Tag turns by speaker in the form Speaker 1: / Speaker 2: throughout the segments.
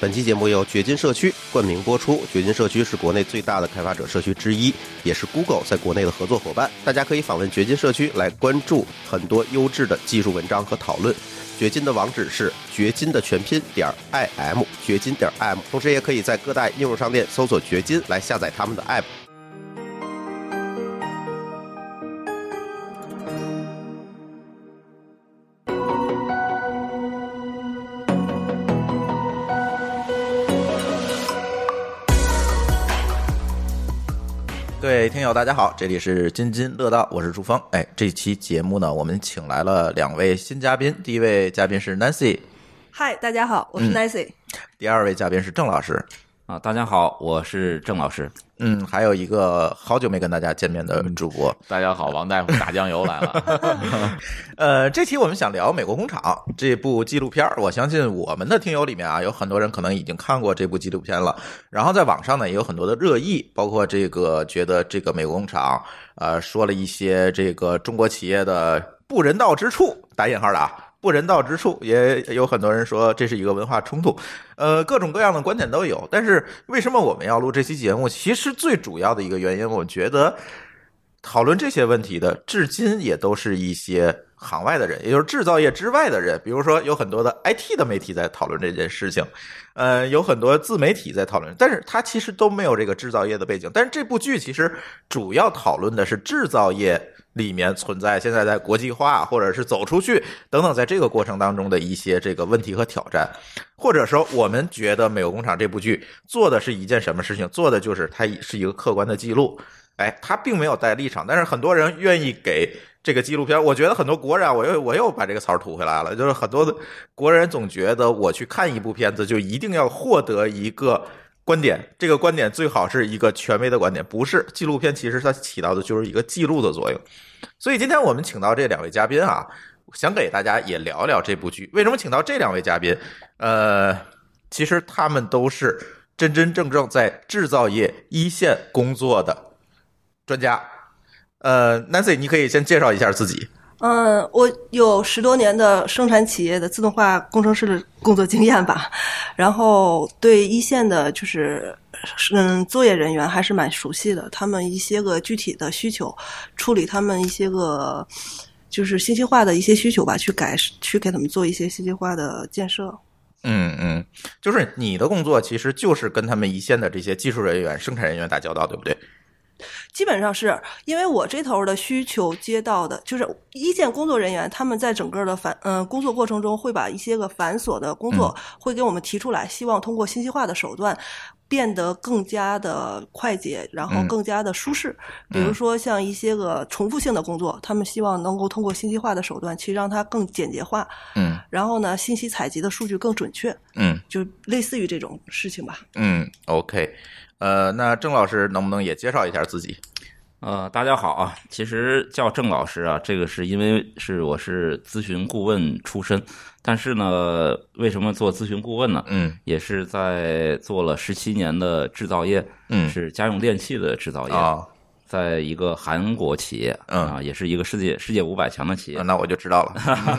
Speaker 1: 本期节目由掘金社区冠名播出。掘金社区是国内最大的开发者社区之一，也是 Google 在国内的合作伙伴。大家可以访问掘金社区来关注很多优质的技术文章和讨论。掘金的网址是掘金的全拼点儿 i m 掘金点儿 i m，同时也可以在各大应用商店搜索掘金来下载他们的 app。各位听友，大家好，这里是津津乐道，我是朱峰。哎，这期节目呢，我们请来了两位新嘉宾，第一位嘉宾是 Nancy，
Speaker 2: 嗨，大家好，我是 Nancy。
Speaker 1: 第二位嘉宾是郑老师。
Speaker 3: 啊，大家好，我是郑老师。
Speaker 1: 嗯，还有一个好久没跟大家见面的主播。
Speaker 3: 大家好，王大夫打酱油来了。
Speaker 1: 呃，这期我们想聊《美国工厂》这部纪录片儿，我相信我们的听友里面啊，有很多人可能已经看过这部纪录片了。然后在网上呢，也有很多的热议，包括这个觉得这个《美国工厂》呃说了一些这个中国企业的不人道之处，打引号的啊。不人道之处，也有很多人说这是一个文化冲突，呃，各种各样的观点都有。但是为什么我们要录这期节目？其实最主要的一个原因，我觉得讨论这些问题的，至今也都是一些行外的人，也就是制造业之外的人。比如说，有很多的 IT 的媒体在讨论这件事情，呃，有很多自媒体在讨论，但是它其实都没有这个制造业的背景。但是这部剧其实主要讨论的是制造业里面存在现在在国际化或者是走出去等等，在这个过程当中的一些这个问题和挑战。或者说，我们觉得《美国工厂》这部剧做的是一件什么事情？做的就是它是一个客观的记录。哎，他并没有带立场，但是很多人愿意给这个纪录片。我觉得很多国人啊，我又我又把这个词儿吐回来了，就是很多的国人总觉得我去看一部片子就一定要获得一个观点，这个观点最好是一个权威的观点，不是纪录片，其实它起到的就是一个记录的作用。所以今天我们请到这两位嘉宾啊，想给大家也聊聊这部剧。为什么请到这两位嘉宾？呃，其实他们都是真真正正在制造业一线工作的专家。呃，Nancy，你可以先介绍一下自己。
Speaker 2: 嗯，我有十多年的生产企业的自动化工程师的工作经验吧，然后对一线的，就是嗯，作业人员还是蛮熟悉的，他们一些个具体的需求，处理他们一些个就是信息化的一些需求吧，去改去给他们做一些信息化的建设。
Speaker 1: 嗯嗯，就是你的工作其实就是跟他们一线的这些技术人员、生产人员打交道，对不对？
Speaker 2: 基本上是因为我这头的需求接到的，就是一线工作人员他们在整个的繁嗯、工作过程中，会把一些个繁琐的工作
Speaker 1: 嗯
Speaker 2: 会给我们提出来，希望通过信息化的手段。变得更加的快捷，然后
Speaker 1: 嗯
Speaker 2: 更加的舒适。比
Speaker 1: 嗯
Speaker 2: 如说像一些个重复性的工作，他们希望能够通过信息化的手段去让它更简洁化，
Speaker 1: 嗯
Speaker 2: 然后呢，信息采集的数据更准确，
Speaker 1: 嗯
Speaker 2: 就类似于这种事情吧。
Speaker 1: 嗯，OK。呃，那郑老师能不能也介绍一下自己？
Speaker 3: 呃，大家好啊，其实叫郑老师啊，这个是因为是我是咨询顾问出身，但是呢，为什么做咨询顾问呢？
Speaker 1: 嗯
Speaker 3: 也是在做了十七年的制造业，
Speaker 1: 嗯
Speaker 3: 是家用电器的制造业，
Speaker 1: 啊、
Speaker 3: 在一个韩国企业，
Speaker 1: 嗯
Speaker 3: 啊，也是一个世界世界五百强的企业，
Speaker 1: 那我就知道 了。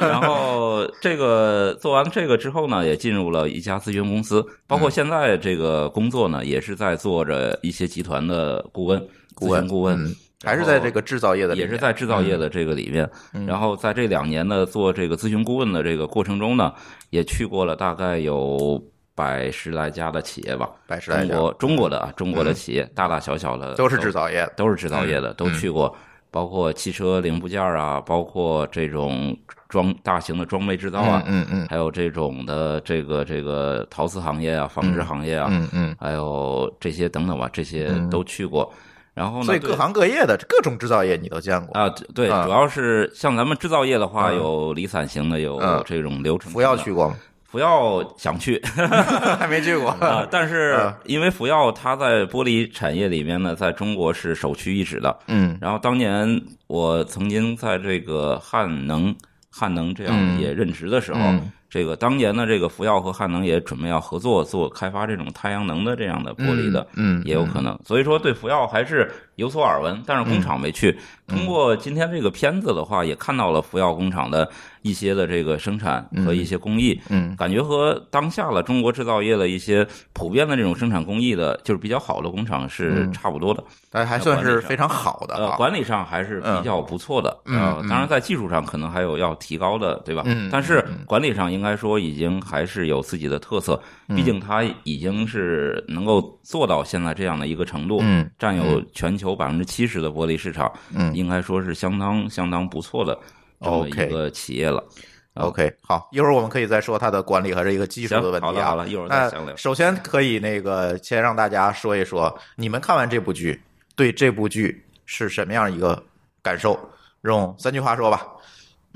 Speaker 3: 然后这个做完这个之后呢，也进入了一家咨询公司，包
Speaker 1: 嗯
Speaker 3: 括现在这个工作呢，也是在做着一些集团的顾问、
Speaker 1: 顾
Speaker 3: 咨
Speaker 1: 问
Speaker 3: 询顾问
Speaker 1: 嗯，还是在这个制造业的里
Speaker 3: 也
Speaker 1: 面，
Speaker 3: 是在制造业的这个里面。
Speaker 1: 嗯
Speaker 3: 然后在这两年呢，做这个咨询顾问的这个过程中呢，也去过了大概有百十来家的企业吧，
Speaker 1: 百十来
Speaker 3: 中
Speaker 1: 家嗯
Speaker 3: 国中国的啊，中国的企业，大大小小的
Speaker 1: 都是制造业的。
Speaker 3: 都是制造业的，都
Speaker 1: 嗯
Speaker 3: 去过，包括汽车零部件啊，包括这种装大型的装备制造啊，
Speaker 1: 嗯嗯
Speaker 3: 还有这种的这个这个陶瓷行业啊，纺织行业啊，
Speaker 1: 嗯嗯
Speaker 3: 还有这些等等吧，这些都去过。然后
Speaker 1: 嗯，
Speaker 3: 呢，
Speaker 1: 所以
Speaker 3: 对
Speaker 1: 各行各业的各种制造业你都见过，
Speaker 3: 啊，对，
Speaker 1: 啊
Speaker 3: 主要是像咱们制造业的话，
Speaker 1: 嗯
Speaker 3: 有离散型的，有
Speaker 1: 嗯
Speaker 3: 这种流程。
Speaker 1: 福耀去，过吗？
Speaker 3: 福耀想去，
Speaker 1: 还没 去过。
Speaker 3: 啊，但是
Speaker 1: 啊
Speaker 3: 因为福耀它在玻璃产业里面呢，在中国是首屈一指的。
Speaker 1: 嗯
Speaker 3: 然后当年我曾经在这个汉能、汉能这样
Speaker 1: 嗯
Speaker 3: 也任职的时候，
Speaker 1: 嗯
Speaker 3: 这个当年呢，这个福耀和汉能也准备要合作做开发这种太阳能的这样的玻璃的，
Speaker 1: 嗯，嗯
Speaker 3: 也有可能。所以说对福耀还是有所耳闻，但是工厂没去。
Speaker 1: 嗯
Speaker 3: 通过今天这个片子的话，也看到了福耀工厂的一些的这个生产和一些工艺，
Speaker 1: 嗯
Speaker 3: 感觉和当下了中国制造业的一些普遍的这种生产工艺的，就是比较好的工厂是
Speaker 1: 嗯
Speaker 3: 差不多的。
Speaker 1: 但还算是非常好的
Speaker 3: 呃，
Speaker 1: 啊。
Speaker 3: 管理上还是比较不错的，
Speaker 1: 嗯
Speaker 3: 呃
Speaker 1: 嗯，
Speaker 3: 当然在技术上可能还有要提高的，对吧？
Speaker 1: 嗯
Speaker 3: 但是
Speaker 1: 嗯嗯
Speaker 3: 管理上应该说已经还是有自己的特色，
Speaker 1: 嗯
Speaker 3: 毕竟它已经是能够做到现在这样的一个程度，
Speaker 1: 嗯
Speaker 3: 占有全球百分之七十的玻璃市场，
Speaker 1: 嗯
Speaker 3: 应该说是相当相当不错的这么
Speaker 1: OK
Speaker 3: 一个企业了。
Speaker 1: 嗯，OK，好，一会儿我们可以再说它的管理和这一个技术
Speaker 3: 行，
Speaker 1: 的问题啊。
Speaker 3: 好了好了，一会儿再详聊
Speaker 1: 那。首先可以那个先让大家说一说，你们看完这部剧，对这部剧是什么样一个感受？用三句话说吧。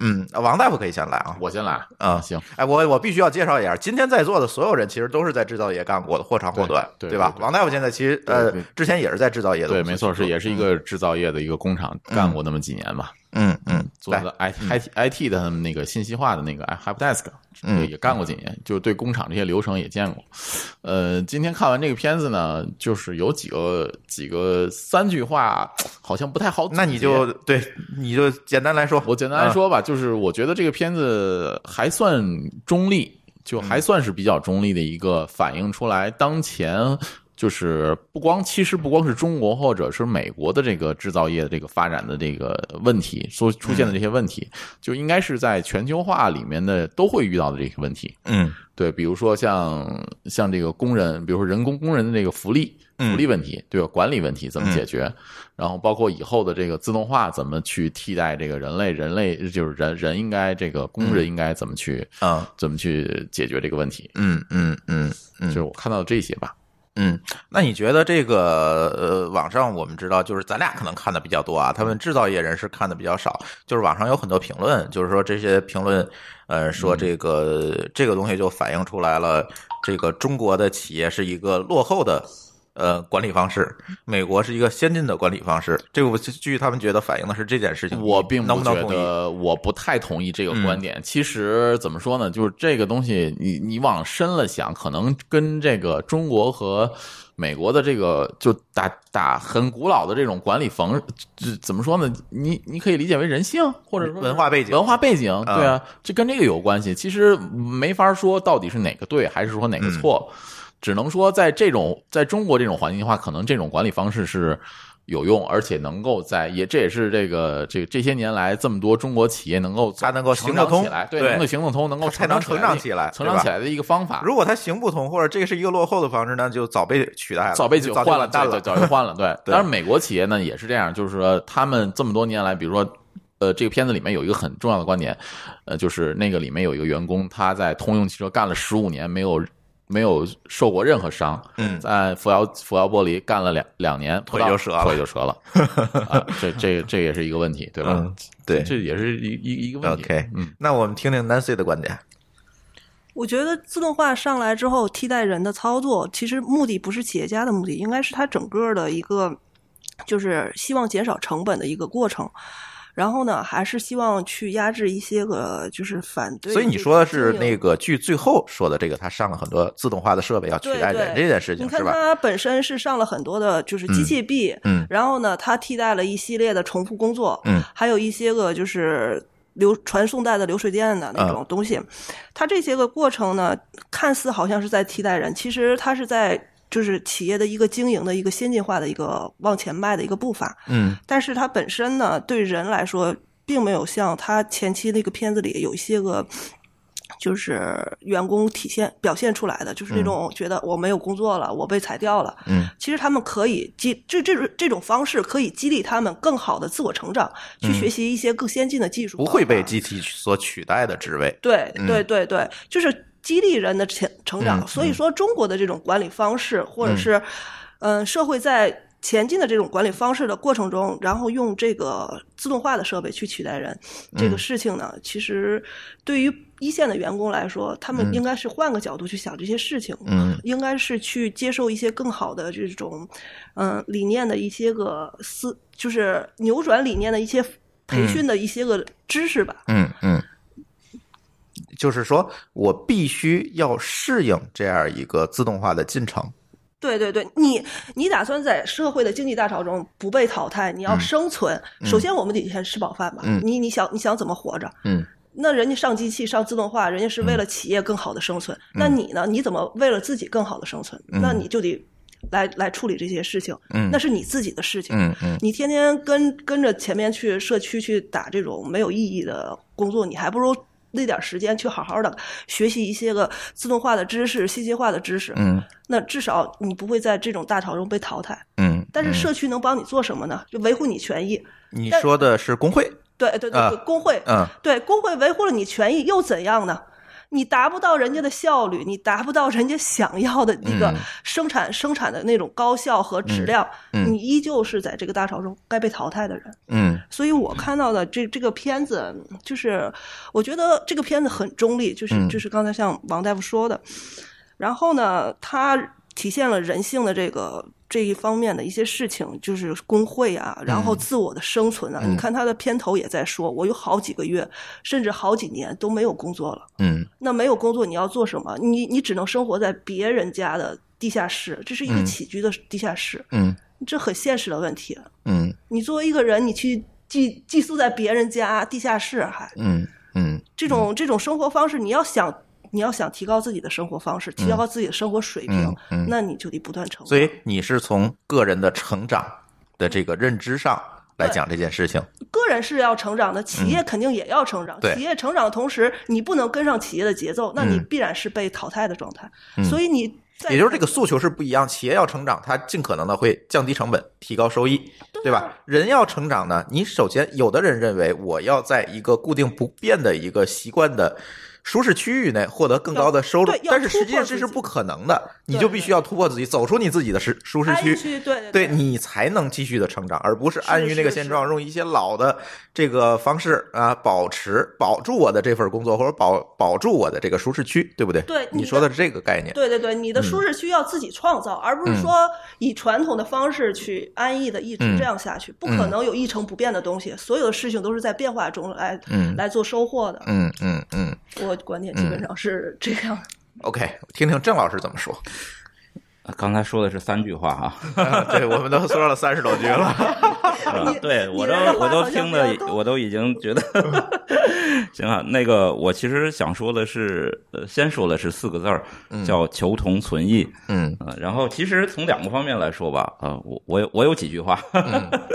Speaker 1: 嗯，王大夫可以先来啊。
Speaker 4: 我先来，
Speaker 1: 啊，
Speaker 4: 行，
Speaker 1: 哎，我我必须要介绍一下，今天在座的所有人其实都是在制造业干过的，或长或短，
Speaker 4: 对对
Speaker 1: 吧
Speaker 4: 对？对
Speaker 1: 王大夫现在其实呃
Speaker 4: 对对
Speaker 1: 之前也是在制造业的，
Speaker 4: 对，没错，是也是一个制造业的一个工厂，干过那么几年吧，
Speaker 1: 嗯嗯，
Speaker 4: 做
Speaker 1: 来
Speaker 4: 的 I I T I T 的那个信息化的那个 HelpDesk，
Speaker 1: 嗯
Speaker 4: 也干过几年，就是对工厂这些流程也见过。呃，今天看完这个片子呢，就是有几个几个三句话好像不太好总结，
Speaker 1: 那你就对，你就简单来说，
Speaker 4: 我简单来说吧，就是我觉得这个片子还算中立，就还算是比较中立的一个反映出来当前。就是不光，其实不光是中国或者是美国的这个制造业的这个发展的这个问题，所出现的这些问题，就应该是在全球化里面的都会遇到的这些问题。
Speaker 1: 嗯
Speaker 4: 对，比如说像像这个工人，比如说人工工人的这个福利、
Speaker 1: 嗯
Speaker 4: 福利问题，对吧？管理问题怎么解决？然后包括以后的这个自动化怎么去替代这个人类，人类就是人人应该这个工人应该怎么去、
Speaker 1: 嗯
Speaker 4: 怎么去解决这个问题？
Speaker 1: 嗯嗯嗯
Speaker 4: 就
Speaker 1: 嗯
Speaker 4: 是我看到这些吧。
Speaker 1: 嗯，那你觉得这个呃，网上我们知道，就是咱俩可能看的比较多啊，他们制造业人士看的比较少，就是网上有很多评论，就是说这些评论，呃，
Speaker 4: 嗯
Speaker 1: 说这个、这个东西就反映出来了，这个中国的企业是一个落后的。呃，管理方式，美国是一个先进的管理方式。这部剧他们觉得反映的是这件事情，
Speaker 4: 我并
Speaker 1: 能不
Speaker 4: 觉
Speaker 1: 能同意？嗯
Speaker 4: 得，我不太同意这个观点。其实怎么说呢，就是这个东西你，你往深了想，可能跟这个中国和美国的这个就打打很古老的这种管理方式，这怎么说呢？你你可以理解为人性，或者说是
Speaker 1: 文化背景嗯
Speaker 4: 文化背景，对啊，这跟这个有关系。其实没法说到底是哪个对，还是说哪
Speaker 1: 嗯
Speaker 4: 个错。只能说，在这种在中国这种环境的话，可能这种管理方式是有用，而且能够在也这也是这个这这些年来这么多中国企业能够
Speaker 1: 它能够
Speaker 4: 成
Speaker 1: 行
Speaker 4: 长
Speaker 1: 得通
Speaker 4: 起来，对，
Speaker 1: 对
Speaker 4: 能够行得通，能够
Speaker 1: 它才能
Speaker 4: 成
Speaker 1: 成
Speaker 4: 长
Speaker 1: 长
Speaker 4: 起
Speaker 1: 起
Speaker 4: 来
Speaker 1: 来
Speaker 4: 的成长
Speaker 1: 对吧
Speaker 4: 起来的一个方法。
Speaker 1: 如果它行不通，或者这个是一个落后的方式，那就早被取代了，
Speaker 4: 早被
Speaker 1: 就
Speaker 4: 就
Speaker 1: 早就
Speaker 4: 换了，
Speaker 1: 完蛋
Speaker 4: 对
Speaker 1: 了。
Speaker 4: 对早就换了。对，
Speaker 1: 对
Speaker 4: 当然美国企业呢也是这样，就是说他们这么多年来，比如说。呃，这个片子里面有一个很重要的观点，呃，就是那个里面有一个员工，他在通用汽车干了十五年，没有没有受过任何伤，
Speaker 1: 嗯
Speaker 4: 在福耀福耀玻璃干了两两年，不
Speaker 1: 腿
Speaker 4: 到
Speaker 1: 就折了
Speaker 4: 腿就折了，啊，这这这也是一个问题，对吧？
Speaker 1: 嗯，对。
Speaker 4: 这也是一一一个问题。
Speaker 1: OK，
Speaker 4: 嗯，
Speaker 1: 那我们听听 Nancy 的观点。
Speaker 2: 我觉得自动化上来之后，替代人的操作，其实目的不是企业家的目的，应该是他整个的一个，就是希望减少成本的一个过程。然后呢，还是希望去压制一些个就是反对。
Speaker 1: 所以你说的是
Speaker 2: 个。
Speaker 1: 那个剧最后说的这个，他上了很多自动化的设备要取代人
Speaker 2: 对对
Speaker 1: 这件事
Speaker 2: 你
Speaker 1: 情，
Speaker 2: 看
Speaker 1: 是吧？
Speaker 2: 它本身是上了很多的，就是机器臂，
Speaker 1: 嗯
Speaker 2: 然后呢，它替代了一系列的重复工作，
Speaker 1: 嗯，
Speaker 2: 还有一些个就是流传送带的流水线的那
Speaker 1: 嗯
Speaker 2: 种东西，它这些个过程呢，看似好像是在替代人，其实它是在。就是企业的一个经营的一个先进化的一个往前迈的一个步伐，
Speaker 1: 嗯
Speaker 2: 但是它本身呢，对人来说，并没有像它前期那个片子里有一些个，就是员工体现表现出来的，就是那种觉得我没有工作了，我被裁掉了。
Speaker 1: 嗯，
Speaker 2: 其实他们可以激这这种这种方式可以激励他们更好的自我成长，去学习一些更先进的技
Speaker 1: 嗯
Speaker 2: 术
Speaker 1: 不
Speaker 2: 方法，
Speaker 1: 会被机器所取代的职位。
Speaker 2: 对
Speaker 1: 嗯
Speaker 2: 对对对，就是激励人的成成长。
Speaker 1: 嗯
Speaker 2: 所以说，中国的这种管理方式，或者是嗯、呃社会在前进的这种管理方式的过程中，然后用这个自动化的设备去取代人，这
Speaker 1: 嗯
Speaker 2: 个事情呢，其实对于一线的员工来说，他们应该是换个角度去想这些事情。
Speaker 1: 嗯
Speaker 2: 应该是去接受一些更好的这种，嗯、理念的一些个思，就是扭转理念的一些培训的一些个知识吧。
Speaker 1: 嗯嗯，就是说我必须要适应这样一个自动化的进程，
Speaker 2: 对对对，你你打算在社会的经济大潮中不被淘汰，你要
Speaker 1: 嗯
Speaker 2: 生存，
Speaker 1: 嗯
Speaker 2: 首先我们得先吃饱饭吧。
Speaker 1: 嗯
Speaker 2: 你你想你想怎么活着？
Speaker 1: 嗯，
Speaker 2: 那人家上机器、上自动化，人家是为了企业更好的生存。那你呢？你怎么为了自己更好的生存？
Speaker 1: 嗯
Speaker 2: 那你就得来来处理这些事情，
Speaker 1: 嗯
Speaker 2: 那是你自己的事情。
Speaker 1: 嗯嗯
Speaker 2: 你天天跟跟着前面去社区去打这种没有意义的工作，你还不如那点时间去好好的学习一些个自动化的知识、信息化的知识。
Speaker 1: 嗯
Speaker 2: 那至少你不会在这种大潮中被淘汰。
Speaker 1: 嗯。
Speaker 2: 但是
Speaker 1: 嗯
Speaker 2: 社区能帮你做什么呢？就维护你权益。
Speaker 1: 你
Speaker 2: 但
Speaker 1: 说的是工会，
Speaker 2: 对对对，
Speaker 1: 啊
Speaker 2: 对工会，
Speaker 1: 嗯
Speaker 2: 对工会维护了你权益又怎样呢？你达不到人家的效率，你达不到人家想要的那个
Speaker 1: 嗯
Speaker 2: 生产、生产的那种高效和质量，
Speaker 1: 嗯嗯
Speaker 2: 你依旧是在这个大潮中该被淘汰的人。
Speaker 1: 嗯
Speaker 2: 所以我看到的这这个片子，就是我觉得这个片子很中立，就是、
Speaker 1: 嗯
Speaker 2: 就是刚才像王大夫说的，然后呢，它体现了人性的这个这一方面的一些事情，就是工会啊，然后自我的生存啊。
Speaker 1: 嗯
Speaker 2: 你看它的片头也在说，我有好几个月，甚至好几年都没有工作了。
Speaker 1: 嗯
Speaker 2: 那没有工作，你要做什么？你你只能生活在别人家的地下室，这是一个
Speaker 1: 嗯
Speaker 2: 起居的地下室，
Speaker 1: 嗯
Speaker 2: 这很现实的问题。
Speaker 1: 嗯
Speaker 2: 你作为一个人，你去寄寄宿在别人家地下室，还
Speaker 1: 嗯嗯
Speaker 2: 这种这种生活方式，你要想你要想提高自己的生活方式，提高自己的生活水平，
Speaker 1: 嗯嗯嗯
Speaker 2: 那你就得不断成长。
Speaker 1: 所以你是从个人的成长的这个认知上来讲这件事情，
Speaker 2: 个人是要成长的，企业肯定也要成长。
Speaker 1: 嗯对嗯
Speaker 2: 企业成长的同时，你不能跟上企业的节奏，那你必然是被淘汰的状态。所以你在
Speaker 1: 也就是这个诉求是不一样。企业要成长，它尽可能的会降低成本，提高收益，对吧？人要成长呢，你首先有的人认为我要在一个固定不变的一个习惯的。舒适区域内获得更高的收入
Speaker 2: 对，要
Speaker 1: 但是
Speaker 2: 突
Speaker 1: 实际
Speaker 2: 破
Speaker 1: 上
Speaker 2: 自
Speaker 1: 这是
Speaker 2: 己
Speaker 1: 不可能的，你
Speaker 2: 对
Speaker 1: 就必须要突破自己，走出你自己的舒舒适
Speaker 2: 安
Speaker 1: 区。
Speaker 2: 居，对
Speaker 1: 对
Speaker 2: 对
Speaker 1: 你才能继续的成长，而不是安于那个现状，
Speaker 2: 是
Speaker 1: 用一些老的这个方式啊，保持保住我的这份工作，或者保保住我的这个舒适区，对不对？
Speaker 2: 对
Speaker 1: 你
Speaker 2: 你
Speaker 1: 说
Speaker 2: 的
Speaker 1: 的是这个概念。
Speaker 2: 对对对，你
Speaker 1: 嗯
Speaker 2: 的舒适区要自己创造，而不是说以传统的方式去安逸的一
Speaker 1: 嗯
Speaker 2: 直这样下去，不可能有一成不变的东西。所有的事情都是在变化中来、
Speaker 1: 嗯
Speaker 2: 来做收获的。
Speaker 1: 嗯嗯嗯
Speaker 2: 我观点基本上是这样。
Speaker 1: ，OK，听听郑老师怎么说。
Speaker 3: 呃刚才说的是三句话哈，
Speaker 1: 对，我们都说了三十多句了。
Speaker 3: 啊对
Speaker 2: 你
Speaker 3: 我
Speaker 2: 这
Speaker 3: 都
Speaker 2: 个话
Speaker 3: 我都
Speaker 2: 好像
Speaker 3: 听
Speaker 2: 比较
Speaker 3: 的，
Speaker 2: 多
Speaker 3: 我都已经 觉得行啊。那个，我其实想说的是，呃，先说的是四个字儿，
Speaker 2: 嗯
Speaker 3: 叫求同存异。
Speaker 1: 嗯
Speaker 3: 啊，然后其实从两个方面来说吧，啊、我我有我有几句话，
Speaker 2: 嗯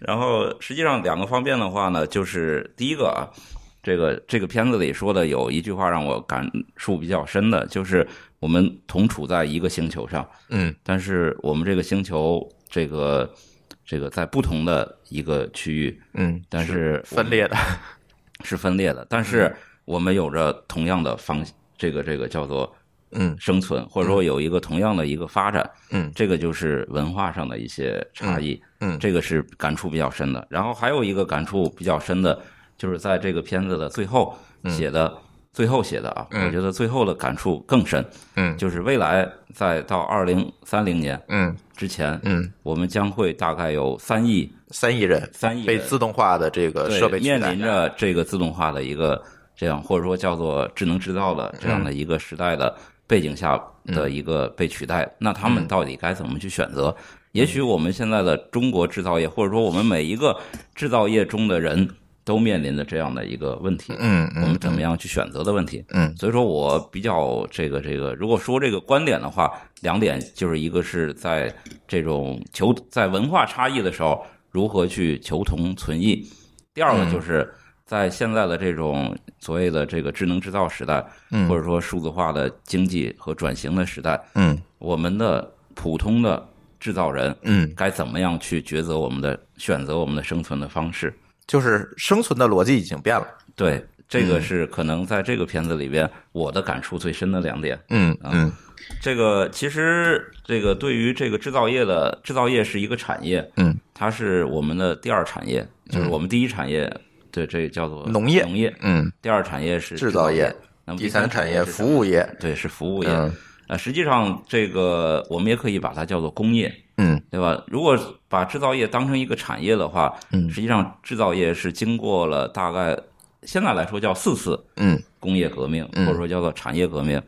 Speaker 3: 然后实际上两个方面的话呢，就是第一个啊，这个这个片子里说的有一句话让我感触比较深的，就是我们同处在一个星球上，
Speaker 1: 嗯
Speaker 3: 但是我们这个星球这个这个在不同的一个区域，
Speaker 1: 嗯，
Speaker 3: 但是我们
Speaker 1: 分裂的。 嗯
Speaker 3: 是分裂的，但是我们有着同样的方这个这个叫做
Speaker 1: 嗯
Speaker 3: 生存，或者说有一个同样的一个发展，
Speaker 1: 嗯
Speaker 3: 这个就是文化上的一些差异，
Speaker 1: 嗯
Speaker 3: 这个是感触比较深的。然后还有一个感触比较深的，就是在这个片子的最后写的，最后写的啊，
Speaker 1: 嗯
Speaker 3: 我觉得最后的感触更深，
Speaker 1: 嗯
Speaker 3: 就是未来在到二零三零年
Speaker 1: 嗯
Speaker 3: 之前，
Speaker 1: 嗯，
Speaker 3: 我们将会大概有三亿
Speaker 1: 三亿人
Speaker 3: 三亿
Speaker 1: 被
Speaker 3: 人
Speaker 1: 自动化的这个
Speaker 3: 对
Speaker 1: 设备取
Speaker 3: 面
Speaker 1: 代
Speaker 3: 临。着这个自动化的一个这样，或者说叫做智能制造的这样
Speaker 1: 嗯
Speaker 3: 的一个时代的背景下的一个被取代，那他
Speaker 1: 嗯
Speaker 3: 们到底该怎么去选择？也许我们现在的中国制造业，或者说我们每一个制造业中的人都面临着这样的一个问题，
Speaker 1: 嗯
Speaker 3: 我们怎么样去选择的问题。
Speaker 1: 嗯
Speaker 3: 所以说我比较这个这个，如果说这个观点的话，两点就是一个是在这种求在文化差异的时候如何去求同存异，第二
Speaker 1: 嗯
Speaker 3: 个就是在现在的这种所谓的这个智能制造时代，
Speaker 1: 嗯
Speaker 3: 或者说数字化的经济和转型的时代，
Speaker 1: 嗯
Speaker 3: 我们的普通的制造人
Speaker 1: 嗯，
Speaker 3: 该怎么样去抉择我们的选择我们的生存的方式？
Speaker 1: 就是生存的逻辑已经变了。
Speaker 3: 对，这
Speaker 1: 嗯
Speaker 3: 个是可能在这个片子里边我的感触最深的两点。
Speaker 1: 嗯嗯
Speaker 3: 这个其实这个对于这个制造业的制造业是一个产业，
Speaker 1: 嗯，
Speaker 3: 它是我们的第二产业，就是我们第一产业，对，这个叫做
Speaker 1: 农业
Speaker 3: 农业，
Speaker 1: 嗯，
Speaker 3: 第二产业是
Speaker 1: 制
Speaker 3: 造
Speaker 1: 造业，
Speaker 3: 那么
Speaker 1: 第
Speaker 3: 三
Speaker 1: 三产
Speaker 3: 业
Speaker 1: 业
Speaker 3: 啊是什
Speaker 1: 服
Speaker 3: 么，
Speaker 1: 务业。
Speaker 3: 对，是服务业。
Speaker 1: 嗯
Speaker 3: 呃，实际上这个我们也可以把它叫做工业，
Speaker 1: 嗯
Speaker 3: 对吧？如果把制造业当成一个产业的话，
Speaker 1: 嗯
Speaker 3: 实际上制造业是经过了大概现在来说叫四次
Speaker 1: 嗯，
Speaker 3: 工业革命，
Speaker 1: 嗯
Speaker 3: 或者说叫做产业革命。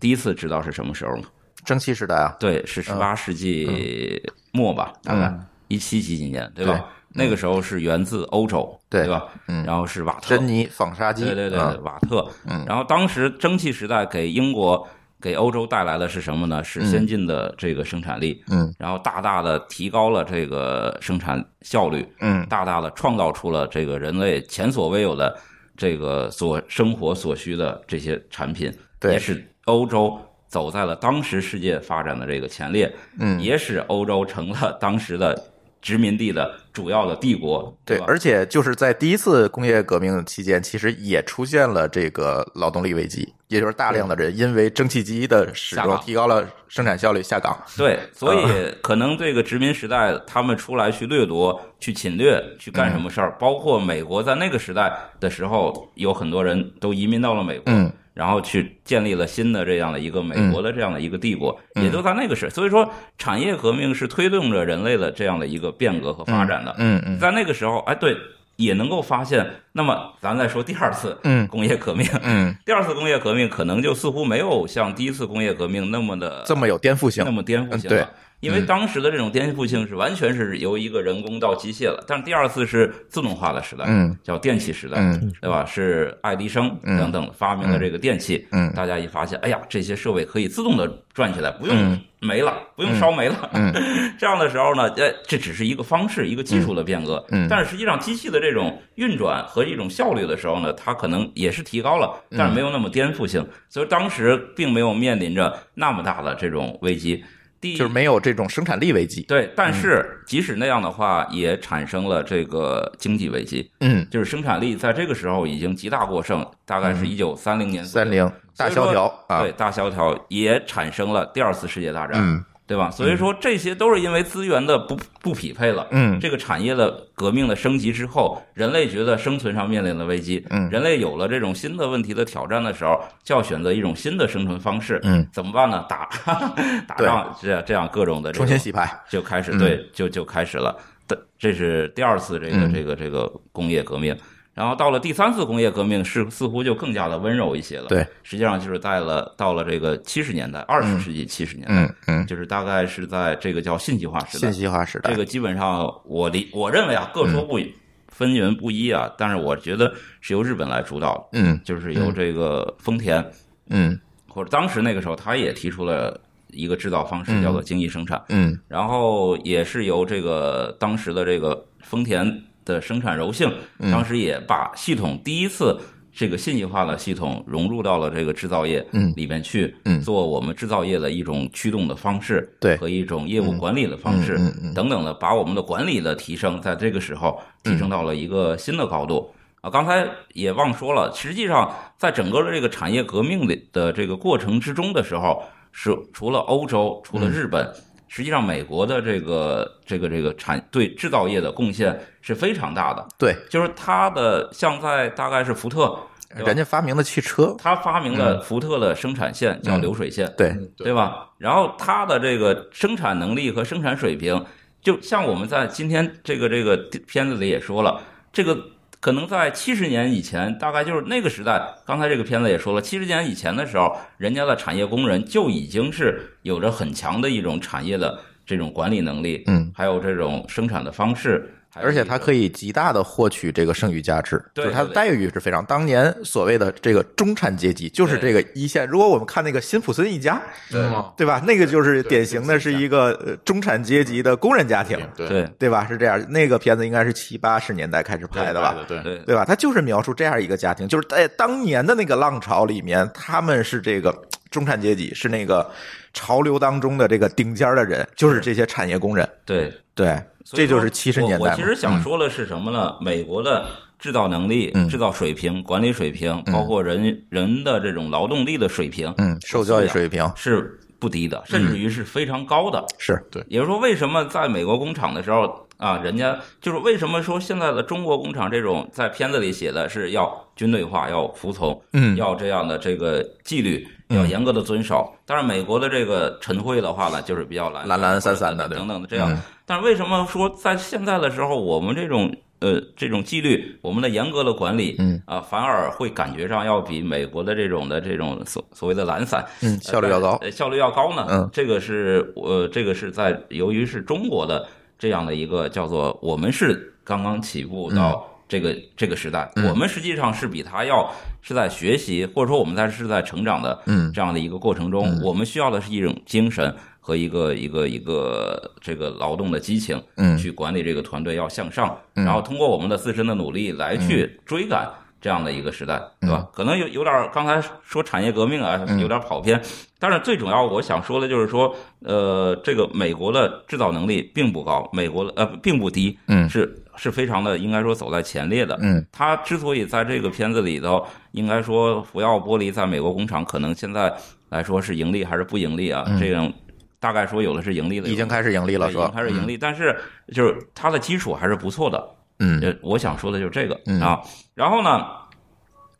Speaker 3: 第一次知道是什么时候吗？
Speaker 1: 蒸汽时代啊，
Speaker 3: 对，是十八世纪末吧，大概一七几几年，对
Speaker 1: 嗯
Speaker 3: 吧？
Speaker 1: 对
Speaker 3: 那个时候是源自欧洲，
Speaker 1: 对
Speaker 3: 吧？
Speaker 1: 嗯
Speaker 3: 然后是瓦特，
Speaker 1: 珍妮纺纱机，
Speaker 3: 对对对，
Speaker 1: 嗯
Speaker 3: 瓦特。
Speaker 1: 嗯
Speaker 3: 然后当时蒸汽时代给英国、给欧洲带来的是什么呢？是先进的这个生产力，
Speaker 1: 嗯，
Speaker 3: 然后大大的提高了这个生产效率，
Speaker 1: 嗯
Speaker 3: 大大的创造出了这个人类前所未有的这个所生活所需的这些产品，
Speaker 1: 对
Speaker 3: 也使欧洲走在了当时世界发展的这个前列，
Speaker 1: 嗯
Speaker 3: 也使欧洲成了当时的殖民地的主要的帝国，
Speaker 1: 对，
Speaker 3: 吧？
Speaker 1: 而且就是在第一次工业革命期间，其实也出现了这个劳动力危机，也就是大量的人因为蒸汽机的使
Speaker 3: 下
Speaker 1: 用
Speaker 3: 岗
Speaker 1: 提高了生产效率，下岗。
Speaker 3: 对，所以可能这个殖民时代，他们出来去掠夺、去侵略、去干什么事儿，
Speaker 1: 嗯
Speaker 3: 包括美国在那个时代的时候，有很多人都移民到了美国，
Speaker 1: 嗯
Speaker 3: 然后去建立了新的这样的一个美国的这样的一个帝国，
Speaker 1: 嗯
Speaker 3: 也都在那个时。所以说，产业革命是推动着人类的这样的一个变革和发展的。
Speaker 1: 嗯嗯
Speaker 3: 在那个时候，哎，对，也能够发现。那么，咱再说第二次
Speaker 1: 嗯
Speaker 3: 工业革命，
Speaker 1: 嗯，
Speaker 3: 第二次工业革命可能就似乎没有像第一次工业革命那么的
Speaker 1: 这么有颠覆
Speaker 3: 呃那
Speaker 1: 性。
Speaker 3: 么颠覆性
Speaker 1: 嗯对
Speaker 3: 了。因为当时的这种颠覆性是完全是由一个人工到机械了，但是第二次是自动化的时代，
Speaker 1: 嗯，
Speaker 3: 叫电气时代，
Speaker 1: 嗯
Speaker 3: 对吧？是爱迪生
Speaker 1: 嗯
Speaker 3: 等等发明了这个电器，
Speaker 1: 嗯
Speaker 3: 大家一发现，哎呀，这些设备可以自动的转起来，不用
Speaker 1: 嗯
Speaker 3: 煤了，不用烧煤了，
Speaker 1: 嗯
Speaker 3: 这样的时候呢，呃，这只是一个方式，一个技术的变革，
Speaker 1: 嗯嗯
Speaker 3: 但是实际上机器的这种运转和一种效率的时候呢，它可能也是提高了，但是没有那么颠覆性，所以当时并没有面临着那么大的这种危机。第一
Speaker 1: 就是没有这种生产力危机，
Speaker 3: 对，但是即使那样的话，也产生了这个经济危机，
Speaker 1: 嗯，
Speaker 3: 就是生产力在这个时候已经极大过剩，大概是一九三零年左右
Speaker 1: 三零大萧条啊
Speaker 3: 对，，大萧条也产生了第二次世界大战，
Speaker 1: 嗯
Speaker 3: 对吧？所以说这些都是因为资源的不不匹配了。
Speaker 1: 嗯
Speaker 3: 这个产业的革命的升级之后，人类觉得生存上面临了危机，
Speaker 1: 嗯
Speaker 3: 人类有了这种新的问题的挑战的时候，就要选择一种新的生存方式，
Speaker 1: 嗯，
Speaker 3: 怎么办呢？打 打
Speaker 1: 对
Speaker 3: 仗，这样这样各种的这
Speaker 1: 重新
Speaker 3: 种
Speaker 1: 洗牌，
Speaker 3: 就开始
Speaker 1: 嗯
Speaker 3: 对，就就开始了。但这是第二次这个
Speaker 1: 嗯
Speaker 3: 这个这个工业革命，然后到了第三次工业革命是似乎就更加的温柔一些了。
Speaker 1: 对，
Speaker 3: 实际上就是在了到了这个七十年代，二十世纪七十年代，
Speaker 1: 嗯嗯，
Speaker 3: 就是大概是在这个叫信息化时代
Speaker 1: 信。息化时代嗯
Speaker 3: 这，个基本上我理我认为啊，各说不一分云不一啊，但是我觉得是由日本来主导的，
Speaker 1: 嗯
Speaker 3: 就是由这个丰田
Speaker 1: 嗯
Speaker 3: 或者当时那个时候他也提出了一个制造方式
Speaker 1: 嗯
Speaker 3: 叫做精益生产。
Speaker 1: 嗯
Speaker 3: 然后也是由这个当时的这个丰田的生产柔性，
Speaker 1: 嗯
Speaker 3: 当时也把系统第一次这个信息化的系统融入到了这个制造业
Speaker 1: 嗯
Speaker 3: 里面去，
Speaker 1: 嗯
Speaker 3: 做我们制造业的一种驱动的方式，
Speaker 1: 对
Speaker 3: 和一种业务管理的方式
Speaker 1: 嗯嗯嗯嗯
Speaker 3: 等等的，把我们的管理的提升，在这个时候提升到了一个新的高度。啊，刚才也忘说了，实际上在整个的这个产业革命的的这个过程之中的时候，是除了欧洲，除
Speaker 1: 嗯
Speaker 3: 了日本，实际上美国的这个这个这个产对制造业的贡献是非常大的，
Speaker 1: 对，
Speaker 3: 就是它的像在大概是福特，对吧
Speaker 1: 人家发明的汽车，
Speaker 3: 它发明
Speaker 1: 嗯
Speaker 3: 了福特的生产线叫流水线，
Speaker 1: 对，
Speaker 3: 对吧？然后它的这个生产能力和生产水平，就像我们在今天这个这个片子里也说了，这个可能在七十年以前，大概就是那个时代。刚才这个片子也说了，七十年以前的时候，人家的产业工人就已经是有着很强的一种产业的这种管理能力，
Speaker 1: 嗯，
Speaker 3: 还有这种生产的方式，
Speaker 1: 而且它可
Speaker 3: 以
Speaker 1: 以极大的获取这个剩余价值，
Speaker 3: 对
Speaker 1: 就是它
Speaker 3: 对
Speaker 1: 的
Speaker 3: 对
Speaker 1: 待遇是非常。当年所谓的这个中产阶级，就是这
Speaker 3: 对
Speaker 1: 个一线。如果我们看那个辛普森一家，
Speaker 4: 嗯
Speaker 1: 对吧？那个就是
Speaker 4: 对
Speaker 1: 典型的是一个呃中产阶级的工人家庭，
Speaker 4: 对
Speaker 3: 对
Speaker 1: 对吧？是这样。那个片子应该是七八十年代开始拍的吧？
Speaker 4: 对
Speaker 3: 对
Speaker 1: 对吧？他就是描述这样一个家庭，就是在当年的那个浪潮里面，他们是这个中产阶级，是那个潮流当中的这个顶尖儿的人，就是这些产业工人。
Speaker 3: 对，
Speaker 1: 对，
Speaker 3: 所以
Speaker 1: 这就
Speaker 3: 说
Speaker 1: 是七十年代
Speaker 3: 我。
Speaker 1: 嘛。
Speaker 3: 我其实想说的是什么呢？美国的制造能力、
Speaker 1: 嗯
Speaker 3: 制造水平、管理水平，包括人人的这种劳动力的水平，
Speaker 1: 嗯，受教育水平
Speaker 3: 是不低的，甚至于是非常高的。
Speaker 1: 是
Speaker 3: 也就是说，为什么在美国工厂的时候啊，人家就是为什么说现在的中国工厂这种在片子里写的是要军队化、要服从，
Speaker 1: 嗯
Speaker 3: 要这样的这个纪律，要严格的遵守。但是美国的这个晨会的话呢，就是比较懒
Speaker 1: 懒懒散散的
Speaker 3: 或者
Speaker 1: 对
Speaker 3: 等等的这样
Speaker 1: 嗯。
Speaker 3: 但是为什么说在现在的时候，我们这种呃这种纪律，我们的严格的管理，
Speaker 1: 嗯
Speaker 3: 啊，反而会感觉上要比美国的这种的这种所所谓的懒散，
Speaker 1: 嗯，效率要高。
Speaker 3: 呃，效率要高呢。
Speaker 1: 嗯，
Speaker 3: 这个是呃，这个是在由于是中国的这样的一个叫做我们是刚刚起步到这个、这个时代，
Speaker 1: 嗯
Speaker 3: 我们实际上是比他要是在学习，或者说我们在是在成长的
Speaker 1: 嗯
Speaker 3: 这样的一个过程中，我们需要的是一种精神和一个一个一个这个劳动的激情，
Speaker 1: 嗯
Speaker 3: 去管理这个团队要向上，然后通过我们的自身的努力来
Speaker 1: 嗯
Speaker 3: 去追赶。这样的一个时代，对吧？可能有有点儿刚才说产业革命啊，
Speaker 1: 嗯
Speaker 3: 有点儿跑偏。但是最主要我想说的就是说，呃，这个美国的制造能力并不高，美国的呃并不低，
Speaker 1: 嗯
Speaker 3: 是是非常的应该说走在前列的。
Speaker 1: 嗯，
Speaker 3: 他之所以在这个片子里头，应该说福耀玻璃在美国工厂可能现在来说是盈利还是不盈利啊？
Speaker 1: 嗯
Speaker 3: 这种大概说有的是盈利的，
Speaker 1: 已经开始盈利
Speaker 3: 有的
Speaker 1: 了，
Speaker 3: 已
Speaker 1: 说
Speaker 3: 经开始盈利，但是就是它的基础还是不错的。
Speaker 1: 嗯
Speaker 3: 呃，我想说的就是这个
Speaker 1: 嗯
Speaker 3: 啊。然后呢，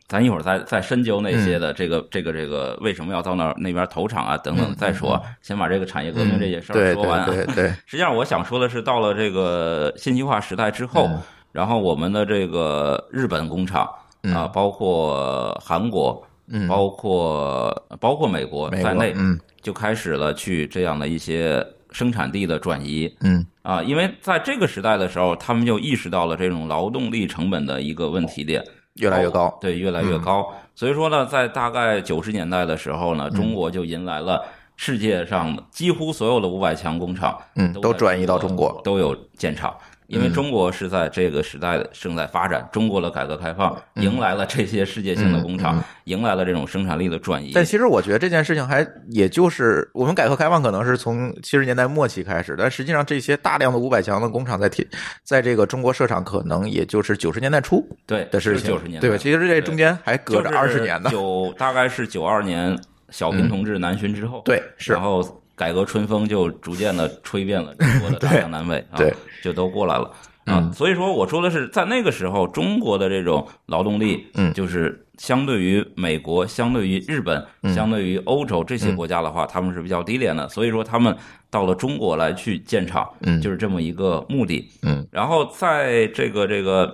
Speaker 3: 咱一会儿再再深究那
Speaker 1: 嗯
Speaker 3: 些的这个这个这个为什么要到那儿那边投产啊等等再说，先把这个产业革命这些事
Speaker 1: 嗯
Speaker 3: 儿
Speaker 1: 对
Speaker 3: 说完啊。
Speaker 1: 对对 对，
Speaker 3: 实际上，我想说的是，到了这个信息化时代之后，然后我们的这个日本工厂
Speaker 1: 嗯
Speaker 3: 啊，包括韩国，
Speaker 1: 嗯
Speaker 3: 包括包括美国
Speaker 1: 美
Speaker 3: 在
Speaker 1: 国
Speaker 3: 内，
Speaker 1: 嗯
Speaker 3: 就开始了去这样的一些生产地的转移，
Speaker 1: 嗯
Speaker 3: 啊，因为在这个时代的时候，他们就意识到了这种劳动力成本的一个问题点
Speaker 1: 越来越高。
Speaker 3: 对，越来
Speaker 1: 嗯
Speaker 3: 越高。所以说呢，在大概九十年代的时候呢，
Speaker 1: 嗯
Speaker 3: 中国就迎来了世界上几乎所有的五百强工厂，
Speaker 1: 嗯
Speaker 3: 都
Speaker 1: 都
Speaker 3: 在
Speaker 1: 转移到中国嗯
Speaker 3: 都有建厂。因为中国是在这个时代正在发展，中国的改革开放
Speaker 1: 嗯
Speaker 3: 迎来了这些世界性的工厂，迎来了这种生产力的转移。
Speaker 1: 但其实我觉得这件事情还也就是我们改革开放可能是从七十年代末期开始，但实际上这些大量的五百强的工厂在体在这个中国设厂可能也就是九十年代初
Speaker 3: 对
Speaker 1: 的事情，
Speaker 3: 九十年代
Speaker 1: 对吧？其实这中间还
Speaker 3: 就
Speaker 1: 隔着二十年呢。
Speaker 3: 九大概是九二年小平同志南巡之后，
Speaker 1: 对是
Speaker 3: 然后改革春风就逐渐的吹 遍了中国的大江南北，啊
Speaker 1: 对，嗯
Speaker 3: 就都过来了。啊，所以说我说的是，在那个时候，中国的这种劳动力，
Speaker 1: 嗯
Speaker 3: 就是相对于美国、相对于日本、
Speaker 1: 嗯
Speaker 3: 相对于欧洲这些国家的话，他们是比较低廉的，所以说他们到了中国来去建厂，
Speaker 1: 嗯
Speaker 3: 就是这么一个目的。
Speaker 1: 嗯，
Speaker 3: 然后在这个这个，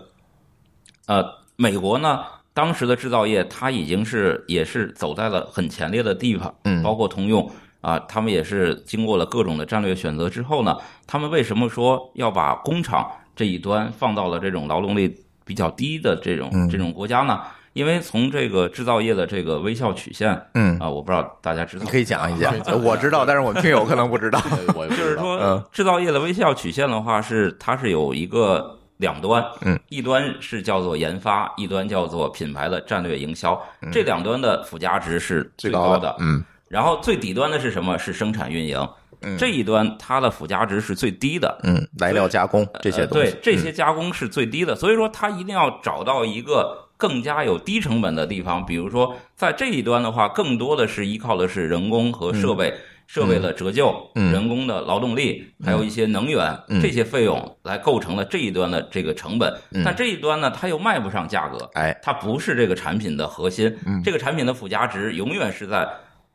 Speaker 3: 呃，美国呢，当时的制造业它已经是也是走在了很前列的地方，
Speaker 1: 嗯
Speaker 3: 包括通用啊、他们也是经过了各种的战略选择之后呢，他们为什么说要把工厂这一端放到了这种劳动力比较低的这种、
Speaker 1: 嗯
Speaker 3: 这种国家呢？因为从这个制造业的这个微笑曲线啊、
Speaker 1: 嗯，
Speaker 3: 我不知道大家知道
Speaker 1: 你可以讲一 讲，我知道，但是我们听友可能不知道。
Speaker 4: 我
Speaker 3: 就
Speaker 4: 就是
Speaker 1: 嗯
Speaker 3: 说，制造业的微笑曲线的话是，它是有一个两端，
Speaker 1: 嗯，
Speaker 3: 一端是叫做研发，一端叫做品牌的战略营销，这两端的附加值是最高的，
Speaker 1: 嗯
Speaker 3: 然后最底端的是什么？是生产运营，
Speaker 1: 嗯
Speaker 3: 这一端它的附加值是最低的，
Speaker 1: 嗯，来料加工这些
Speaker 3: 呃
Speaker 1: 东西，嗯
Speaker 3: 对这些加工是最低的，所以说它一定要找到一个更加有低成本的地方。比如说在这一端的话，更多的是依靠的是人工和设备，设备的折旧、
Speaker 1: 嗯
Speaker 3: 人工的劳动力，还有一些能源、
Speaker 1: 嗯
Speaker 3: 这些费用来构成了这一端的这个成本。
Speaker 1: 嗯
Speaker 3: 但这一端呢，它又卖不上价格，
Speaker 1: 哎，嗯
Speaker 3: 它不是这个产品的核心，这个产品的附加值永远是在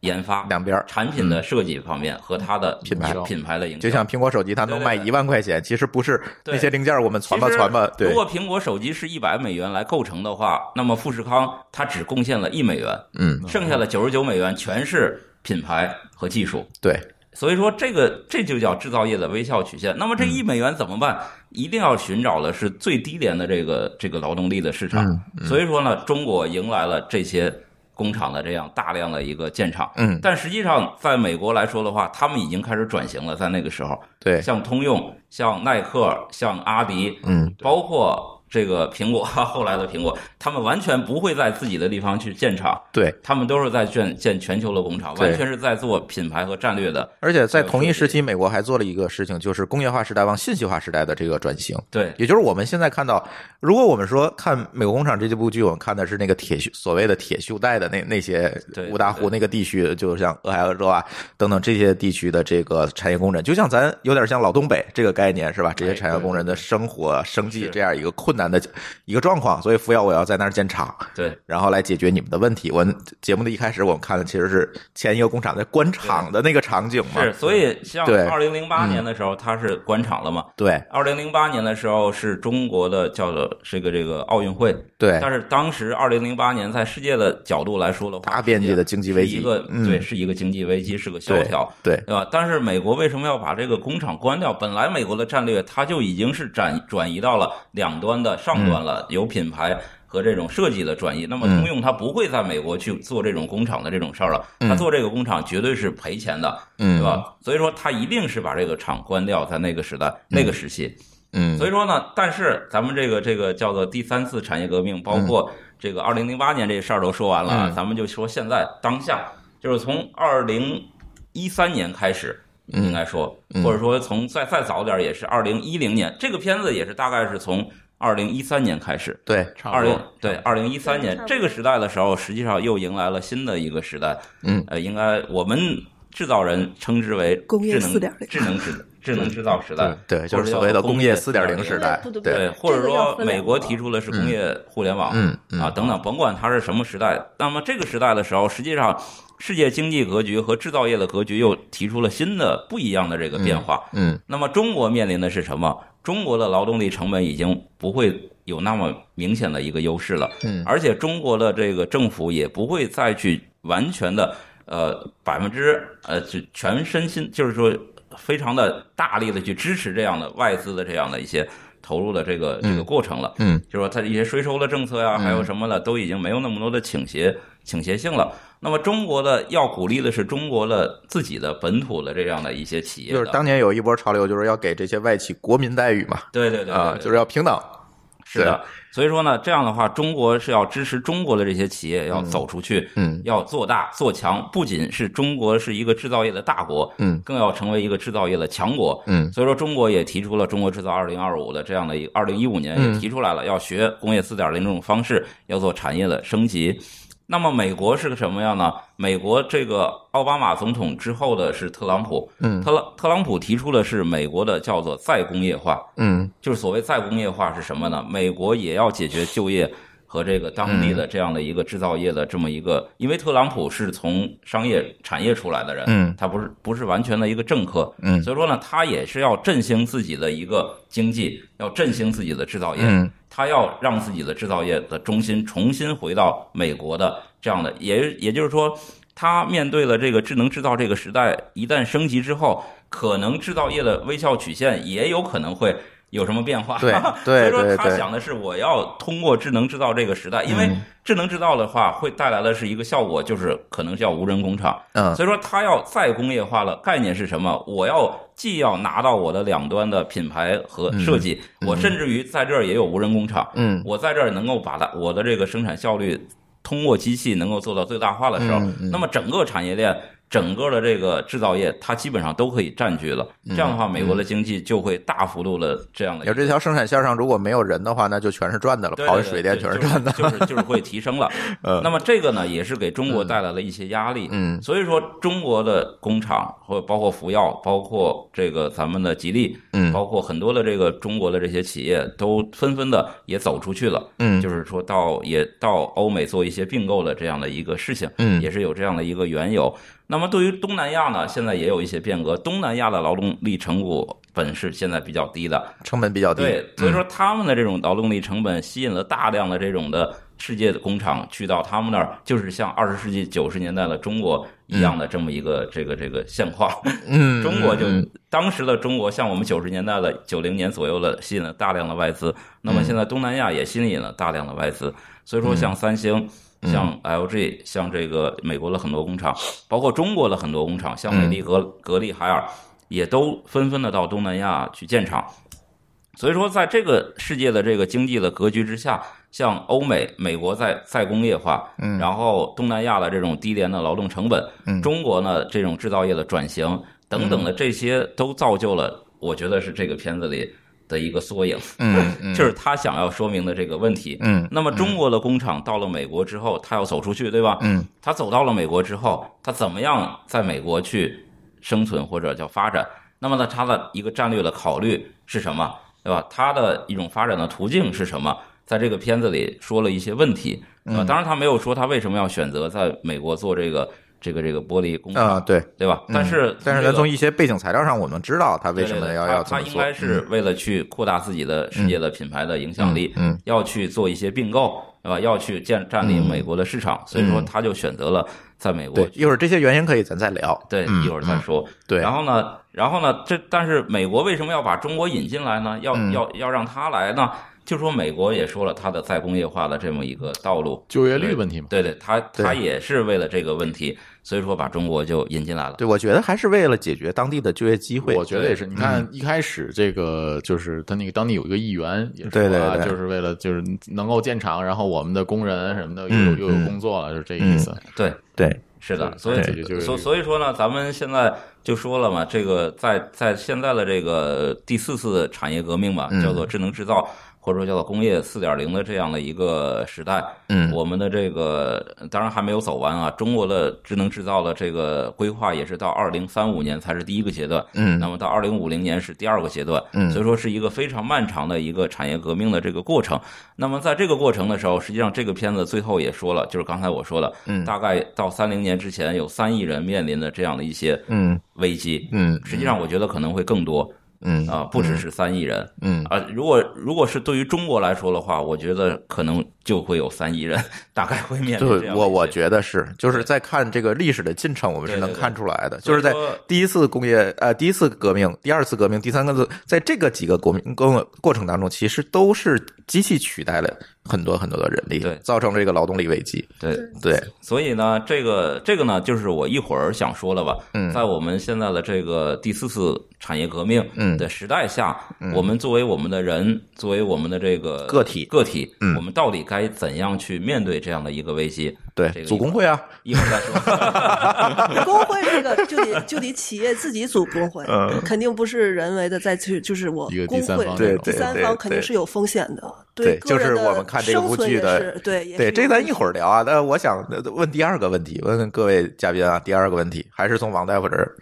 Speaker 3: 研发。
Speaker 1: 两边儿
Speaker 3: 产品的设计方面和它的
Speaker 1: 品牌
Speaker 3: 品牌的营销，
Speaker 1: 就像苹果手机，它能卖
Speaker 3: 对对
Speaker 1: 一万块钱，其实不是
Speaker 3: 对
Speaker 1: 那些零件儿我们
Speaker 3: 其
Speaker 1: 传
Speaker 3: 实，
Speaker 1: 吧传吧，对
Speaker 3: 如，果苹果手机是一百美元来构成的话，那么富士康它只贡献了一美元，
Speaker 1: 嗯，
Speaker 3: 剩下的九十九美元全是品牌和技术。
Speaker 1: 对，
Speaker 3: 所以说，这个这就叫制造业的微笑曲线。那么这
Speaker 1: 嗯
Speaker 3: 一美元怎么办？一定要寻找的是最低廉的这个这个劳动力的市场。
Speaker 1: 嗯
Speaker 3: 所以说呢，中国迎来了这些工厂的这样大量的一个建厂。
Speaker 1: 嗯，
Speaker 3: 但实际上，在美国来说的话，他们已经开始转型了。在那个时候，
Speaker 1: 对，
Speaker 3: 像通用、像耐克、像阿迪，
Speaker 1: 嗯，
Speaker 3: 包括这个苹果 后来的苹果，他们完全不会在自己的地方去建厂，
Speaker 1: 对，
Speaker 3: 他们都是在建建全球的工厂，
Speaker 1: 对
Speaker 3: 完全是在做品牌和战略的。
Speaker 1: 而且在同一时期，美国还做了一个事情，就是工业化时代往信息化时代的这个转型。
Speaker 3: 对，
Speaker 1: 也就是我们现在看到，如果我们说看《美国工厂》这部剧，我们看的是那个铁锈所谓的铁锈带的那那些
Speaker 3: 对
Speaker 1: 五大湖那个地区，就像俄亥俄州啊等等这些地区的这个产业工人，就像咱有点像老东北这个概念是吧？这些产业工人的生活生计
Speaker 3: 哎是
Speaker 1: 这样一个困难的一个状况，所以扶摇我要在那儿建厂，
Speaker 3: 对，
Speaker 1: 然后来解决你们的问题。我们节目的一开始，我们看的其实是前一个工厂在关厂的那个场景嘛，
Speaker 3: 是，所以像
Speaker 1: 对嗯
Speaker 3: 二零零八年的时候，它是官场了嘛？
Speaker 1: 对
Speaker 3: 二零零八年的时候是中国的叫做这个这个奥运会，
Speaker 1: 对
Speaker 3: 但是当时二零零八年在世界的角度来说的话，
Speaker 1: 大面积的经济危机
Speaker 3: 是一个
Speaker 1: 嗯
Speaker 3: 对，是一个经济危机，是个萧
Speaker 1: 对
Speaker 3: 条。
Speaker 1: 对
Speaker 3: 对吧？但是美国为什么要把这个工厂关掉？本来美国的战略它就已经是转转移到了两端的上端了，
Speaker 1: 嗯
Speaker 3: 有品牌和这种设计的转移。那么通用它不会在美国去做这种工厂的这种事儿了，它做这个工厂绝对是赔钱的，
Speaker 1: 嗯
Speaker 3: 对吧？所以说它一定是把这个厂关掉，在那个时代、那个时期。
Speaker 1: 嗯
Speaker 3: 所以说呢，但是咱们这个这个叫做第三次产业革命，包括这个二零零八年这事儿都说完了啊，
Speaker 1: 嗯
Speaker 3: 咱们就说现在当下，就是从二零一三年开始，
Speaker 1: 嗯
Speaker 3: 应该说，或者说从再再早点儿也是二零一零年，这个片子也是大概是从二零一三年开始。
Speaker 1: 对
Speaker 4: 差
Speaker 3: 二
Speaker 4: 不
Speaker 3: 零
Speaker 4: 多。
Speaker 3: 对二零一三
Speaker 2: 对
Speaker 3: 年
Speaker 2: 差不多
Speaker 3: 这个时代的时候，实际上又迎来了新的一个时代。
Speaker 1: 嗯，
Speaker 3: 呃，应该我们制造人称之为
Speaker 2: 工业
Speaker 3: 智能
Speaker 2: 4.0
Speaker 3: 智能制智能制造时代，
Speaker 1: 对，就
Speaker 3: 或
Speaker 1: 是
Speaker 3: 者
Speaker 1: 所谓的
Speaker 3: 叫
Speaker 1: 工业四点零时代
Speaker 2: 不得，不
Speaker 1: 对
Speaker 3: 对，或
Speaker 2: 这
Speaker 3: 者
Speaker 2: 个要
Speaker 3: 说
Speaker 2: 分
Speaker 3: 美
Speaker 2: 两
Speaker 3: 国
Speaker 2: 个
Speaker 3: 提出的是工业互联网，
Speaker 1: 嗯嗯
Speaker 3: 啊等等，甭管它是什么时代，那么这个时代的时候，实际上世界经济格局和制造业的格局又提出了新的不一样的这个变化。
Speaker 1: 嗯
Speaker 3: 那么中国面临的是什么？中国的劳动力成本已经不会有那么明显的一个优势了，
Speaker 1: 嗯
Speaker 3: 而且中国的这个政府也不会再去完全的呃百分之呃就全身心，就是说非常的大力的去支持这样的外资的这样的一些投入的这个这个过程了。
Speaker 1: 嗯
Speaker 3: 就是说它的一些税收的政策呀、还有什么的，都已经没有那么多的倾斜倾斜性了。那么中国的要鼓励的是中国的自己的本土的这样的一些企业
Speaker 1: 就
Speaker 3: 的，
Speaker 1: 是当年有一波潮流，就是要给这些外企国民待遇嘛，
Speaker 3: 对对对对
Speaker 1: 啊，
Speaker 3: 对
Speaker 1: 就是要平等，
Speaker 3: 是的，所以说呢，这样的话，中国是要支持中国的这些企业要走出去，
Speaker 1: 嗯
Speaker 3: 要做大做强，不仅是中国是一个制造业的大国，
Speaker 1: 嗯
Speaker 3: 更要成为一个制造业的强国，
Speaker 1: 嗯
Speaker 3: 所以说中国也提出了中国制造二零二五的这样的一二零一五年
Speaker 1: 嗯
Speaker 3: 也提出来了，要学工业四点零这种方式，要做产业的升级。那么美国是个什么样呢？美国这个奥巴马总统之后的是特朗普，
Speaker 1: 嗯
Speaker 3: 特朗特朗普提出的是美国的叫做再工业化，
Speaker 1: 嗯
Speaker 3: 就是所谓再工业化是什么呢？美国也要解决就业和这个当地的
Speaker 1: 嗯
Speaker 3: 这样的一个制造业的这么一个，因为特朗普是从商业产业出来的人，
Speaker 1: 嗯
Speaker 3: 他不是不是完全的一个政客，
Speaker 1: 嗯
Speaker 3: 所以说呢，他也是要振兴自己的一个经济，要振兴自己的制造业，
Speaker 1: 嗯
Speaker 3: 他要让自己的制造业的中心重新回到美国的这样的，也也就是说，他面对了这个智能制造这个时代，一旦升级之后，可能制造业的微笑曲线也有可能会有什么变化。
Speaker 1: 对对
Speaker 3: 所以说
Speaker 1: 对
Speaker 3: 他
Speaker 1: 对嗯
Speaker 3: 想的是，我要通过智能制造这个时代，因为智能制造的话会带来的是一个效果，就是可能叫无人工厂。
Speaker 1: 嗯
Speaker 3: 所以说它要再工业化的概念是什么？我要既要拿到我的两端的品牌和设计，我甚至于在这儿也有无人工厂，
Speaker 1: 嗯
Speaker 3: 我在这儿能够把它我的这个生产效率通过机器能够做到最大化的时候，
Speaker 1: 嗯嗯
Speaker 3: 那么整个产业链。整个的这个制造业，它基本上都可以占据了。
Speaker 1: 嗯
Speaker 3: 这样的话，美国的经济就会大幅度的这样的一
Speaker 1: 有
Speaker 3: 个
Speaker 1: 这条生产线上如果没有人的话，那就全是赚的了，
Speaker 3: 对
Speaker 1: 跑
Speaker 3: 对
Speaker 1: 水电
Speaker 3: 对就
Speaker 1: 全是赚的。
Speaker 3: 就是就是会 提升了。那么这个呢，也是给中国带来了一些压力。
Speaker 1: 嗯
Speaker 3: 所以说中国的工厂，或者包括福耀，包括这个咱们的吉利，
Speaker 1: 嗯
Speaker 3: 包括很多的这个中国的这些企业，都纷纷的也走出去了。
Speaker 1: 嗯
Speaker 3: 就是说到也到欧美做一些并购的这样的一个事情，
Speaker 1: 嗯
Speaker 3: 也是有这样的一个缘由。那么对于东南亚呢，现在也有一些变革。东南亚的劳动力成本是现在比较低的，
Speaker 1: 成本比较低。嗯
Speaker 3: 对，所以说他们的这种劳动力成本吸引了大量的这种的世界的工厂去到他们那儿，就是像二十世纪九十年代的中国一样的这么一个这个这个现况。
Speaker 1: 嗯，
Speaker 3: 中国就
Speaker 1: 嗯
Speaker 3: 当时的中国，像我们九十年代的九零年左右的，吸引了大量的外资。那
Speaker 1: 嗯
Speaker 3: 么现在东南亚也吸引了大量的外资，所以说像三星。
Speaker 1: 嗯
Speaker 3: 像 LG，像这个美国的很多工厂，包括中国的很多工厂，像美
Speaker 1: 嗯
Speaker 3: 的和格力海尔，也都纷纷的到东南亚去建厂。所以说，在这个世界的这个经济的格局之下，像欧美、美国在再工业化，嗯，然后东南亚的这种低廉的劳动成本，嗯，中国呢这种制造业的转型等
Speaker 1: 嗯
Speaker 3: 等的这些，都造就了我觉得是这个片子里的一个缩影，
Speaker 1: 嗯嗯
Speaker 3: 就是他想要说明的这个问题。
Speaker 1: 嗯
Speaker 3: 那么中国的工厂到了美国之后，他要走出去，对吧？
Speaker 1: 嗯，
Speaker 3: 他走到了美国之后，他怎么样在美国去生存或者叫发展？那么呢，他的一个战略的考虑是什么？对吧？它的一种发展的途径是什么？在这个片子里说了一些问题，
Speaker 1: 嗯
Speaker 3: 呃，当然他没有说他为什么要选择在美国做这个这个这个玻璃工厂，
Speaker 1: 啊，对。
Speaker 3: 对吧？但是、
Speaker 1: 但是
Speaker 3: 呢，
Speaker 1: 呢，从一些背景材料上，我们知道他为什么要
Speaker 3: 对对对
Speaker 1: 要这么
Speaker 3: 他他应
Speaker 1: 做。嗯
Speaker 3: 该是为了去扩大自己的世界的品牌的影响力，
Speaker 1: 嗯嗯嗯
Speaker 3: 要去做一些并购，对吧？要去占占领美国的市场，所以说他就选择了在美国
Speaker 1: 嗯对，一会儿这些原因可以咱再聊。
Speaker 3: 对，
Speaker 1: 嗯
Speaker 3: 一会儿再说。
Speaker 1: 对
Speaker 3: 然后呢，然后呢，这但是美国为什么要把中国引进来呢？要、
Speaker 1: 嗯
Speaker 3: 要要让他来呢？就说美国也说了它的再工业化的这么一个道路，
Speaker 4: 就业率问题嘛。
Speaker 3: 对对，他他
Speaker 1: 对
Speaker 3: 也是为了这个问题，所以说把中国就引进来了。
Speaker 1: 对，我觉得还是为了解决当地的就业机会。嗯
Speaker 4: 我觉得也是，你看一开始这个就是他那个当地有一个议员也说啊，
Speaker 1: 对对对
Speaker 4: 就是为了就是能够建厂，然后我们的工人什么的又
Speaker 1: 嗯
Speaker 4: 有又有工作了，就是这个意思。
Speaker 3: 对，
Speaker 1: 对，
Speaker 3: 是的，
Speaker 4: 对
Speaker 3: 所
Speaker 4: 对对
Speaker 3: 以
Speaker 4: 对
Speaker 3: 所所以说呢，咱们现在就说了嘛，这个在在现在的这个第四次产业革命吧，
Speaker 1: 嗯
Speaker 3: 叫做智能制造，或者说叫做工业四点零的这样的一个时代，
Speaker 1: 嗯
Speaker 3: 我们的这个当然还没有走完啊，中国的智能制造的这个规划也是到二零三五年才是第一个阶段，
Speaker 1: 嗯
Speaker 3: 那么到二零五零年是第二个阶段，
Speaker 1: 嗯
Speaker 3: 所以说是一个非常漫长的一个产业革命的这个过程。那么在这个过程的时候，实际上这个片子最后也说了，就是刚才我说了，
Speaker 1: 嗯
Speaker 3: 大概到三零年之前，有三亿人面临的这样的一些
Speaker 1: 嗯
Speaker 3: 危机，
Speaker 1: 嗯
Speaker 3: 实际上我觉得可能会更多
Speaker 1: 嗯
Speaker 3: 啊、不只是三亿人
Speaker 1: 嗯
Speaker 3: 啊、如果如果是对于中国来说的话，我觉得可能就会有三亿人， 大概会面临这
Speaker 1: 对，
Speaker 3: 样的
Speaker 1: 我我
Speaker 3: 一些
Speaker 1: 觉得是，就是在看这个历史的进程，我们是
Speaker 3: 对对
Speaker 1: 能
Speaker 3: 对
Speaker 1: 看出来的。
Speaker 3: 所
Speaker 1: 就是
Speaker 3: 以
Speaker 1: 在
Speaker 3: 说
Speaker 1: 第一次工业呃第一次革命、第二次革命、第三次，在这个几个国民工过程当中，其实都是机器取代了很多很多的人力
Speaker 3: 对，
Speaker 1: 造成这个劳动力危机。
Speaker 3: 对。
Speaker 1: 对，
Speaker 3: 所以呢，这个这个呢，就是我一会儿想说了吧。
Speaker 1: 嗯
Speaker 3: 在我们现在的这个第四次产业革命
Speaker 1: 嗯
Speaker 3: 的时代下，我们作为我们的人，作为我们的这个
Speaker 1: 个体
Speaker 3: 个体，
Speaker 1: 嗯
Speaker 3: 我们到底该怎样去面对这样的一个危机？
Speaker 1: 对
Speaker 3: 这，个
Speaker 1: 组工会啊，
Speaker 3: 一会儿再说。
Speaker 2: 工会这个就得就得企业自 己组工会，
Speaker 1: 嗯
Speaker 2: 肯定不是人为的再去，就是我
Speaker 4: 一个
Speaker 2: 工
Speaker 4: 第三
Speaker 2: 会
Speaker 4: 方
Speaker 1: 对
Speaker 2: 第
Speaker 1: 对
Speaker 2: 三
Speaker 1: 对
Speaker 2: 方肯定
Speaker 1: 对
Speaker 2: 是有风险的，
Speaker 1: 对
Speaker 2: 个
Speaker 1: 就是
Speaker 2: 人的
Speaker 1: 我们看这个
Speaker 2: 生
Speaker 1: 部
Speaker 2: 存
Speaker 1: 剧
Speaker 2: 也
Speaker 1: 的
Speaker 2: 是对也
Speaker 1: 对，
Speaker 2: 是
Speaker 1: 这
Speaker 2: 有
Speaker 1: 咱
Speaker 2: 风
Speaker 1: 一
Speaker 2: 险
Speaker 1: 会儿聊啊。但我想呃问第二个问题，问各位嘉宾啊，第二个问题还是从王大夫这儿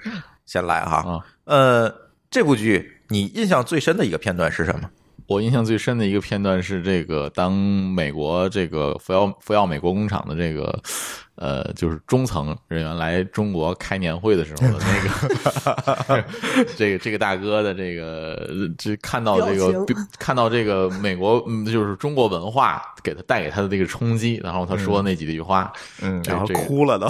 Speaker 1: 先来哈
Speaker 4: 啊。
Speaker 1: 呃，这部剧你印象最深的一个片段是什么？
Speaker 4: 我印象最深的一个片段是这个，当美国这个福耀福耀美国工厂的这个呃，就是中层人员来中国开年会的时候的 那个这个这个大哥的这个这看到这个
Speaker 2: 表情
Speaker 4: 看到这个美国嗯，就是中国文化给他带给他的这个冲击，然后他说那几句话，
Speaker 1: 嗯
Speaker 4: 这
Speaker 1: 然后
Speaker 4: 这个
Speaker 1: 哭了都。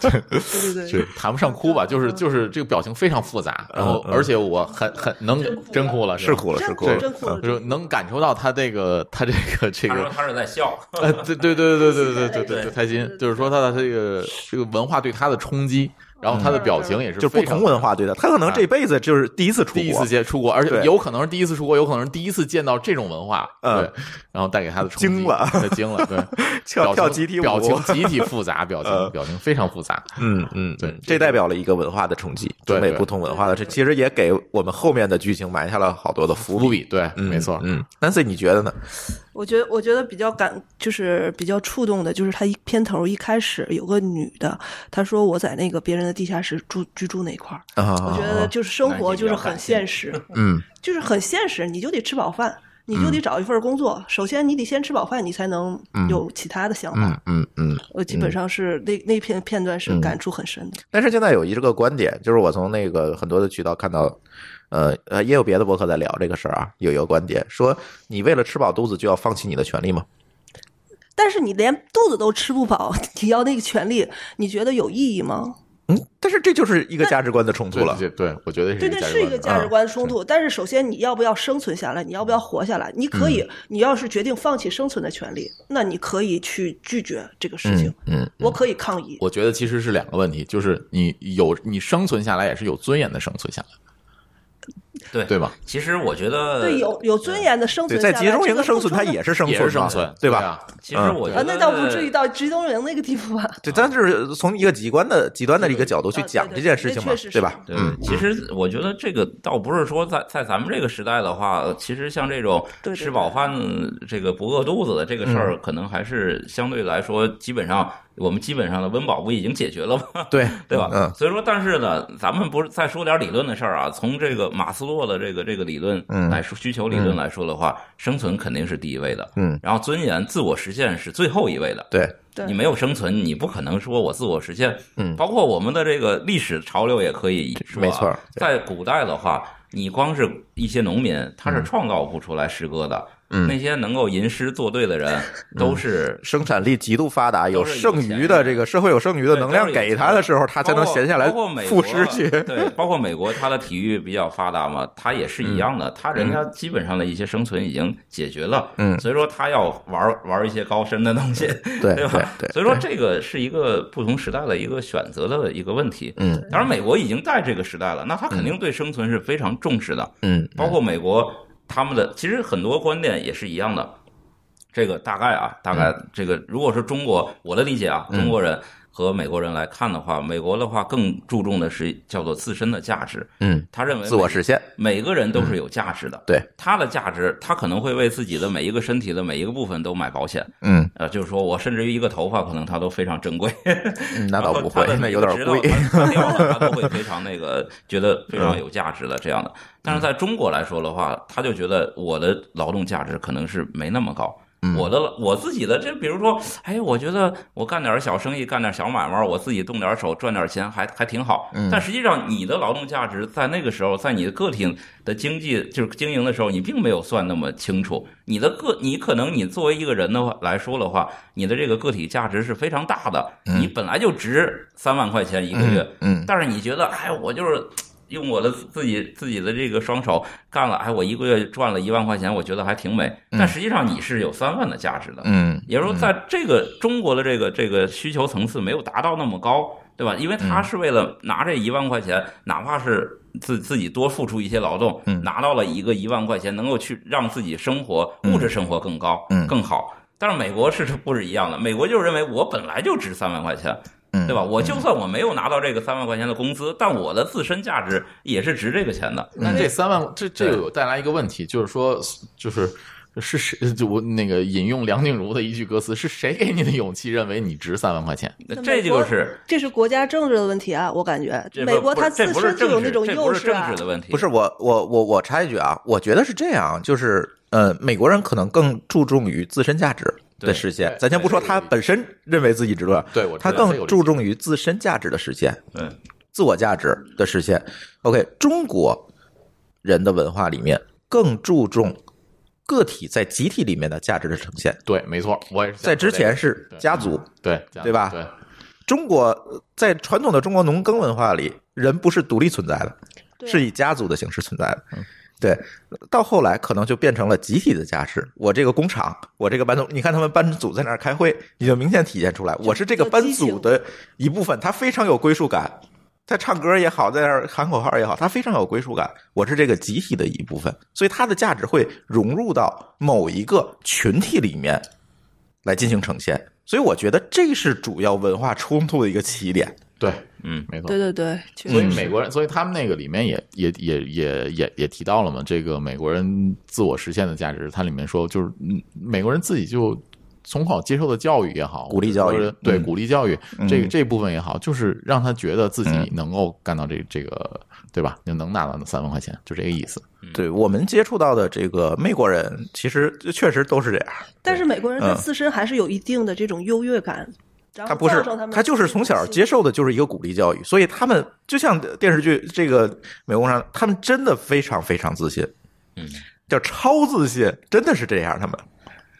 Speaker 2: 对对
Speaker 4: 就
Speaker 2: 对
Speaker 4: 是。谈不上哭吧，就是就是这个表情非常复杂，然后
Speaker 2: 嗯
Speaker 4: 而且我很很能真哭了，
Speaker 1: 是
Speaker 4: 吧
Speaker 1: 哭了，是
Speaker 2: 真
Speaker 1: 哭
Speaker 2: 哭
Speaker 1: 了
Speaker 2: 了，真哭了，
Speaker 4: 就是能感受到他这个他这个 这
Speaker 3: 他说
Speaker 4: 个
Speaker 3: 他是在笑，
Speaker 4: 呃，对对对对对对对对
Speaker 3: 对
Speaker 4: 对，开心，就是说他的这个这个文化对他的冲击，然后他的表情也是
Speaker 1: 就是不
Speaker 4: 非常
Speaker 1: 同文化对待，他可能这辈子就是第一次出国，
Speaker 4: 啊第一次接出国，而且
Speaker 1: 对
Speaker 4: 有可能是第一次出国，有可能是第一次见到这种文化，
Speaker 1: 嗯
Speaker 4: 对，然后带给他的冲击
Speaker 1: 惊了
Speaker 4: 他惊了，对，
Speaker 1: 跳
Speaker 4: 表
Speaker 1: 跳集
Speaker 4: 情
Speaker 1: 体舞，
Speaker 4: 表情集体复杂，表
Speaker 1: 呃
Speaker 4: 情表情非常复杂，
Speaker 1: 嗯嗯，
Speaker 4: 对
Speaker 1: 这代表了一个文化的冲击，
Speaker 4: 对
Speaker 1: 中美
Speaker 4: 对
Speaker 1: 不同文化的，这其实也给我们后面的剧情埋下了好多的伏
Speaker 4: 伏
Speaker 1: 笔。
Speaker 4: 笔，对，
Speaker 1: 嗯
Speaker 4: 没错，
Speaker 1: 嗯，Nancy 你觉得呢？
Speaker 2: 我觉得我觉得比较感就是比较触动的，就是他一片头一开始有个女的，她说我在那个别人的地下室住居住那块儿，
Speaker 1: 啊，
Speaker 2: 我觉得就是生
Speaker 4: 那
Speaker 2: 活
Speaker 4: 你
Speaker 2: 就是
Speaker 4: 比较
Speaker 2: 很
Speaker 4: 感性
Speaker 2: 现实，
Speaker 1: 嗯
Speaker 2: 就是很现实，你就得吃饱饭，你就得找一份工作。首先，你得先吃饱饭，你才能有其他的想
Speaker 1: 嗯
Speaker 2: 法。
Speaker 1: 嗯嗯。
Speaker 2: 我基本上是那那片片段是感触很深的。
Speaker 1: 但是现在有一个观点，就是我从那个很多的渠道看到，呃呃，也有别的博客在聊这个事儿啊，有一个观点说，你为了吃饱肚子就要放弃你的权利吗？
Speaker 2: 但是你连肚子都吃不饱， 你要那个权利，你觉得有意义吗？
Speaker 1: 嗯，但是这就是一个价值观的冲突
Speaker 4: 对
Speaker 1: 嗯了。
Speaker 4: 对对，我觉得
Speaker 2: 对，
Speaker 4: 个
Speaker 2: 那
Speaker 4: 价值
Speaker 2: 是一
Speaker 4: 观
Speaker 2: 个
Speaker 4: 的
Speaker 2: 价
Speaker 1: 啊
Speaker 2: 值观冲突。但是首先，你要不要生存下来？你要不要活下来？你可
Speaker 1: 嗯
Speaker 2: 以，你要是决定放弃生存的权利，那你可以去拒绝这个事情。
Speaker 1: 嗯，
Speaker 2: 我可以抗议。
Speaker 4: 我觉得其实是两个问题，就是你有你生存下来也是有尊严的生存下来，
Speaker 3: 对
Speaker 4: 对吧？
Speaker 3: 其实我觉得
Speaker 2: 对，有有尊严的生
Speaker 1: 对，
Speaker 2: 存
Speaker 1: 在
Speaker 2: 下来，
Speaker 1: 集中
Speaker 2: 这
Speaker 1: 营
Speaker 2: 个
Speaker 1: 生
Speaker 2: 不
Speaker 1: 存，它
Speaker 2: 冲突
Speaker 1: 也是生
Speaker 4: 也
Speaker 1: 存嘛，
Speaker 4: 是生存，
Speaker 1: 对吧？
Speaker 4: 啊
Speaker 3: 其实我觉得
Speaker 2: 啊，那倒不至于到集中营那个地步吧。
Speaker 1: 对，但是从一个极端的极端的一个角度去
Speaker 2: 啊对
Speaker 1: 讲
Speaker 2: 对
Speaker 1: 这件
Speaker 2: 对
Speaker 1: 事
Speaker 2: 那
Speaker 1: 情嘛
Speaker 2: 确实，
Speaker 1: 对
Speaker 2: 是
Speaker 1: 吧？
Speaker 3: 对，其实我觉得这个倒不是说在在咱们这个时代的话，其实像这种
Speaker 2: 对对
Speaker 3: 吃饱饭这个不饿肚子的这个事儿，可能还是相对来说基本上我们基本上的温饱不已经解决了吗？
Speaker 4: 对
Speaker 3: 对吧？
Speaker 1: 嗯
Speaker 3: 所以说，但是呢，咱们不是再说点理论的事儿啊。从这个马斯洛的这个这个理论
Speaker 1: 嗯
Speaker 3: 来说，需求理论来说的话，生存肯定是第一位的，
Speaker 1: 嗯，
Speaker 3: 然后尊严、自我实现是最后一位的。
Speaker 1: 对，
Speaker 2: 对
Speaker 3: 你没有生存，你不可能说我自我实现。
Speaker 1: 嗯
Speaker 3: 包括我们的这个历史潮流也可以说、啊，
Speaker 1: 没错对
Speaker 3: 在古代的话，你光是一些农民，他是创造不出来诗歌的。
Speaker 1: 嗯
Speaker 3: 那些能够吟诗作对的人，都是
Speaker 1: 生产力极度发达，有
Speaker 3: 都是有
Speaker 1: 剩
Speaker 3: 钱
Speaker 1: 余的这个社会有剩余的
Speaker 3: 对
Speaker 1: 能量
Speaker 3: 都是有
Speaker 1: 给他的时候，他才能
Speaker 3: 包括
Speaker 1: 闲下来
Speaker 3: 包括美
Speaker 1: 赋
Speaker 3: 国
Speaker 1: 诗去。
Speaker 3: 对，包括美国，它的体育比较发达嘛，它也是一样的，它人家基本上的一些生存已经解决了，
Speaker 1: 嗯
Speaker 3: 所以说他要玩玩一些高深的东西，
Speaker 1: 对
Speaker 3: 对吧？
Speaker 1: 对对
Speaker 3: 所以说这个是一个不同时代的一个选择的一个问题。
Speaker 1: 嗯，
Speaker 3: 当然美国已经在这个时代了，那他肯定对生存是非常重视的，
Speaker 1: 嗯
Speaker 3: 包括美国他们的其实很多观点也是一样的。这个大概啊，大
Speaker 1: 嗯
Speaker 3: 概这个如果是中国，我的理解啊，中国人和美国人来看的话，美国的话更注重的是叫做自身的价值，
Speaker 1: 嗯，
Speaker 3: 他认为
Speaker 1: 自我
Speaker 3: 每
Speaker 1: 实现。嗯
Speaker 3: 每个人都是有价值的。
Speaker 1: 对，
Speaker 3: 他的价值，他可能会为自己的每一个身体的每一个部分都买保险。
Speaker 1: 嗯，
Speaker 3: 呃，就是说我甚至于一个头发，可能它都非常珍贵。
Speaker 1: 嗯那倒不会
Speaker 3: 然后他的，
Speaker 1: 那有
Speaker 3: 每
Speaker 1: 点
Speaker 3: 个
Speaker 1: 贵
Speaker 3: 指。导他他掉了，他 都会非常那个，觉得非常有价值的这样的。但是
Speaker 1: 嗯
Speaker 3: 在中国来说的话，他就觉得我的劳动价值可能是没那么高。
Speaker 1: 嗯
Speaker 3: 我的我自己的这，比如说，哎，我觉得我干点小生意，干点小买卖，我自己动点手赚点钱还，还挺好。但实际上，你的劳动价值在那个时候，在你的个体的经济就是经营的时候，你并没有算那么清楚。你的个，你可能你作为一个人的话来说的话，你的这个个体价值是非常大的。你本来就值三万块钱一个月，
Speaker 1: 嗯
Speaker 3: 但是你觉得，哎，我就是用我的自己自己的这个双手干了，哎，我一个月赚了一万块钱，我觉得还挺美。但实际上你是有三万的价值的，
Speaker 1: 嗯
Speaker 3: 也就是说，在这个中国的这个这个需求层次没有达到那么高，对吧？因为
Speaker 1: 嗯
Speaker 3: 他是为了拿这一万块钱，哪怕是自自己多付出一些劳动，
Speaker 1: 嗯
Speaker 3: 拿到了一个一万块钱，能够去让自己生活物质生活更高，
Speaker 1: 嗯
Speaker 3: 更好。但是美国是不是一样的？美国就认为我本来就值三万块钱，
Speaker 1: 嗯，
Speaker 3: 对吧？？我就算我没有拿到这个三万块钱的工资，但我的自身价值也是值这个钱
Speaker 1: 嗯
Speaker 3: 的。
Speaker 4: 那这三万，这这
Speaker 3: 对
Speaker 4: 有带来一个问题，就是说，就是是谁？就我那个引用梁静茹的一句歌词，是谁给你的勇气认为你值三万块钱？
Speaker 3: 这就是
Speaker 2: 这是国家政治的问题啊，我感觉
Speaker 3: 这不
Speaker 2: 美国
Speaker 3: 不
Speaker 2: 它
Speaker 3: 这
Speaker 2: 自
Speaker 3: 不是
Speaker 2: 身就有
Speaker 3: 政
Speaker 2: 那
Speaker 3: 治，
Speaker 2: 种
Speaker 3: 这
Speaker 2: 优
Speaker 3: 不是
Speaker 2: 势
Speaker 3: 政
Speaker 2: 啊
Speaker 3: 治。的问题，
Speaker 1: 不是我，我我我插一句啊，我觉得是这样，就是呃，美国人可能更注重于自身价值的
Speaker 3: 对
Speaker 1: 实现
Speaker 4: 对，
Speaker 1: 咱先不说
Speaker 4: 对
Speaker 1: 他
Speaker 4: 对
Speaker 1: 本身认为自己值多少，
Speaker 4: 对我知
Speaker 1: 他
Speaker 4: 道这
Speaker 1: 更
Speaker 4: 有理
Speaker 1: 注
Speaker 4: 解
Speaker 1: 重于自身价值的实现，
Speaker 3: 对
Speaker 1: 自我价值的实现。OK，中国人的文化里面更注重个体在集体里面的价值的呈现，
Speaker 4: 对，没错，我也是想
Speaker 1: 在之
Speaker 4: 说这个
Speaker 1: 前是
Speaker 4: 对嗯
Speaker 1: 家族，
Speaker 4: 对这样
Speaker 1: 对吧
Speaker 4: 对，
Speaker 1: 中国呃在传统的中国农耕文化里，人不是独立存在的，
Speaker 2: 对
Speaker 1: 是以家族的形式存在的。嗯对，到后来可能就变成了集体的价值。我这个工厂，我这个班组，你看他们班组在那儿开会，你就明显体现出来，我是这个班组的一部分，他非常有归属感。他唱歌也好，在那儿喊口号也好，他非常有归属感。我是这个集体的一部分，所以他的价值会融入到某一个群体里面来进行呈现。所以我觉得这是主要文化冲突的一个起点。
Speaker 4: 对，
Speaker 3: 嗯，
Speaker 4: 没错
Speaker 2: 对。对对，确
Speaker 4: 所以
Speaker 1: 嗯
Speaker 2: 实
Speaker 4: 美国人，所以他们那个里面也也也也也也提到了嘛，这个美国人自我实现的价值，它里面说就是嗯美国人自己就从小接受的教育也好，
Speaker 1: 鼓励教育
Speaker 4: 或者说对
Speaker 1: 嗯嗯
Speaker 4: 鼓励教育这个这部分也好，就是让他觉得自己能够干到这这个对吧？就能拿到那三万块钱，就这个意思。
Speaker 1: 对我们接触到的这个美国人，其实确实都是这样，
Speaker 2: 但是美国人他
Speaker 1: 嗯
Speaker 2: 自身还是有一定的这种优越感，然后
Speaker 1: 他不是
Speaker 2: 造成们
Speaker 1: 他就是从小接受的就是一个鼓励教育，所以他们就像电视剧这个美国上，他们真的非常非常自信，
Speaker 3: 嗯，
Speaker 1: 叫超自信，真的是这样，他们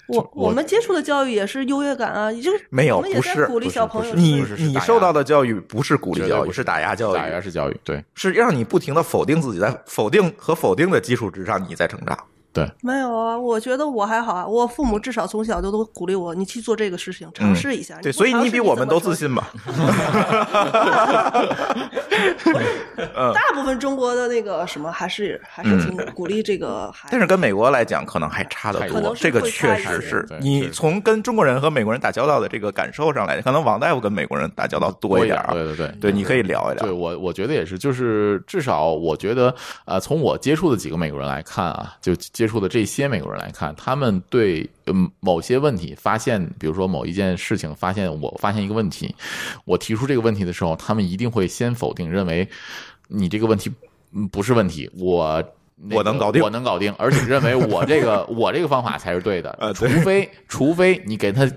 Speaker 2: 我我们接触的教育也是优越感啊，也就是
Speaker 1: 没有
Speaker 2: 我们也
Speaker 1: 不是
Speaker 2: 在鼓励
Speaker 4: 不是
Speaker 2: 小
Speaker 4: 不
Speaker 2: 朋友
Speaker 4: 是
Speaker 1: 你
Speaker 4: 是
Speaker 1: 你
Speaker 4: 打压
Speaker 1: 受到的教育不是鼓
Speaker 4: 绝
Speaker 1: 励
Speaker 4: 对
Speaker 1: 教
Speaker 4: 不
Speaker 1: 育，
Speaker 4: 是
Speaker 1: 是打压教
Speaker 4: 打压
Speaker 1: 育，
Speaker 4: 式教育，对
Speaker 1: 是让你不停的否定自己，在否定和否定的基础之上，你在成长。
Speaker 4: 对，
Speaker 2: 没有啊，我觉得我还好啊，我父母至少从小就都鼓励我，你去做这个事情，尝试一下。
Speaker 1: 嗯对，
Speaker 2: 不
Speaker 1: 所以
Speaker 2: 尝
Speaker 1: 你
Speaker 2: 试
Speaker 1: 比我们
Speaker 2: 怎么
Speaker 1: 都自信 吧？
Speaker 2: 成。大部分中国的那个什么，还是还是挺鼓励这个孩子。
Speaker 1: 但是跟美国来讲，可能还差得
Speaker 4: 还
Speaker 1: 多。
Speaker 4: 可
Speaker 2: 能是
Speaker 1: 这个
Speaker 2: 会
Speaker 1: 确
Speaker 2: 差一
Speaker 1: 实
Speaker 2: 些
Speaker 1: 是
Speaker 4: 对确
Speaker 1: 你
Speaker 4: 实
Speaker 1: 从跟中国人和美国人打交道的这个感受上来，可能王大夫跟美国人打交道多一点啊。
Speaker 4: 对对对。
Speaker 1: 对，你可以聊一
Speaker 4: 对
Speaker 1: 聊。
Speaker 4: 我，我觉得也是，就是至少我觉得，呃，从我接触的几个美国人来看啊，就接接触的这些美国人来看，他们对嗯某些问题发现，比如说某一件事情，发现我发现一个问题，我提出这个问题的时候，他们一定会先否定，认为你这个问题嗯不是问题，我。那个
Speaker 1: 我能搞定
Speaker 4: 我能搞定，而且认为我 这个我这个方法才是对的
Speaker 1: 呃，
Speaker 4: 除
Speaker 1: 对
Speaker 4: 非除非你给他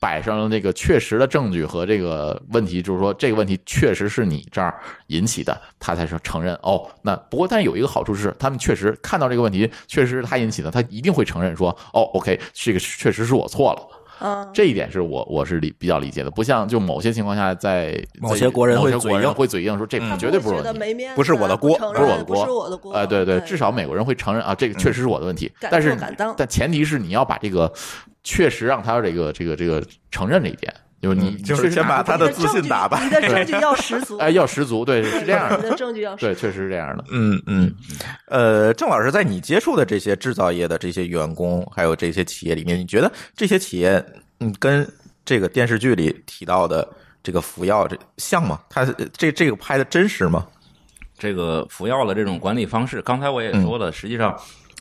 Speaker 4: 摆上了那个确实的证据和这个问题，就是说这个问题确实是你这儿引起的，他才是承认哦。那不过，但是有一个好处是，他们确实看到这个问题确实是他引起的，他一定会承认说哦，OK，这个确实是我错了。
Speaker 2: 嗯，
Speaker 4: 这一点是我我是理比较理解的，不像就某些情况下在
Speaker 5: 某些国人
Speaker 4: 某
Speaker 5: 会
Speaker 4: 些国人
Speaker 5: 嘴硬
Speaker 4: 会嘴硬说这
Speaker 2: 他
Speaker 4: 绝对
Speaker 2: 不会觉
Speaker 4: 嗯不是我
Speaker 2: 得
Speaker 4: 的
Speaker 2: 没面子啊，
Speaker 1: 不是我的锅
Speaker 2: 承
Speaker 4: 不是我的
Speaker 2: 认
Speaker 4: 锅，
Speaker 2: 不是我的锅，
Speaker 4: 哎，对对，至少美国人会承认啊，这个确实是我的问题。
Speaker 2: 敢
Speaker 4: 但是
Speaker 2: 做敢当
Speaker 4: 但前提是你要把这个确实让他这个这个这个承认这一点，就是你
Speaker 1: 嗯就是
Speaker 4: 确实
Speaker 1: 先
Speaker 4: 拿
Speaker 1: 把
Speaker 4: 出
Speaker 1: 他的自信打败
Speaker 2: 你的证据要十足，
Speaker 4: 哎要十足，对
Speaker 2: 对
Speaker 4: 是这样
Speaker 2: 你
Speaker 4: 的，
Speaker 2: 的证据要十
Speaker 4: 对确实是 这样的。
Speaker 1: 嗯嗯，呃，郑老师，在你接触的这些制造业的这些员工，还有这些企业里面，你觉得这些企业，嗯，跟这个电视剧里提到的这个服药这像吗？它呃这这个拍的真实吗？
Speaker 3: 这个服药的这种管理方式，刚才我也
Speaker 1: 嗯
Speaker 3: 说了，实际上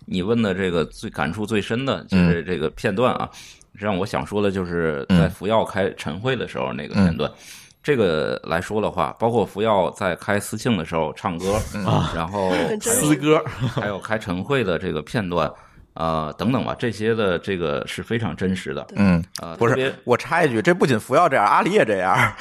Speaker 3: 你问的这个最感触最深
Speaker 1: 嗯
Speaker 3: 的就是这个片段啊，让我想说的就是
Speaker 1: 嗯
Speaker 3: 在服药开晨会的时候那个片段。这个来说的话，包括服药在开私庆的时候唱歌，
Speaker 1: 嗯
Speaker 3: 然后
Speaker 2: 很真
Speaker 3: 还
Speaker 2: 实
Speaker 3: 有
Speaker 4: 四哥，
Speaker 3: 还有开晨会的这个片段，啊、等等吧，这些的这个是非常真实的。
Speaker 1: 嗯，
Speaker 3: 啊、
Speaker 1: 不
Speaker 3: 特别
Speaker 1: 是，我插一句，这不仅服药这样，阿里也这样。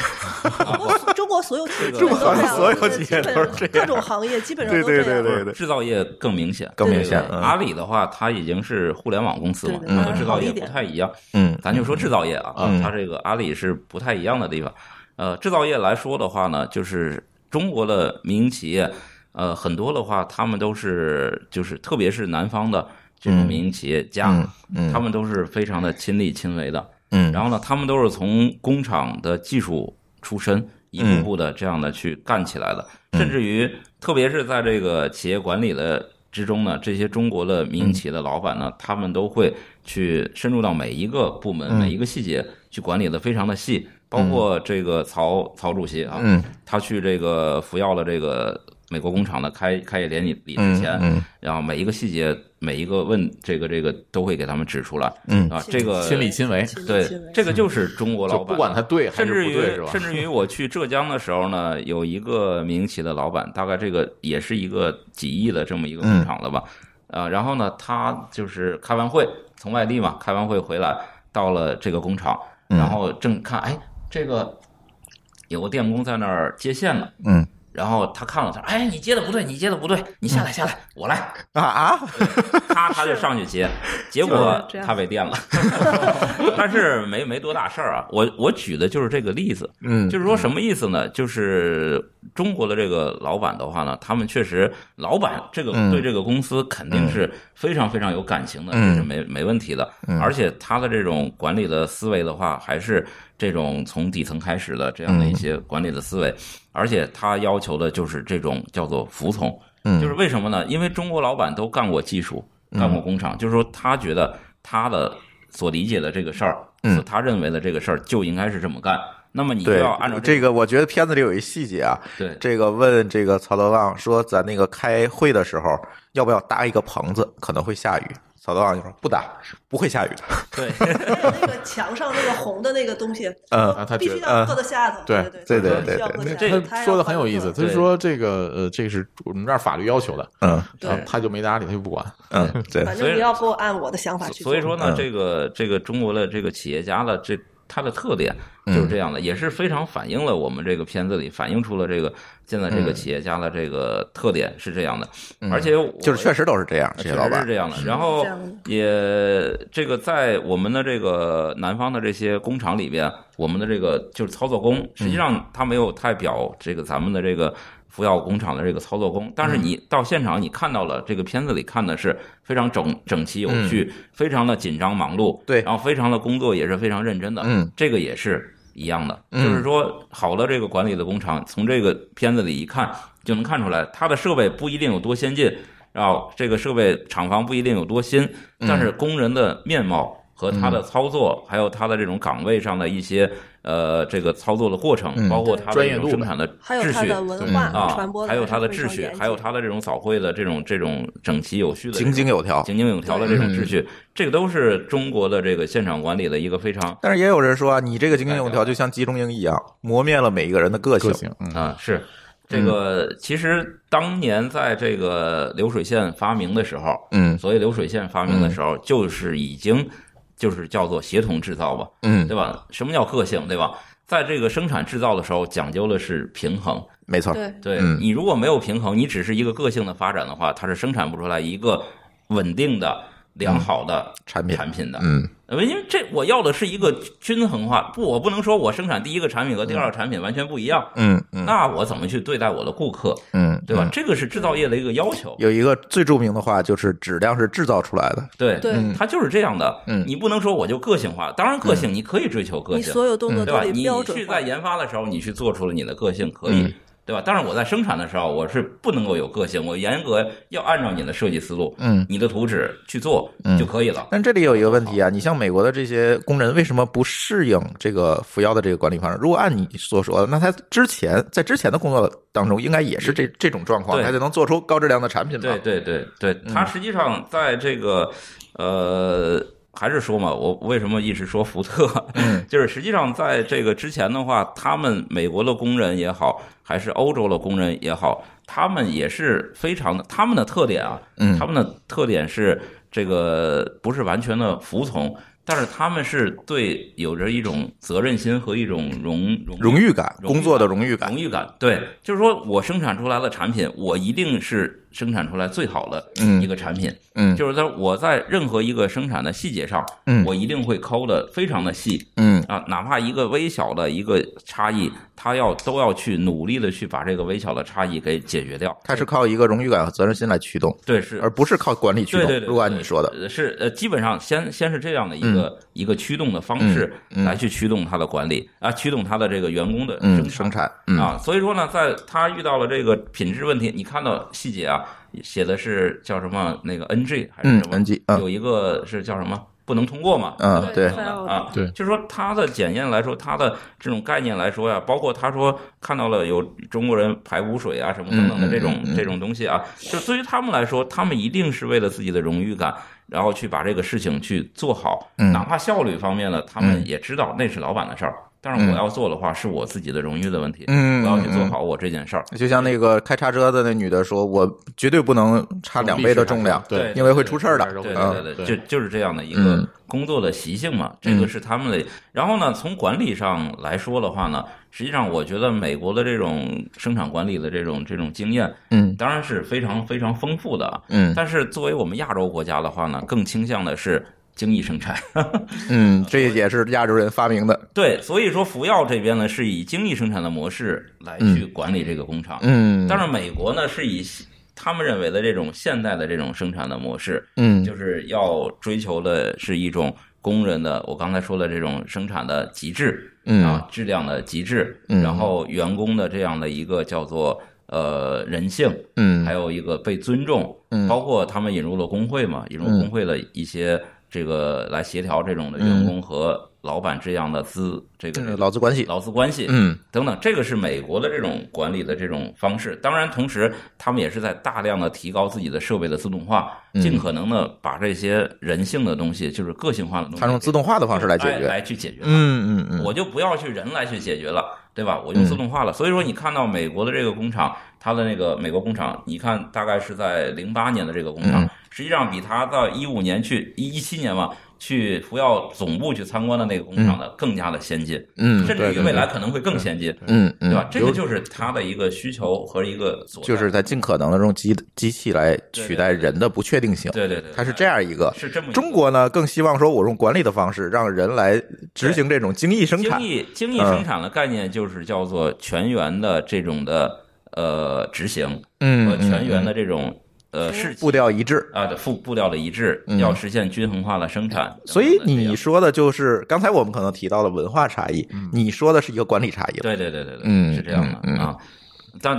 Speaker 2: 中国中国所有企业，
Speaker 3: 中国
Speaker 1: 所有企业都是这样
Speaker 2: 各种行业基本上都
Speaker 1: 对
Speaker 2: 这样
Speaker 1: 对对
Speaker 3: 制造业更明显，
Speaker 1: 更
Speaker 2: 明显
Speaker 3: 这个
Speaker 1: 嗯
Speaker 3: 阿里的话，它已经是互联网公司嘛，
Speaker 2: 对对
Speaker 3: 它
Speaker 2: 对
Speaker 3: 和制造业
Speaker 2: 好一
Speaker 3: 不
Speaker 2: 点
Speaker 3: 太一样。
Speaker 1: 嗯
Speaker 3: 咱就说制造业啊，
Speaker 1: 嗯
Speaker 3: 它这个阿里是不太一样的地方。呃，制造业来说的话呢，就是中国的民营企业，呃，很多的话，他们都是就是特别是南方的这种民营企业家，
Speaker 1: 嗯嗯，
Speaker 3: 他们都是非常的亲力亲为的。
Speaker 1: 嗯，
Speaker 3: 然后呢，他们都是从工厂的技术出
Speaker 1: 嗯
Speaker 3: 身，一步步的这样的去干起来的，甚至于特别是在这个企业管理的之中呢，这些中国的民营企业的老板
Speaker 1: 嗯
Speaker 3: 呢，他们都会去深入到每一个部
Speaker 1: 嗯
Speaker 3: 门、每一个细节去管理的非常的细，包括这个曹曹主席啊，
Speaker 1: 嗯
Speaker 3: 他去这个服药的这个美国工厂的开开业典礼礼之
Speaker 1: 嗯
Speaker 3: 前，
Speaker 1: 嗯
Speaker 3: 然后每一个细节每一个问这个这个都会给他们指出来，
Speaker 1: 嗯
Speaker 3: 啊，这个
Speaker 4: 亲力亲为，
Speaker 3: 对，这个嗯就是中国老
Speaker 4: 就
Speaker 3: 板，
Speaker 4: 不管
Speaker 1: 啊
Speaker 4: 他对还
Speaker 3: 甚至
Speaker 4: 是不
Speaker 3: 于
Speaker 4: 对，是吧？
Speaker 3: 甚至于我去浙江的时候呢， 有一个民企的老板，大概这个也是一个几亿的这么一个工厂了吧，啊、然后呢，他就是开完会从外地嘛，开完会回来到了这个工厂，然后正看，哎，这个有个电工在那儿接线了，
Speaker 1: 嗯
Speaker 3: 然后他看了他，哎，你接的不对，你接的不对，你下来下来，我来，
Speaker 1: 啊啊，
Speaker 3: 他他就上去接，结果他被电了， 但是没没多大事儿啊。我我举的就是这个例子，
Speaker 1: 嗯
Speaker 3: 就是说什么意思呢？就是中国的这个老板的话呢，他们确实，老板这个
Speaker 1: 嗯
Speaker 3: 对这个公司肯定是非常非常有感情的，
Speaker 1: 嗯
Speaker 3: 这是没没问题的。而且他的这种管理的思维的话，还是这种从底层开始的这样的一些管理的思
Speaker 1: 嗯
Speaker 3: 维，而且他要求的就是这种叫做服从。
Speaker 1: 嗯
Speaker 3: 就是为什么呢？因为中国老板都干过技术，干过工厂，就是说他觉得他的所理解的这个事儿，
Speaker 1: 嗯
Speaker 3: 所他认为的这个事儿就应该是这么干。那么你就
Speaker 1: 对
Speaker 3: 要按照，
Speaker 1: 这
Speaker 3: 个
Speaker 1: 个我觉得片子里有一细节啊，
Speaker 3: 对
Speaker 1: 这个问这个曹德旺说，咱那个开会的时候要不要搭一个棚子，可能会下雨。曹德旺就说不搭，不会下雨。
Speaker 3: 对，
Speaker 2: 那个墙上那个红的那个东西，
Speaker 1: 嗯
Speaker 4: 啊他
Speaker 2: 必
Speaker 4: 觉得
Speaker 2: 须要搁得下头，
Speaker 4: 对
Speaker 1: 对
Speaker 2: 对
Speaker 1: 对
Speaker 2: 必须要
Speaker 1: 对
Speaker 2: 搁得下
Speaker 3: 对
Speaker 2: 头
Speaker 3: 对
Speaker 2: 他
Speaker 4: 他
Speaker 2: 要
Speaker 4: 说的很有意
Speaker 2: 放
Speaker 4: 思，他
Speaker 3: 对
Speaker 4: 说这个呃，这个是我们这儿法律要求的，
Speaker 1: 嗯
Speaker 2: 对
Speaker 4: 然后他就没搭理，他就不管。
Speaker 1: 嗯，对，
Speaker 2: 反
Speaker 3: 所以
Speaker 2: 正你要给我按我的想法去做。
Speaker 3: 所以说呢
Speaker 1: 嗯，
Speaker 3: 这个这个中国的这个企业家的这他的特点
Speaker 1: 嗯
Speaker 3: 就是这样的，也是非常反映了我们这个片子里反映出了这个现在这
Speaker 1: 嗯
Speaker 3: 个企业家的这个特点是这样的，而且我
Speaker 1: 就是确实都是这样，这
Speaker 3: 确
Speaker 1: 些
Speaker 3: 实
Speaker 1: 老
Speaker 3: 是
Speaker 1: 板嗯
Speaker 3: 这。样的。然后
Speaker 2: 这样的
Speaker 3: 也这个在我们的这个南方的这些工厂里边，我们的这个就是操作工，实际上它没有太表这个咱们的这个服药工厂的这个操作工，但是你到现场你看到了这个片子里看的是非常整整齐有序，非常的紧张忙碌，
Speaker 1: 对
Speaker 3: 然后非常的工作也是非常认真的，
Speaker 1: 嗯，
Speaker 3: 这个也是。一样的，
Speaker 1: 嗯
Speaker 3: 就是说，好的这个管理的工厂，从这个片子里一看就能看出来，它的设备不一定有多
Speaker 1: 嗯
Speaker 3: 先进，啊，这个设备厂房不一定有多新，但是工人的面貌和它的操作，还有它的这种岗位上的一些呃这个操作的过程，
Speaker 1: 嗯
Speaker 3: 包括它的
Speaker 4: 专业
Speaker 3: 这种
Speaker 4: 度
Speaker 3: 生
Speaker 4: 呗
Speaker 3: 产的
Speaker 2: 还有
Speaker 3: 秩
Speaker 2: 它
Speaker 3: 序
Speaker 2: 的文化
Speaker 3: 啊，
Speaker 2: 传播，
Speaker 3: 还有它的秩序，还有它的这种扫会的这种这种整齐有序的这
Speaker 1: 井
Speaker 3: 种
Speaker 1: 井有条。
Speaker 3: 井井有条的这种秩序，这个都是中国的这个现场管理的一个非常
Speaker 1: 但是也有人说啊，你这个井井有条就像集中营一样，磨灭了每一个人的个性
Speaker 4: 个。性，嗯，
Speaker 3: 啊是这
Speaker 1: 嗯
Speaker 3: 个。其实当年在这个流水线发明的时候，
Speaker 1: 嗯
Speaker 3: 所谓流水线发明的时候，就是已经就是叫做协同制造吧，
Speaker 1: 嗯
Speaker 3: 对，吧？什么叫个性，对吧？在这个生产制造的时候，讲究的是平衡。
Speaker 1: 没错。
Speaker 2: 对
Speaker 3: 对
Speaker 1: 嗯
Speaker 3: 你如果没有平衡，你只是一个个性的发展的话，它是生产不出来一个稳定的、良好的
Speaker 1: 产品
Speaker 3: 产品的。
Speaker 1: 嗯，
Speaker 3: 呃因为这我要的是一个均衡化，不，我不能说我生产第一个产品和第二个产品完全不一样，
Speaker 1: 嗯嗯
Speaker 3: 那我怎么去对待我的顾客，
Speaker 1: 嗯，
Speaker 3: 对吧？
Speaker 1: 嗯
Speaker 3: 这个是制造业的一个要求，
Speaker 1: 有一个最著名的话就是质量是制造出来的。
Speaker 3: 对，
Speaker 2: 对，
Speaker 3: 它就是这样的。
Speaker 1: 嗯
Speaker 3: 你不能说我就个性化，当然个性你可以追求个
Speaker 2: 你
Speaker 3: 性，嗯
Speaker 2: 所有动作
Speaker 3: 对
Speaker 2: 都
Speaker 3: 吧？
Speaker 2: 得
Speaker 3: 你
Speaker 2: 标
Speaker 3: 去
Speaker 2: 准化
Speaker 3: 在。研发的时候，你去做出了你的个性，可以。
Speaker 1: 嗯
Speaker 3: 对吧？但是我在生产的时候，我是不能够有个性，我严格要按照你的设计思路、
Speaker 1: 嗯，
Speaker 3: 你的图纸去做
Speaker 1: 嗯
Speaker 3: 就可以了。
Speaker 1: 但这里有一个问题啊，你像美国的这些工人为什么不适应这个服药的这个管理方式？如果按你所说的，那他之前在之前的工作当中，应该也是这这种状况，
Speaker 3: 对
Speaker 1: 他才能做出高质量的产品吧
Speaker 3: 对？对对对，它实际上在这个呃，还是说嘛，我为什么一直说福特？ 就是实际上在这个之前的话，他们美国的工人也好，还是欧洲的工人也好，他们也是非常的，他们的特点啊，
Speaker 1: 嗯
Speaker 3: 他们的特点是这个不是完全的服从。但是他们是对有着一种责任心和一种荣荣
Speaker 1: 荣誉感，
Speaker 3: 荣誉感
Speaker 1: 工作的荣誉感
Speaker 3: 荣。誉感，对，就是说我生产出来的产品，我一定是生产出来最好的
Speaker 1: 嗯
Speaker 3: 一个产品。
Speaker 1: 嗯
Speaker 3: 就是说我在任何一个生产的细节上，
Speaker 1: 嗯
Speaker 3: 我一定会抠的非常的细
Speaker 1: 嗯
Speaker 3: 啊，哪怕一个微小的一个差异，他要都要去努力的去把这个微小的差异给解决掉。
Speaker 1: 他是靠一个荣誉感和责任心来驱动，
Speaker 3: 对，是
Speaker 1: 而不是靠管理驱
Speaker 3: 对
Speaker 1: 动。
Speaker 3: 对对，
Speaker 1: 如果按
Speaker 3: 对
Speaker 1: 你说的，嗯
Speaker 3: 呃是呃，基本上先先是这样的一个、一个驱动的方式、
Speaker 1: 嗯嗯
Speaker 3: 来去驱动它的管理啊，驱动它的这个员工的
Speaker 1: 嗯，
Speaker 3: 生产。
Speaker 1: 生产，嗯
Speaker 3: 啊，所以说呢，在他遇到了这个品质问题，你看到细节啊，写的是叫什么那个 NG 还是
Speaker 1: 嗯
Speaker 3: 什么、
Speaker 1: ，NG，嗯
Speaker 3: 有一个是叫什么不能通过嘛？
Speaker 1: 嗯，对，
Speaker 3: 啊，
Speaker 4: 对
Speaker 3: 就是说它的检验来说，它的这种概念来说呀，包括他说看到了有中国人排污水啊什么等等的这种、
Speaker 1: 嗯嗯嗯嗯
Speaker 3: 这种东西啊，就对于他们来说，他们一定是为了自己的荣誉感，然后去把这个事情去做好，
Speaker 1: 嗯
Speaker 3: 哪怕效率方面呢，他们也知道那是老板的事儿，但是我要做的话，是我自己的荣誉的问题，
Speaker 1: 嗯，
Speaker 3: 我要去做
Speaker 1: 嗯。嗯
Speaker 3: 好我这件事儿。
Speaker 1: 就像那个开叉车的那女的说：“我绝对不能差两倍的重
Speaker 3: 啊
Speaker 1: 量，
Speaker 4: 对
Speaker 1: 因为会出事儿的。
Speaker 4: 对
Speaker 3: 对
Speaker 1: 嗯
Speaker 3: 对对对，
Speaker 4: 对
Speaker 3: 就就是这样的一
Speaker 1: 嗯
Speaker 3: 个工作的习性嘛，这个是他们的。然后呢，从管理上来说的话呢，实际上我觉得美国的这种生产管理的这种这种经验，
Speaker 1: 嗯
Speaker 3: 当然是非常非常丰富的啊。
Speaker 1: 嗯
Speaker 3: 但是作为我们亚洲国家的话呢，更倾向的是精益生产。
Speaker 1: 嗯，这也是亚洲人发明的。
Speaker 3: 对，所以说福耀这边呢是以精益生产的模式来去管理这个工厂，
Speaker 1: 嗯，
Speaker 3: 但是美国呢是以他们认为的这种现代的这种生产的模式，
Speaker 1: 嗯，
Speaker 3: 就是要追求的是一种工人的，我刚才说的这种生产的极致，
Speaker 1: 嗯
Speaker 3: 啊，质量的极致，
Speaker 1: 嗯
Speaker 3: 然后员工的这样的一个叫做呃人性，
Speaker 1: 嗯，
Speaker 3: 还有一个被尊重，
Speaker 1: 嗯
Speaker 3: 包括他们引入了工会嘛，引入
Speaker 1: 嗯
Speaker 3: 工会的一些这个来协调这种的员工和老板这样的资这个
Speaker 1: 嗯劳资关系，
Speaker 3: 劳资关系，
Speaker 1: 嗯
Speaker 3: 等等，这个是美国的这种管理的这种方式。当然，同时他们也是在大量的提高自己的设备的自动化，
Speaker 1: 嗯
Speaker 3: 尽可能的把这些人性的东西，就是个性化的东西，
Speaker 1: 他用自动化的方式来解
Speaker 3: 哎
Speaker 1: 决。
Speaker 3: 来去解决。
Speaker 1: 嗯嗯嗯，
Speaker 3: 我就不要去人来去解决了，对吧？我用自动化了。所以说，你看到美国的这个工厂，它的那个美国工厂，你看大概是在零八年的这个工厂，
Speaker 1: 嗯
Speaker 3: 实际上比他到一五年去一一七年嘛，去福耀总部去参观的那个工厂呢，更加的先进，
Speaker 1: 嗯
Speaker 3: 甚至
Speaker 4: 对
Speaker 3: 于
Speaker 4: 对
Speaker 3: 未来可能会更先进。
Speaker 1: 嗯
Speaker 3: 对吧
Speaker 1: 嗯，？
Speaker 3: 这个就是它的一个需求和一个所在
Speaker 1: 就是他尽可能的用机机器来取代人的不确定性。
Speaker 3: 对对对，
Speaker 1: 它是这样一个。
Speaker 3: 是这么一个
Speaker 1: 中国呢，更希望说我用管理的方式让人来执行这种精益生
Speaker 3: 精
Speaker 1: 产。嗯
Speaker 3: 益精益生产的概念就是叫做全员的这种的呃执行和
Speaker 1: 嗯，
Speaker 3: 全员的这种呃是
Speaker 1: 步调一致。
Speaker 3: 啊的步步调的一致，
Speaker 1: 嗯
Speaker 3: 要实现均衡化的生产。
Speaker 1: 所以
Speaker 3: 等等的这样
Speaker 1: 你说的就是刚才我们可能提到的文化差异，你说的是一个管理差异了。
Speaker 3: 嗯对对对对对，
Speaker 1: 嗯
Speaker 3: 是这样的、
Speaker 1: 嗯嗯
Speaker 3: 啊。但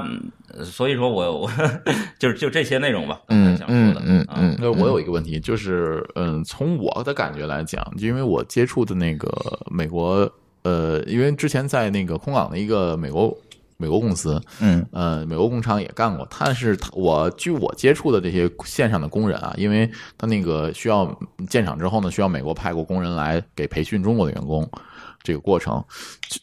Speaker 3: 呃所以说我我 就是就这些内容吧，
Speaker 1: 嗯
Speaker 3: 想说
Speaker 1: 嗯
Speaker 3: 的，啊
Speaker 1: 嗯嗯，
Speaker 4: 那我有一个问题，就是嗯，从我的感觉来讲，因为我接触的那个美国，呃，因为之前在那个空港的一个美国美国公司，
Speaker 1: 嗯，
Speaker 4: 呃，美国工厂也干过，但是他我据我接触的这些线上的工人啊，因为他那个需要建厂之后呢，需要美国派过工人来给培训中国的员工。这个过程，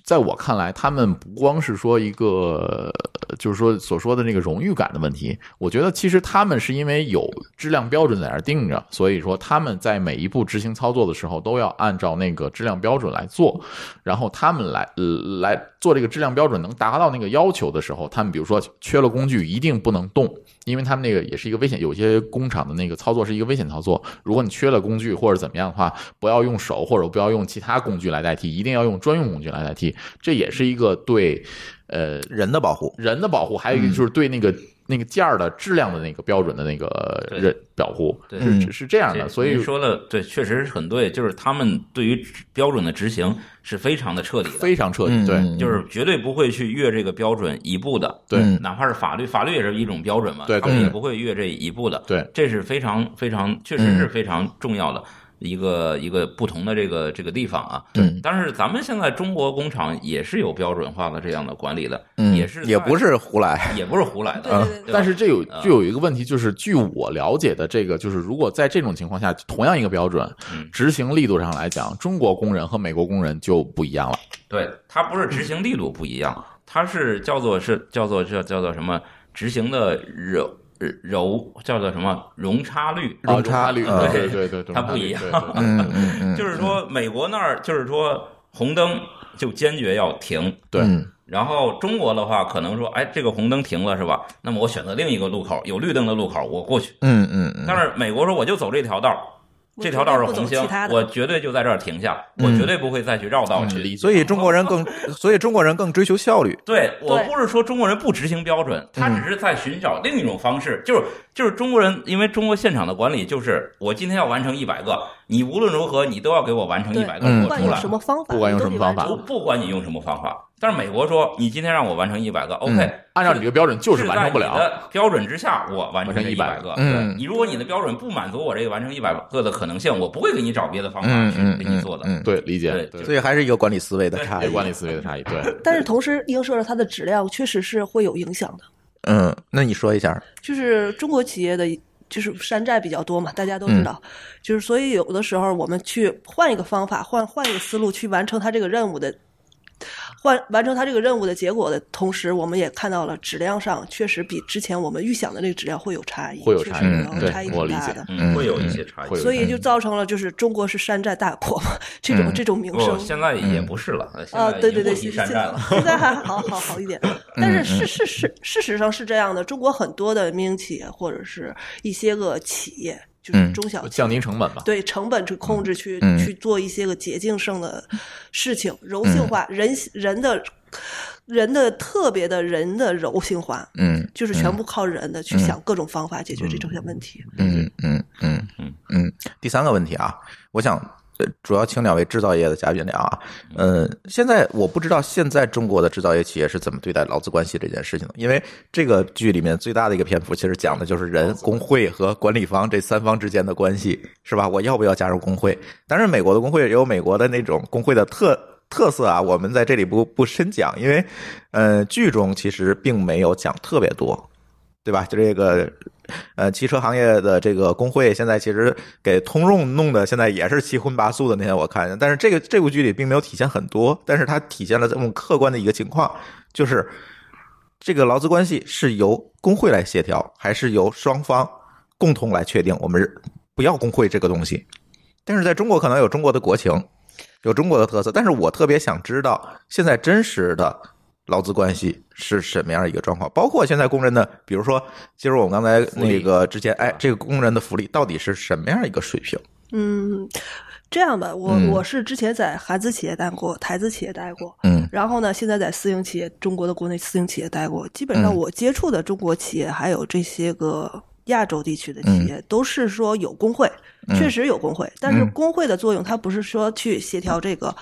Speaker 4: 在我看来，他们不光是说一个，呃就是说所说的那个荣誉感的问题。我觉得其实他们是因为有质量标准在那儿定着，所以说他们在每一步执行操作的时候都要按照那个质量标准来做。然后他们来、呃来做这个质量标准能达到那个要求的时候，他们比如说缺了工具一定不能动，因为他们那个也是一个危险，有些工厂的那个操作是一个危险操作。如果你缺了工具或者怎么样的话，不要用手或者不要用其他工具来代替，一定要用专用工具来代替。这也是一个对呃
Speaker 1: 人的保护，
Speaker 4: 人的保护，还有一个就是对那个、那个件儿的质量的那个标准的那个
Speaker 3: 对嗯
Speaker 4: 人保护，
Speaker 3: 对
Speaker 1: 嗯
Speaker 4: 是是这样
Speaker 3: 这
Speaker 4: 的。所以
Speaker 3: 您说的对，确实很对，就是他们对于标准的执行是非常的彻底的，
Speaker 4: 非常彻底，
Speaker 1: 嗯
Speaker 4: 对
Speaker 1: 嗯
Speaker 3: 就是绝对不会去越这个标准一步的。
Speaker 4: 对
Speaker 1: 嗯
Speaker 3: 哪怕是法律，法律也是一种标准嘛，
Speaker 4: 对对
Speaker 3: 他们也
Speaker 1: 嗯
Speaker 3: 不会越这一步的。
Speaker 4: 对，嗯
Speaker 3: 这是非常非常，确实是非常重要的一个、一个不同的这个这个地方啊。
Speaker 1: 对，
Speaker 3: 但是咱们现在中国工厂也是有标准化的这样的管理的，
Speaker 1: 嗯，
Speaker 3: 也是
Speaker 1: 也不
Speaker 3: 是
Speaker 1: 是胡 来，
Speaker 3: 也不是胡来的。
Speaker 2: 对对对
Speaker 3: 对吧
Speaker 4: 但是这有
Speaker 3: 啊
Speaker 4: 就有一个问题，就是据我了解的，这个就是如果在这种情况下，同样一个标准
Speaker 3: 嗯，
Speaker 4: 执行力度上来讲，中国工人和美国工人就不一样了。
Speaker 3: 对，它不是执行力度不一样，
Speaker 2: 嗯
Speaker 3: 它是叫做是叫做这叫做什么执行的柔柔叫做什么容差率
Speaker 4: 啊差率，
Speaker 1: 啊
Speaker 4: 对对对对，
Speaker 3: 它不一样
Speaker 4: 容差率对对
Speaker 1: 嗯嗯嗯，
Speaker 3: 就是说美国那儿就是说红灯就坚决要停，
Speaker 4: 对
Speaker 1: 嗯
Speaker 3: 然后中国的话可能说哎这个红灯停了是吧？那么我选择另一个路口有绿灯的路口我过去，
Speaker 1: 嗯嗯嗯，
Speaker 3: 但是美国说我就走这条道儿。
Speaker 2: 我
Speaker 3: 这条道儿
Speaker 2: 绝
Speaker 3: 是
Speaker 2: 对不
Speaker 3: 红
Speaker 2: 走
Speaker 3: 星
Speaker 2: 其他，的嗯
Speaker 3: 我绝对就在这儿停下，我绝对不会再去绕道去。
Speaker 4: 哦理解
Speaker 1: 所以中国人更，所以中国人更追求效率，
Speaker 3: 对我
Speaker 2: 对
Speaker 3: 不是说中国人不执行标准，他只是在寻找另一种方式，就是就是中国人，因为中国现场的管理就是我今天要完成一百个，你无论如何你都要给我完成一
Speaker 2: 对
Speaker 3: 百个
Speaker 1: 嗯
Speaker 2: 不
Speaker 3: 给我
Speaker 2: 管
Speaker 3: 出
Speaker 2: 用
Speaker 3: 来
Speaker 2: 什，么方法，
Speaker 4: 不管用
Speaker 2: 你都
Speaker 4: 什么
Speaker 2: 得完
Speaker 4: 方法
Speaker 3: 不
Speaker 2: 成
Speaker 3: 不管你用什么方法，但是美国说你今天让我完成一百个，OK，
Speaker 1: 嗯
Speaker 4: 按照你这个标准就是
Speaker 3: 是
Speaker 4: 完成不
Speaker 3: 在你
Speaker 4: 了。
Speaker 3: 的标准之下，我完
Speaker 4: 完
Speaker 3: 成
Speaker 4: 成
Speaker 3: 一
Speaker 4: 100
Speaker 3: 个。
Speaker 1: 嗯
Speaker 3: 对你如果你的标准不满足我这个完成一百个的可能性，我不会给你找别的方法
Speaker 1: 嗯
Speaker 3: 去
Speaker 1: 嗯
Speaker 3: 给你
Speaker 1: 嗯
Speaker 3: 做的。
Speaker 1: 嗯，
Speaker 4: 对，理解
Speaker 3: 对，
Speaker 4: 对
Speaker 1: 所以还是一个管理思维的差
Speaker 4: 对
Speaker 1: 异，
Speaker 4: 管理思维的差异，对，
Speaker 2: 但是同时映射了它的质量，确实是会有影响的。
Speaker 1: 嗯，那你说一下，
Speaker 2: 就是中国企业的，就是山寨比较多嘛，大家都
Speaker 4: 嗯
Speaker 2: 知道。就是所以有的时候我们去换一个方法，换换一个思路去完成它这个任务的，换完成它这个任务的结果的同时，我们也看到了质量上确实比之前我们预想的那个质量会有差异，
Speaker 4: 会有差异
Speaker 2: 确实有
Speaker 1: 对
Speaker 2: 差异挺
Speaker 4: 我理
Speaker 2: 大
Speaker 4: 解嗯
Speaker 2: 的。
Speaker 3: 嗯，会有一些差异。
Speaker 4: 会有
Speaker 2: 所以就造成了就是中国是山寨大国嘛，这种、
Speaker 1: 嗯
Speaker 2: 这种名
Speaker 3: 不，
Speaker 2: 声。
Speaker 3: 现在也不是了，现
Speaker 2: 啊，
Speaker 3: 在
Speaker 2: 对
Speaker 3: 已
Speaker 2: 对
Speaker 3: 经
Speaker 2: 对，
Speaker 3: 不
Speaker 2: 现
Speaker 3: 提
Speaker 2: 现
Speaker 3: 山
Speaker 2: 在
Speaker 3: 寨了。嗯
Speaker 2: 现在还好好好一 点，但是事事实事实上是这样的，中国很多的民营企业或者是一些个企业，就是
Speaker 1: 嗯
Speaker 2: 中小企业。
Speaker 4: 降低成本嘛。
Speaker 2: 对成本去控制，去、
Speaker 1: 嗯
Speaker 2: 去做一些个捷径上的事情，柔
Speaker 3: 嗯
Speaker 2: 性化、人人的人的特别的人的柔性化，
Speaker 1: 嗯
Speaker 2: 就是全部靠人的、去
Speaker 3: 嗯
Speaker 2: 想各种方法解决这种问题。
Speaker 1: 嗯嗯嗯嗯嗯，第三个问题啊，我想。呃主要请两位制造业的嘉宾聊啊，呃，现在我不知道现在中国的制造业企业是怎么对待劳资关系这件事情的，因为这个剧里面最大的一个篇幅其实讲的就是人、工会和管理方这三方之间的关系，是吧？我要不要加入工会？但是美国的工会也有美国的那种工会的特特色啊，我们在这里不不深讲，因为呃，剧中其实并没有讲特别多，对吧？就这个，呃，汽车行业的这个工会，现在其实给通用弄的，现在也是七荤八素的。那天我看见，但是这个这部剧里并没有体现很多，但是它体现了这么客观的一个情况，就是这个劳资关系是由工会来协调，还是由双方共同来确定？我们是不要工会这个东西，但是在中国可能有中国的国情，有中国的特色，但是我特别想知道现在真实的劳资关系是什么样一个状况，包括现在工人的，比如说，接着我们刚才那个之前，哎，这个工人的福利到底是什么样一个水平？
Speaker 2: 嗯，这样吧，我、
Speaker 1: 嗯
Speaker 2: 我是之前在韩资企业待过，台资企业待过，
Speaker 1: 嗯
Speaker 2: 然后呢，现在在私营企业，中国的国内私营企业待过，基本上
Speaker 1: 嗯
Speaker 2: 我接触
Speaker 1: 嗯
Speaker 2: 的中国企业还有这些个亚洲地区的企业，都是说有工会，确实有工会，但
Speaker 1: 嗯
Speaker 2: 是工会的作用，它不是说去协调这个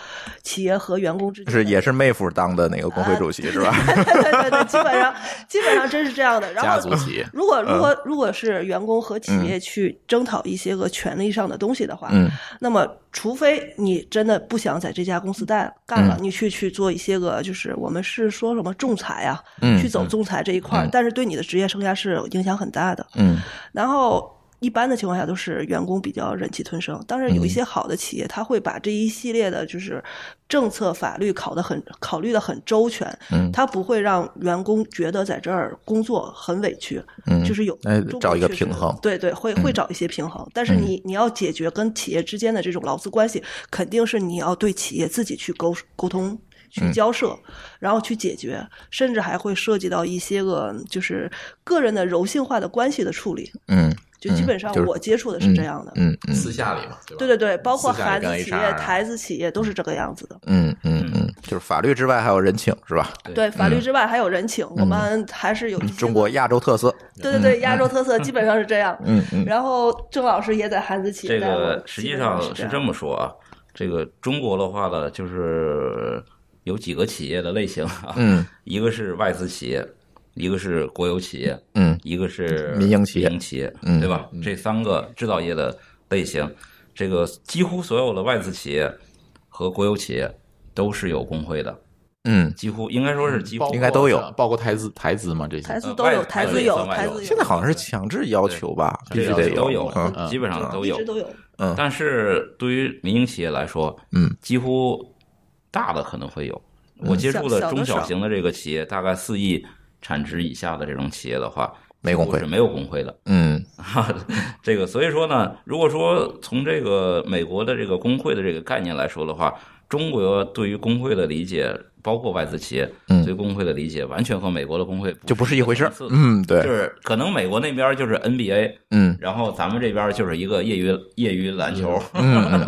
Speaker 2: 企业和员工之间
Speaker 1: 是
Speaker 2: 的，
Speaker 1: 也是妹夫当的那个工会主席是吧？
Speaker 2: 对对对对，基本上基本上真是这样的。然
Speaker 4: 家
Speaker 2: 后
Speaker 4: 族企业，
Speaker 2: 如果如
Speaker 1: 嗯
Speaker 2: 果如果是员工和企业去争讨一些个权利上的东西的话，
Speaker 1: 嗯
Speaker 2: 那么除非你真的不想在这家公司干干
Speaker 1: 嗯
Speaker 2: 了，你去去做一些个就是我们是说什么仲裁啊，
Speaker 1: 嗯
Speaker 2: 去走仲裁这一块儿，
Speaker 1: 嗯
Speaker 2: 但是对你的职业生涯是影响很大的。
Speaker 1: 嗯
Speaker 2: 然后一般的情况下都是员工比较忍气吞声，当然有
Speaker 1: 嗯
Speaker 2: 一些好的企业，他会把这一系列的就是政策法律考得很考虑的很周全，
Speaker 1: 嗯
Speaker 2: 他不会让员工觉得在这儿工作很委屈，
Speaker 1: 嗯，
Speaker 2: 就是有
Speaker 1: 哎
Speaker 2: 中国
Speaker 1: 找一个
Speaker 2: 确实
Speaker 1: 平衡嗯
Speaker 2: 对对，会会找一些平衡，但是你你要解决跟企业之间的这种劳资关系，肯定是你要对企业自己去沟沟通。
Speaker 1: 嗯
Speaker 2: 去交涉，然后去解决，甚至还会涉及到一些个就是个人的柔性化的关系的处理。
Speaker 1: 嗯
Speaker 2: 就基本上
Speaker 1: 就是
Speaker 2: 我接触的是这样的。
Speaker 1: 嗯嗯
Speaker 4: 私下里嘛，对吧？
Speaker 2: 对对对，包括
Speaker 4: 私下
Speaker 2: 韩
Speaker 4: 里
Speaker 2: 资
Speaker 4: 跟
Speaker 2: 企
Speaker 4: HR
Speaker 2: 业、
Speaker 4: 啊
Speaker 2: 台资企业都是这个样子的。
Speaker 1: 嗯嗯嗯，就是法律之外还有人情是吧？
Speaker 2: 对，法律之外还有人情，我们还是有一些
Speaker 1: 嗯中国亚洲特色，
Speaker 2: 对对对亚洲特色基本上是这样。
Speaker 1: 嗯嗯
Speaker 2: 然后郑老师也在韩资企业
Speaker 3: 这
Speaker 2: 待过，
Speaker 3: 个实际上
Speaker 2: 基
Speaker 3: 是
Speaker 2: 本
Speaker 3: 这
Speaker 2: 这样。
Speaker 3: 么说啊，这个中国的话呢，就是有几个企业的类型啊，
Speaker 1: 嗯
Speaker 3: 一个是外资企业，一个是国有企业，
Speaker 1: 嗯
Speaker 3: 一个是
Speaker 1: 民营企业
Speaker 3: 民营企业，
Speaker 1: 嗯
Speaker 3: 对吧？这三个制造业的类型，这个几乎所有的外资企业和国有企业都是有工会的，
Speaker 1: 嗯，
Speaker 3: 几乎应该说是几乎
Speaker 4: 包括
Speaker 1: 应该都有
Speaker 4: 像包括台资台资嘛这些，
Speaker 2: 台资
Speaker 3: 呃
Speaker 2: 都有，
Speaker 3: 外
Speaker 2: 台
Speaker 3: 外
Speaker 2: 资
Speaker 3: 资
Speaker 2: 有，
Speaker 3: 也算
Speaker 2: 台
Speaker 3: 外
Speaker 2: 资
Speaker 3: 资
Speaker 1: 现在好像是强制要求吧，必
Speaker 3: 这
Speaker 1: 须
Speaker 3: 个
Speaker 1: 得
Speaker 3: 都
Speaker 1: 有
Speaker 3: 有，
Speaker 1: 嗯
Speaker 3: 基本上都
Speaker 2: 一
Speaker 3: 有
Speaker 2: 直。都有。
Speaker 3: 但是对于民营企业来说，
Speaker 1: 嗯，
Speaker 3: 几乎大的可能会有。我接
Speaker 2: 小
Speaker 3: 触的
Speaker 2: 小的
Speaker 3: 中小
Speaker 2: 少
Speaker 3: 型的这个企业，大概四亿产值以下的这种企业的话，
Speaker 1: 没工会
Speaker 3: 几乎是没有工会的。
Speaker 1: 嗯
Speaker 3: 哈，这个所以说呢，如果说从这个美国的这个工会的这个概念来说的话，中国对于工会的理解，包括外资企业
Speaker 1: 嗯
Speaker 3: 对工会的理解，完全和美国的工会
Speaker 1: 就不是一回事儿
Speaker 3: 层次，的
Speaker 1: 嗯对，
Speaker 3: 就是可能美国那边就是 NBA，
Speaker 1: 嗯
Speaker 3: 然后咱们这边就是一个业余业余篮球，
Speaker 1: 嗯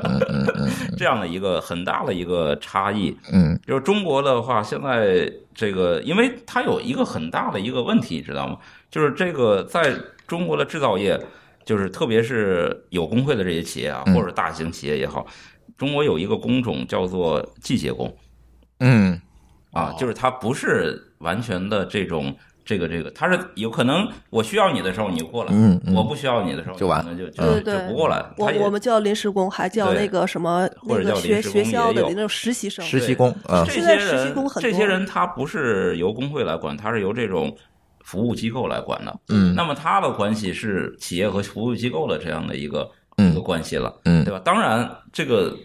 Speaker 3: 这样的一个很大的一个差异。
Speaker 1: 嗯
Speaker 3: 就是中国的话，现在这个，因为它有一个很大的一个问题，你知道吗？就是这个在中国的制造业，就是特别是有工会的这些企业啊，
Speaker 1: 嗯
Speaker 3: 或者大型企业也好，中国有一个工种叫做季节工
Speaker 1: 嗯
Speaker 3: 啊
Speaker 4: 哦，
Speaker 3: 就是它不是完全的这种。这个这个，它是有可能我需要你的时候你过来，
Speaker 1: 嗯嗯
Speaker 3: 我不需要你的时候
Speaker 1: 就完
Speaker 3: 可能就就
Speaker 2: 对对
Speaker 3: 就不过来。
Speaker 2: 我
Speaker 3: 它也
Speaker 2: 我们叫临时工，还叫
Speaker 3: 对
Speaker 2: 那个什么那
Speaker 3: 或者
Speaker 2: 个
Speaker 3: 叫
Speaker 2: 学
Speaker 3: 临时
Speaker 2: 学
Speaker 3: 工
Speaker 2: 校
Speaker 3: 也
Speaker 2: 的
Speaker 3: 有
Speaker 2: 那种实习生。
Speaker 1: 实习工啊
Speaker 3: 这
Speaker 2: 现
Speaker 3: 些
Speaker 2: 在实习
Speaker 3: 人
Speaker 2: 工很
Speaker 3: 这些
Speaker 2: 多
Speaker 3: 人他不是由工会来管，他是由这种服务机构来管的。
Speaker 1: 嗯
Speaker 3: 那么他的关系是企业和服务机构的这样的一个、
Speaker 1: 嗯
Speaker 3: 一个关系了，
Speaker 1: 嗯
Speaker 3: 对吧？当然，这个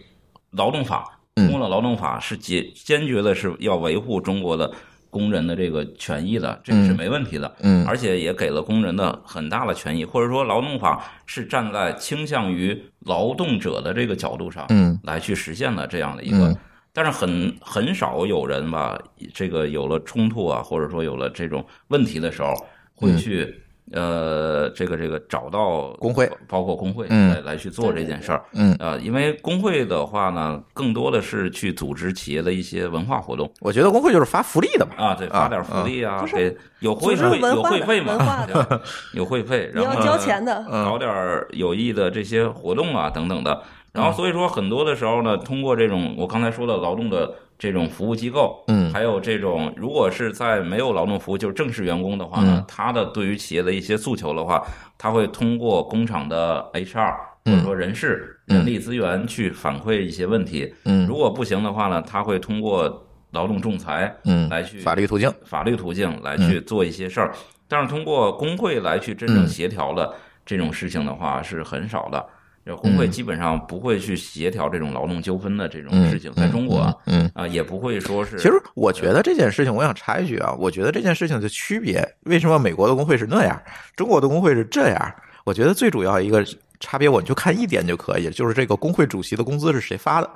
Speaker 3: 劳动法，
Speaker 1: 嗯
Speaker 3: 中国的劳动法是坚坚决的是要维护中国的工人的这个权益的，这个是
Speaker 1: 嗯
Speaker 3: 没问题的。
Speaker 1: 嗯
Speaker 3: 而且也给了工人的很大的权益，或者说劳动法是站在倾向于劳动者的这个角度上，
Speaker 1: 嗯
Speaker 3: 来去实现的这样的一个。
Speaker 1: 嗯
Speaker 3: 但是很很少有人吧，这个有了冲突啊，或者说有了这种问题的时
Speaker 1: 嗯
Speaker 3: 候，会去、呃，这个这个找到
Speaker 1: 工会，
Speaker 3: 包括工会
Speaker 1: 嗯
Speaker 3: 来来去做这件事儿。
Speaker 1: 嗯，
Speaker 3: 呃，因为工会的话呢，更多的是去组织企业的一些文化活动
Speaker 1: 我觉得工会就是发福利的嘛，
Speaker 3: 啊，对，发点福利啊，
Speaker 2: 不是
Speaker 3: 给有会
Speaker 2: 组织
Speaker 3: 费
Speaker 2: 文
Speaker 3: 有
Speaker 2: 化
Speaker 3: 会
Speaker 2: 的
Speaker 3: 费嘛，
Speaker 2: 文化
Speaker 3: 对吧 有会费，
Speaker 2: 你
Speaker 3: 然
Speaker 2: 要
Speaker 3: 后
Speaker 2: 交钱的，
Speaker 1: 嗯
Speaker 3: 搞点儿有益的这些活动啊等等的。然后
Speaker 1: 嗯
Speaker 3: 所以说很多的时候呢，通过这种我刚才说的劳动的这种服务机构，
Speaker 1: 嗯
Speaker 3: 还有这种如果是在没有劳动服务就是正式员工的话呢
Speaker 1: 嗯，
Speaker 3: 他的对于企业的一些诉求的话，他会通过工厂的 HR 或者说人事、
Speaker 1: 嗯
Speaker 3: 人力资源去反馈一些问题。
Speaker 1: 嗯
Speaker 3: 如果不行的话呢，他会通过劳动仲裁
Speaker 1: 嗯，
Speaker 3: 来去
Speaker 1: 法律途径，
Speaker 3: 法律途径来
Speaker 1: 嗯
Speaker 3: 去做一些事儿，但是通过工会来去真正协调的这种事情的话是很少的。就工会基本上不会去协调这种劳动纠纷的这种
Speaker 1: 嗯，
Speaker 3: 事情，在中国啊、
Speaker 1: 嗯，
Speaker 3: 啊也不会说是。
Speaker 1: 其实我觉得这件事情，我想插一句啊，我觉得这件事情的区别，为什么美国的工会是那样，中国的工会是这样？我觉得最主要一个差别，我们就看一点就可以，就是这个工会主席的工资是谁发的，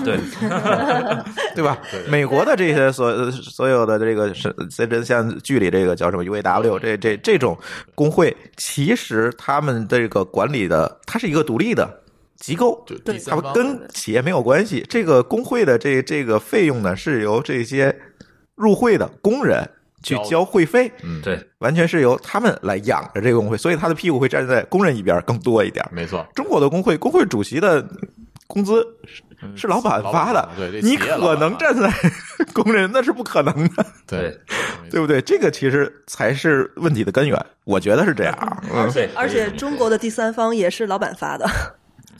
Speaker 3: 对，
Speaker 1: 对吧？美国的这些所所有的这个是在这像剧里这个叫什么 UAW 这这这种工会，其实他们这个管理的，它是一个独立的机构，
Speaker 4: 就
Speaker 2: 对
Speaker 4: 第
Speaker 1: 它
Speaker 4: 三方
Speaker 1: 跟企业没有关系。这个工会的这这个费用呢，是由这些入会的工人去
Speaker 4: 交
Speaker 1: 交会费，
Speaker 4: 嗯，，
Speaker 3: 对，
Speaker 1: 完全是由他们来养着这个工会，所以他的屁股会站在工人一边更多一点。
Speaker 4: 没错，
Speaker 1: 中国的工会，工会主席的工资是是老板
Speaker 4: 老板
Speaker 1: 发的，
Speaker 4: 对这
Speaker 1: 你
Speaker 4: 企业老板
Speaker 1: 可能
Speaker 4: 发
Speaker 1: 站在 工人那是不可能的，
Speaker 4: 对，
Speaker 1: 对不对？这个其实才是问题的根源，我觉得是这样啊。嗯，
Speaker 3: 对，嗯
Speaker 2: 而且中国的第三方也是老板发的，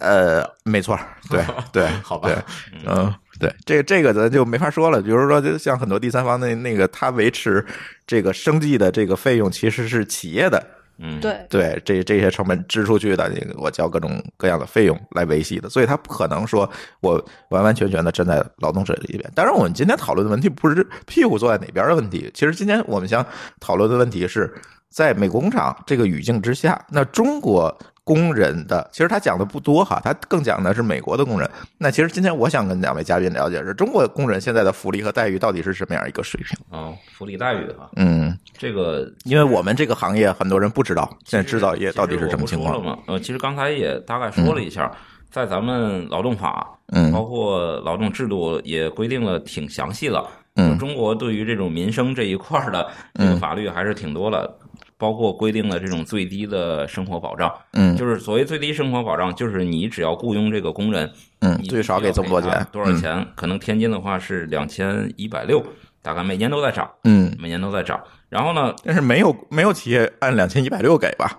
Speaker 1: 呃，没错儿， 对对，
Speaker 4: 哎好吧
Speaker 1: 对，嗯，对，这这个咱就没法说了。比如说，就像很多第三方那那个，他维持这个生计的这个费用，其实是企业的
Speaker 3: 嗯，
Speaker 2: 对，
Speaker 1: 对这这些成本支出去的，你我交各种各样的费用来维系的，所以他不可能说我完完全全的站在劳动者这一边。当然，我们今天讨论的问题不是屁股坐在哪边的问题，其实今天我们想讨论的问题是在美国工厂这个语境之下，那中国。工人的，其实他讲的不多哈，他更讲的是美国的工人。那其实今天我想跟两位嘉宾了解的是，中国工人现在的福利和待遇到底是什么样一个水平？
Speaker 3: 啊，福利待遇哈，
Speaker 1: 嗯，
Speaker 3: 这个
Speaker 1: 因为我们这个行业很多人不知道，现在制造业
Speaker 3: 其实
Speaker 1: 到底是
Speaker 3: 我
Speaker 1: 什么
Speaker 3: 不
Speaker 1: 情
Speaker 3: 说
Speaker 1: 况
Speaker 3: 了。嘛？呃，其实刚才也大概说了一下，在咱们劳动法，
Speaker 1: 嗯
Speaker 3: 包括劳动制度也规定了挺详细了。
Speaker 1: 嗯
Speaker 3: 中国对于这种民生这一块儿的这个法律还是挺多了，包括规定了这种最低的生活保障，
Speaker 1: 嗯
Speaker 3: 就是所谓最低生活保障，就是你只要雇佣这个工人，
Speaker 1: 嗯，
Speaker 3: 你
Speaker 1: 最少给这么多
Speaker 3: 要给他
Speaker 1: 钱，嗯
Speaker 3: 多少钱？可能天津的话是两千一百六，大概每年都在涨，
Speaker 1: 嗯？嗯，
Speaker 3: 每年都在涨。然后呢，
Speaker 1: 但是没有没有企业按两千一百六给吧？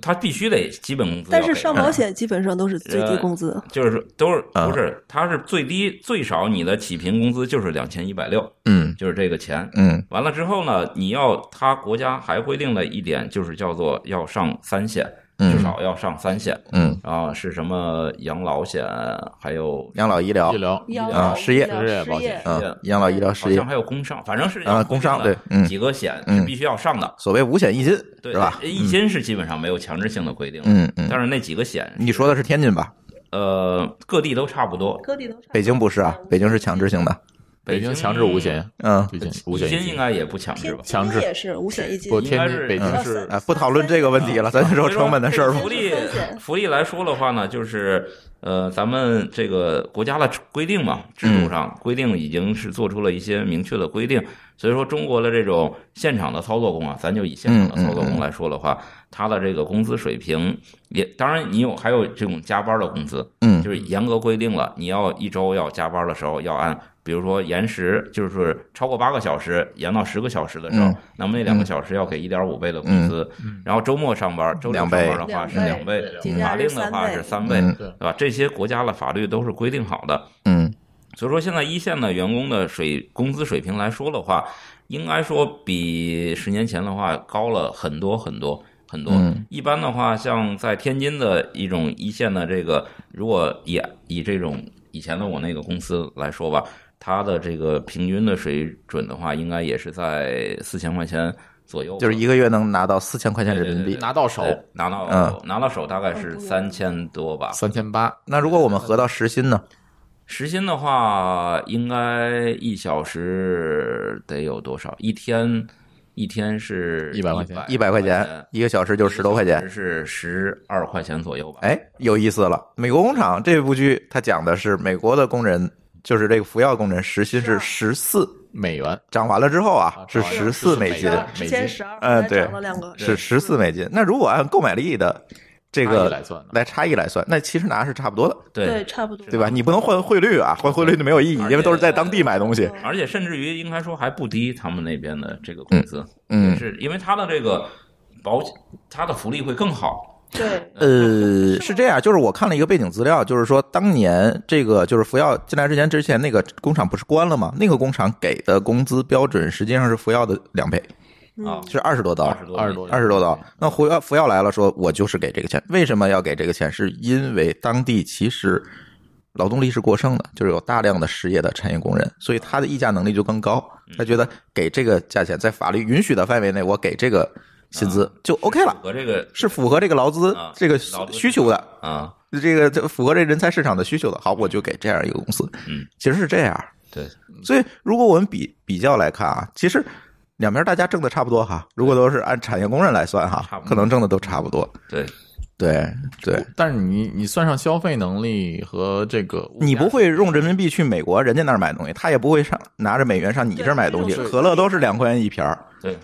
Speaker 3: 他必须得基本工资要
Speaker 2: 但
Speaker 3: 给，
Speaker 2: 是上保险基本上都是最
Speaker 3: 呃
Speaker 2: 低工资，
Speaker 3: 就是说都是
Speaker 1: 啊
Speaker 3: 不是，它是最低最少你的起评工资就是两千一百六，
Speaker 1: 嗯
Speaker 3: 就是这个钱。
Speaker 1: 嗯
Speaker 3: 完了之后呢，你要它国家还规定了一点，就是叫做要上三险，
Speaker 1: 嗯
Speaker 3: 至少要上三险
Speaker 1: 嗯，
Speaker 3: 啊，是什么养老险，还有
Speaker 1: 养老医疗
Speaker 4: 医，疗
Speaker 1: 啊失业
Speaker 4: 失业保险
Speaker 1: 嗯，养老医疗
Speaker 3: 好
Speaker 1: 失业
Speaker 3: 像，还有工伤，反正是
Speaker 1: 啊
Speaker 3: 要
Speaker 1: 工伤
Speaker 3: 规定了
Speaker 1: 对嗯
Speaker 3: 几个险
Speaker 1: 嗯
Speaker 3: 是必须要上的，
Speaker 1: 所谓五险一金
Speaker 3: 对
Speaker 1: 是吧？
Speaker 3: 一金是基本上没有强制性的规定，
Speaker 1: 嗯嗯，
Speaker 3: 但是那几个险，
Speaker 1: 你说的是天津吧？
Speaker 3: 呃，各地都差不多，
Speaker 2: 各地都
Speaker 1: 北京不是啊，北京是强制性的。
Speaker 4: 北京强制五险，
Speaker 1: 嗯
Speaker 4: 五险五
Speaker 3: 五
Speaker 4: 险一
Speaker 3: 金应
Speaker 4: 金，
Speaker 3: 该也不强制吧？
Speaker 4: 强制
Speaker 2: 也是五险一金
Speaker 4: 不，
Speaker 3: 应
Speaker 4: 天
Speaker 3: 该
Speaker 4: 津
Speaker 3: 是
Speaker 4: 北京
Speaker 2: 嗯
Speaker 4: 是
Speaker 1: 啊，不讨论这个问题了，咱就说成本的事儿吧
Speaker 3: 福。利
Speaker 2: 三险
Speaker 3: 福利来说的话呢，就是呃，咱们这个国家的规定嘛，制度
Speaker 1: 嗯
Speaker 3: 上规定已经是做出了一些明确的规定。所以说，中国的这种现场的操作工啊，咱就以现
Speaker 1: 嗯
Speaker 3: 场的操作工来说的话，它的这个工资水平也，当然你有还有这种加班的工资，
Speaker 1: 嗯
Speaker 3: 就是严格规定了，你要一周要加班的时候要按。比如说延时，就是超过八个小时，延到十个小时的时候，
Speaker 1: 嗯
Speaker 3: 那么那两个小时要给一点五倍的工资。然后周末上班，周六
Speaker 1: 两
Speaker 3: 上
Speaker 1: 倍
Speaker 3: 班的话是
Speaker 2: 嗯两
Speaker 3: 两
Speaker 2: 倍
Speaker 3: 倍
Speaker 2: 节，假
Speaker 3: 法
Speaker 2: 日
Speaker 3: 令的话
Speaker 2: 三倍
Speaker 3: 是三倍，
Speaker 1: 嗯
Speaker 3: 对吧？这些国家的法律都是规定好的。
Speaker 1: 嗯
Speaker 3: 所以说，现在一线的员工的水工资水平来说的话，应该说比十年前的话高了很多很多很多。
Speaker 1: 嗯
Speaker 3: 一般的话，像在天津的一种一线的这个，如果以以这种以前的我那个公司来说吧，它的这个平均的水准的话，应该也是在四千块钱左右吧，
Speaker 1: 就是一个月能拿到四千块钱人民
Speaker 3: 对对
Speaker 1: 币
Speaker 3: 对。
Speaker 4: 拿到手
Speaker 3: 对拿到、
Speaker 1: 嗯
Speaker 3: 拿到手大概是
Speaker 2: 嗯
Speaker 3: 三千多吧。
Speaker 4: 三千八，
Speaker 1: 那如果我们合到时薪呢？
Speaker 3: 时薪的话，应该一小时得有多少？一天一天是
Speaker 4: 100块钱
Speaker 1: 一百块钱
Speaker 3: 钱，
Speaker 1: 一个小时就十多块钱
Speaker 3: 一个。小时是十二块钱左右吧？
Speaker 1: 哎，有意思了，《美国工厂》这部剧，它讲的是美国的工人，就是这个服药工人，时薪是十四，
Speaker 4: 美元
Speaker 1: 涨完了之后啊
Speaker 4: 啊，
Speaker 1: 是
Speaker 4: 涨完
Speaker 1: 十
Speaker 4: 了
Speaker 1: 四
Speaker 4: 14
Speaker 1: 美
Speaker 4: 美
Speaker 1: 金，
Speaker 4: 元
Speaker 2: 之前十二，
Speaker 1: 嗯
Speaker 2: 后来
Speaker 1: 对
Speaker 2: 涨了两个，
Speaker 1: 是十四美金。那如果按购买力的这
Speaker 4: 差异
Speaker 1: 个
Speaker 4: 来算的，
Speaker 1: 来差异来算，那其实拿是差不多的，
Speaker 2: 对，差不多，
Speaker 1: 对吧？你不能换汇率啊，换汇率就没有意义，
Speaker 3: 而且
Speaker 1: 因为都是在当地买东
Speaker 2: 嗯
Speaker 1: 西。
Speaker 3: 而且甚至于应该说还不低，他们那边的这个工资，
Speaker 1: 嗯
Speaker 3: 是因为他的这个保险，他的福利会更好。
Speaker 2: 对，
Speaker 1: 呃，是这样，就是我看了一个背景资料，就是说当年这个就是服药进来之前，之前那个工厂不是关了吗？那个工厂给的工资标准实际上是服药的两倍，
Speaker 3: 啊
Speaker 2: 嗯，
Speaker 1: 是二十多刀，
Speaker 3: 二十多，嗯
Speaker 4: 二十多
Speaker 1: 二十多刀。那服药服药来了说，我就是给这个钱。为什么要给这个钱？是因为当地其实劳动力是过剩的，就是有大量的失业的产业工人，所以他的议价能力就更高。
Speaker 3: 嗯
Speaker 1: 他觉得给这个价钱，在法律允许的范围内，我给这个薪资就 OK 了，
Speaker 3: 和这个
Speaker 1: 是符合这个劳资
Speaker 3: 嗯啊
Speaker 1: 这个
Speaker 3: 劳资
Speaker 1: 需求的。
Speaker 3: 啊，
Speaker 1: 这个这符合这人才市场的需求的，好，我就给这样一个公司。
Speaker 3: 嗯，
Speaker 1: 其实是这样。
Speaker 3: 对，
Speaker 1: 所以如果我们比比较来看啊，其实两边大家挣的差不多哈。如果都是按产业工人来算哈
Speaker 3: 差，不多
Speaker 1: 可能挣的都差不多。
Speaker 3: 对，
Speaker 1: 对对，
Speaker 4: 但是你你算上消费能力和这个物价，
Speaker 1: 你不会用人民币去美国人家那儿买东西，他也不会上拿着美元上你这儿买东西。
Speaker 2: 对
Speaker 1: 可乐都是两块钱一瓶儿，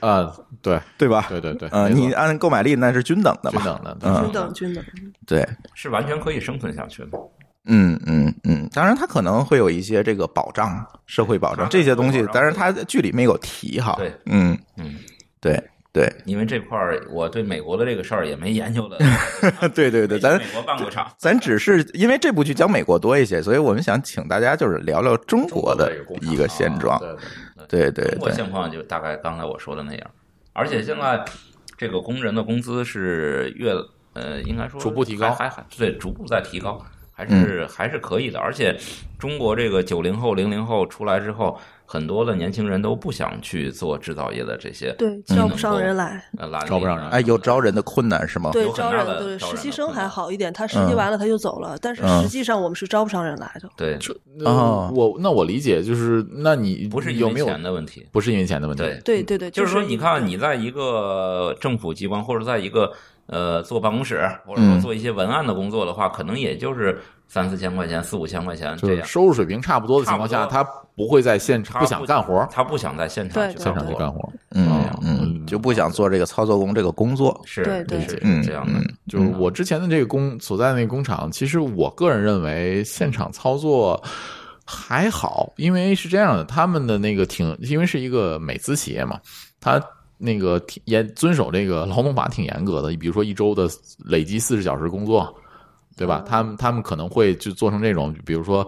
Speaker 4: 啊，对
Speaker 1: 对吧？
Speaker 4: 对对对，
Speaker 1: 嗯、
Speaker 4: 没错
Speaker 1: 你按购买力那是均等的嘛？
Speaker 4: 均等的
Speaker 3: 啊
Speaker 1: 嗯
Speaker 2: 均等均等。
Speaker 1: 对，
Speaker 3: 是完全可以生存下去的。
Speaker 1: 嗯嗯嗯，当然它可能会有一些这个保障，啊社会保障
Speaker 3: 它
Speaker 1: 这些东西
Speaker 3: 社会，保
Speaker 1: 当
Speaker 3: 障
Speaker 1: 然它剧里没有提哈。
Speaker 3: 对，
Speaker 1: 嗯
Speaker 3: 嗯，
Speaker 1: 对对
Speaker 3: 因为这块儿我对美国的这个事儿也没研究的，
Speaker 1: 对 对对，咱
Speaker 3: 美国办过场，
Speaker 1: 咱只是因为这部剧讲美国多一些，所以我们想请大家就是聊聊中国的一个现状。
Speaker 4: 对对
Speaker 1: 啊对对
Speaker 3: 中国
Speaker 1: 对，
Speaker 3: 现况就大概刚才我说的那样，而且现在这个工人的工资是越呃，应该说
Speaker 4: 逐步提高嗯
Speaker 3: 还还还对，逐步在提高，还是、还是可以的。而且中国这个九零后、零零后出来之后，很多的年轻人都不想去做制造业的这些
Speaker 2: 对，叫不上人来。
Speaker 3: 呃蓝领
Speaker 4: 招不上人
Speaker 1: 哎，有招人的困难是吗？
Speaker 2: 对
Speaker 3: 有，很
Speaker 2: 招
Speaker 3: 大
Speaker 2: 人
Speaker 3: 的
Speaker 2: 对
Speaker 3: 招
Speaker 2: 实
Speaker 3: 人
Speaker 2: 习
Speaker 3: 的
Speaker 2: 生
Speaker 3: 困
Speaker 2: 还
Speaker 3: 难
Speaker 2: 好一点，他实习完了他就走了，但是
Speaker 1: 嗯
Speaker 2: 实际上我们是招不上人来的。
Speaker 3: 对，
Speaker 4: 那
Speaker 1: 哦
Speaker 4: 我那我理解就是，那你
Speaker 3: 不是
Speaker 4: 你
Speaker 3: 因
Speaker 4: 有
Speaker 3: 为
Speaker 4: 没有
Speaker 3: 钱的问题，
Speaker 4: 不是因为钱的问题？
Speaker 3: 对，
Speaker 2: 对对对，
Speaker 3: 嗯就是说，
Speaker 2: 是嗯
Speaker 3: 你看啊你在一个政府机关或者在一个呃做办公室，或者说
Speaker 1: 嗯
Speaker 3: 做一些文案的工作的话，可能也就是三四千块钱、四五千块钱
Speaker 4: 就
Speaker 3: 这
Speaker 4: 是
Speaker 3: 样。
Speaker 4: 收入水平差不多的情况下，
Speaker 3: 差
Speaker 4: 他不不会在现场
Speaker 3: 他
Speaker 4: 不想干活，
Speaker 3: 他不想在现场
Speaker 2: 对
Speaker 3: 去
Speaker 2: 对
Speaker 4: 现
Speaker 3: 干
Speaker 4: 场去
Speaker 3: 活，
Speaker 4: 干活。
Speaker 1: 嗯
Speaker 4: 哦
Speaker 1: 嗯，就不想做这个操作工这个工作。
Speaker 3: 是
Speaker 2: 对对
Speaker 3: 是
Speaker 1: 嗯
Speaker 3: 这样的。
Speaker 4: 就是我之前的这个工所在的那个工厂，其实我个人认为现场操作还好，因为是这样的，他们的那个挺，因为是一个美资企业嘛，它那个挺严遵守这个劳动法挺严格的，比如说一周的累积四十小时工作。对吧？他们他们可能会就做成这种，比如说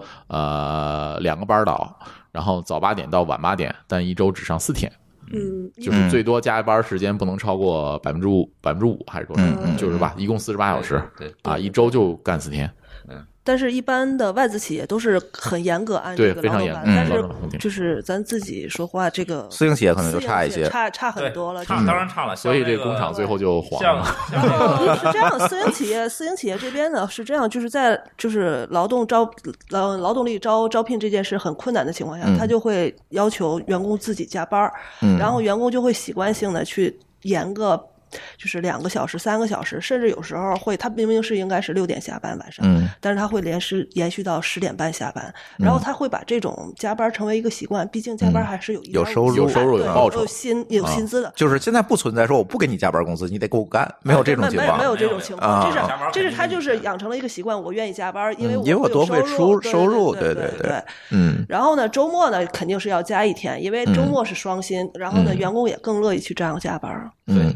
Speaker 4: 呃两个班倒，然后早八点到晚八点，但一周只上四天，
Speaker 2: 嗯，
Speaker 4: 就
Speaker 1: 嗯
Speaker 4: 是最多加班时间不能超过百分之五，百分之五还是多少？
Speaker 1: 嗯
Speaker 2: 嗯
Speaker 4: 就是吧，一共四十八小时
Speaker 3: 对，
Speaker 4: 啊，一周就干四天，
Speaker 2: 但是一般的外资企业都是很严格按
Speaker 4: 对
Speaker 2: 这个
Speaker 4: 非
Speaker 2: 劳
Speaker 4: 常
Speaker 2: 动
Speaker 4: 严
Speaker 2: 法，
Speaker 1: 格
Speaker 2: 但
Speaker 1: 嗯
Speaker 4: 劳动法规
Speaker 2: 是
Speaker 4: 定
Speaker 2: 就是咱自己说话这个
Speaker 1: 私营企业可能就差一
Speaker 2: 私营企业
Speaker 1: 些。
Speaker 2: 差差
Speaker 3: 对
Speaker 2: 很多了。就
Speaker 3: 差
Speaker 2: 是
Speaker 3: 当然差了。
Speaker 4: 所以
Speaker 3: 像
Speaker 4: 这
Speaker 3: 那
Speaker 4: 个
Speaker 3: 个
Speaker 4: 工厂最后就黄
Speaker 3: 像
Speaker 4: 了。
Speaker 3: 像
Speaker 2: 是
Speaker 3: 这个
Speaker 2: 这样，私营企业，私营企业这边呢是这样，就是在就是劳动招劳劳动力招招聘这件事很困难的情况下，
Speaker 1: 嗯
Speaker 2: 他就会要求员工自己加班儿，然后员工就会习惯性的去延个。就是两个小时、三个小时，甚至有时候会，他明明是应该是六点下班晚上，
Speaker 1: 嗯
Speaker 2: 但是他会连续延续到十点半下班，然后他会把这种加班成为一个习惯，毕竟加班还是有一
Speaker 1: 有
Speaker 2: 点
Speaker 1: 收入
Speaker 2: 有
Speaker 1: 嗯有收入
Speaker 4: 有报酬
Speaker 2: 有薪有
Speaker 1: 啊
Speaker 2: 薪资的，
Speaker 1: 就是现在不存在说我不给你加班工资，你得给我干，没有这种
Speaker 2: 没
Speaker 1: 情
Speaker 2: 没有
Speaker 1: 况
Speaker 2: 没。有这
Speaker 3: 没有
Speaker 2: 种情
Speaker 1: 啊
Speaker 2: 况，这
Speaker 3: 加班儿
Speaker 2: 是这是
Speaker 3: 肯定
Speaker 2: 他
Speaker 3: 是
Speaker 2: 就是养成了一个习惯，我愿意加班儿，因为
Speaker 1: 嗯
Speaker 2: 我
Speaker 1: 因为我多
Speaker 2: 会有
Speaker 1: 会
Speaker 2: 收
Speaker 1: 收收入
Speaker 2: 对
Speaker 1: 对对
Speaker 2: 对
Speaker 1: 对。嗯
Speaker 2: 然后呢，周末呢肯定是要加一天，因为周末是双薪，然后呢，
Speaker 1: 嗯
Speaker 2: 员工也更乐意去这样加班儿。
Speaker 1: 嗯。
Speaker 4: 哦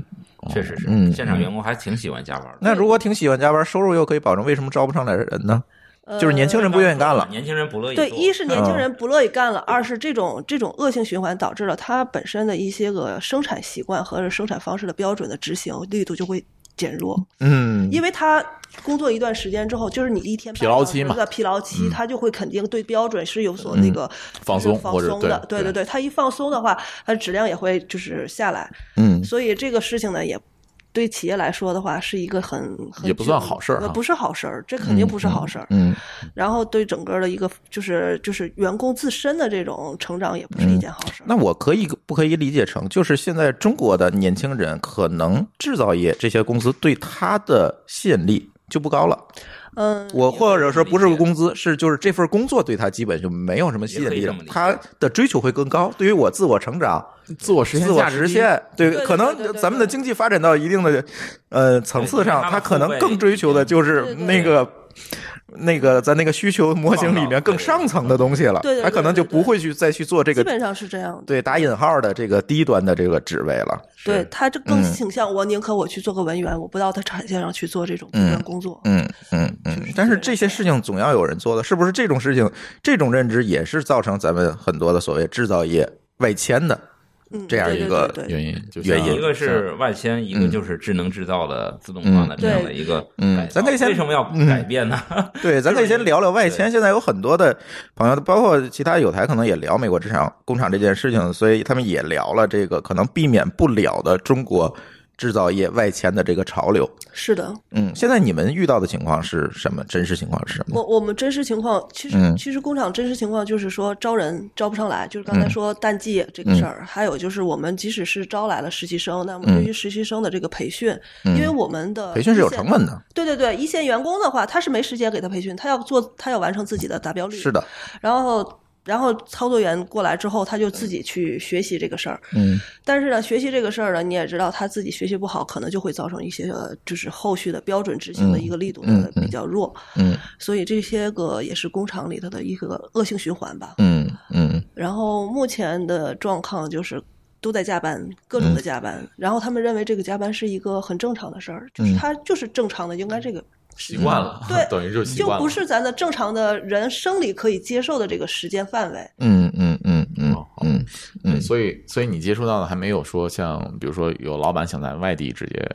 Speaker 3: 对，确实
Speaker 1: 嗯
Speaker 3: 是现场员工还挺喜欢加班的。
Speaker 1: 那如果挺喜欢加班，收入又可以保证，为什么招不上来人呢？就是年轻人不愿意嗯干了。
Speaker 3: 年轻人不乐意做。
Speaker 2: 呃对，一是年轻人不乐意干了，二是这种这种恶性循环导致了他本身的一些个生产习惯和生产方式的标准的执行力度就会减弱。
Speaker 1: 嗯，
Speaker 2: 呃因为他工作一段时间之后，就是你一天
Speaker 4: 疲劳期嘛
Speaker 2: 半个小时的疲劳期，他就会肯定对标准是有所那个
Speaker 4: 放
Speaker 2: 就是
Speaker 4: 松
Speaker 2: 放
Speaker 4: 或者
Speaker 2: 松
Speaker 4: 对
Speaker 2: 的，对
Speaker 4: 对
Speaker 2: 对，他一放松的话，他质量也会就是下来，
Speaker 1: 嗯
Speaker 2: 所以这个事情呢也。对企业来说的话，是一个很很
Speaker 4: 也不算好事儿
Speaker 2: 呃
Speaker 4: 哈
Speaker 2: 不是好事儿，这肯定不是好事儿。
Speaker 1: 嗯，
Speaker 2: 然后对整个的一个就是就是员工自身的这种成长，也不是一件好事儿。
Speaker 1: 嗯那我可以不可以理解成，就是现在中国的年轻人可能制造业这些公司对他的吸引力就不高了。
Speaker 2: 嗯，
Speaker 1: 我或者说不是工资，是就是这份工作对他基本就没有什么吸引
Speaker 3: 也可以
Speaker 1: 力
Speaker 3: 这
Speaker 1: 了
Speaker 3: 么理，解
Speaker 1: 他的追求会更高。对于我自我成长、
Speaker 4: 自我实现
Speaker 1: 自我
Speaker 4: 价值
Speaker 1: 实
Speaker 4: 低，
Speaker 1: 现，对
Speaker 2: 对，对
Speaker 1: 可能
Speaker 2: 对对对
Speaker 1: 咱们的经济发展到一定的呃层次上，
Speaker 3: 对
Speaker 1: 他可能更追求的就是
Speaker 2: 对对对
Speaker 1: 那个。那个在那个需求模型里面更上层的东西了
Speaker 2: 对对，对
Speaker 1: 他可能就
Speaker 2: 对对
Speaker 1: 不
Speaker 2: 对
Speaker 1: 会去再去做这
Speaker 2: 基
Speaker 1: 个
Speaker 2: 本上是这样的。
Speaker 1: 对打引号的这个低端的这个职位了。
Speaker 2: 对他这更
Speaker 1: 嗯
Speaker 2: 倾向我宁可我去做个文员，我不到他产线上去做这种低端工作。
Speaker 1: 嗯嗯嗯，但是这些事情总要有人做的，是不是？这种事情，这种认知也是造成咱们很多的所谓制造业外迁的
Speaker 2: 嗯，
Speaker 1: 这样
Speaker 2: 对
Speaker 1: 一
Speaker 2: 对
Speaker 1: 个
Speaker 2: 对对
Speaker 4: 原因就
Speaker 1: 原因
Speaker 4: 像
Speaker 3: 一个是外迁，
Speaker 4: 嗯
Speaker 3: 一个就是智能制造的自动化的这样的一个
Speaker 1: 嗯
Speaker 3: 改造
Speaker 1: 咱可以先
Speaker 3: 为什么要
Speaker 4: 嗯
Speaker 3: 改变呢？
Speaker 1: 对，咱可以先聊聊外迁。现在有很多的朋友，包括其他有台可能也聊美国职场工厂这件事情，所以他们也聊了这个可能避免不了的中国制造业外迁的这个潮流。
Speaker 2: 是的，
Speaker 1: 嗯，现在你们遇到的情况是什么？真实情况是什么？
Speaker 2: 我我们真实情况，其实、
Speaker 1: 嗯
Speaker 2: 其实工厂真实情况就是说招人招不上来，就是刚才
Speaker 1: 嗯
Speaker 2: 说淡季这个事儿，还有就是我们即使是招来了实习生，那么对于实习生的这个培训，因为我们
Speaker 1: 嗯
Speaker 2: 的
Speaker 1: 培训是有
Speaker 2: 一线
Speaker 1: 成本的，
Speaker 2: 对对对，一线员工的话，他是没时间给他培训，他要做，他要完成自己的达标率。
Speaker 1: 是的，
Speaker 2: 然后。然后操作员过来之后，他就自己去学习这个事儿。
Speaker 1: 嗯
Speaker 2: 但是呢，学习这个事儿呢，你也知道，他自己学习不好，可能就会造成一些呃就是后续的标准执行的一个力度
Speaker 1: 嗯嗯
Speaker 2: 的比较弱。
Speaker 1: 嗯
Speaker 2: 所以这些个也是工厂里头的一个恶性循环吧。
Speaker 1: 嗯嗯
Speaker 2: 然后目前的状况就是都在加班，各种
Speaker 1: 嗯
Speaker 2: 的加班。然后他们认为这个加班是一个很正常的事儿，就是
Speaker 1: 嗯
Speaker 2: 他就是正常的，应该这个
Speaker 4: 习惯了，
Speaker 2: 嗯对
Speaker 4: 等于就嗯习
Speaker 2: 就
Speaker 4: 惯了，
Speaker 2: 不是咱的正常的人生理可以接受的这个时间范围。
Speaker 1: 嗯嗯嗯嗯嗯
Speaker 4: 对
Speaker 1: 嗯，
Speaker 4: 所以所以你接触到的还没有说像比如说有老板想在外地直接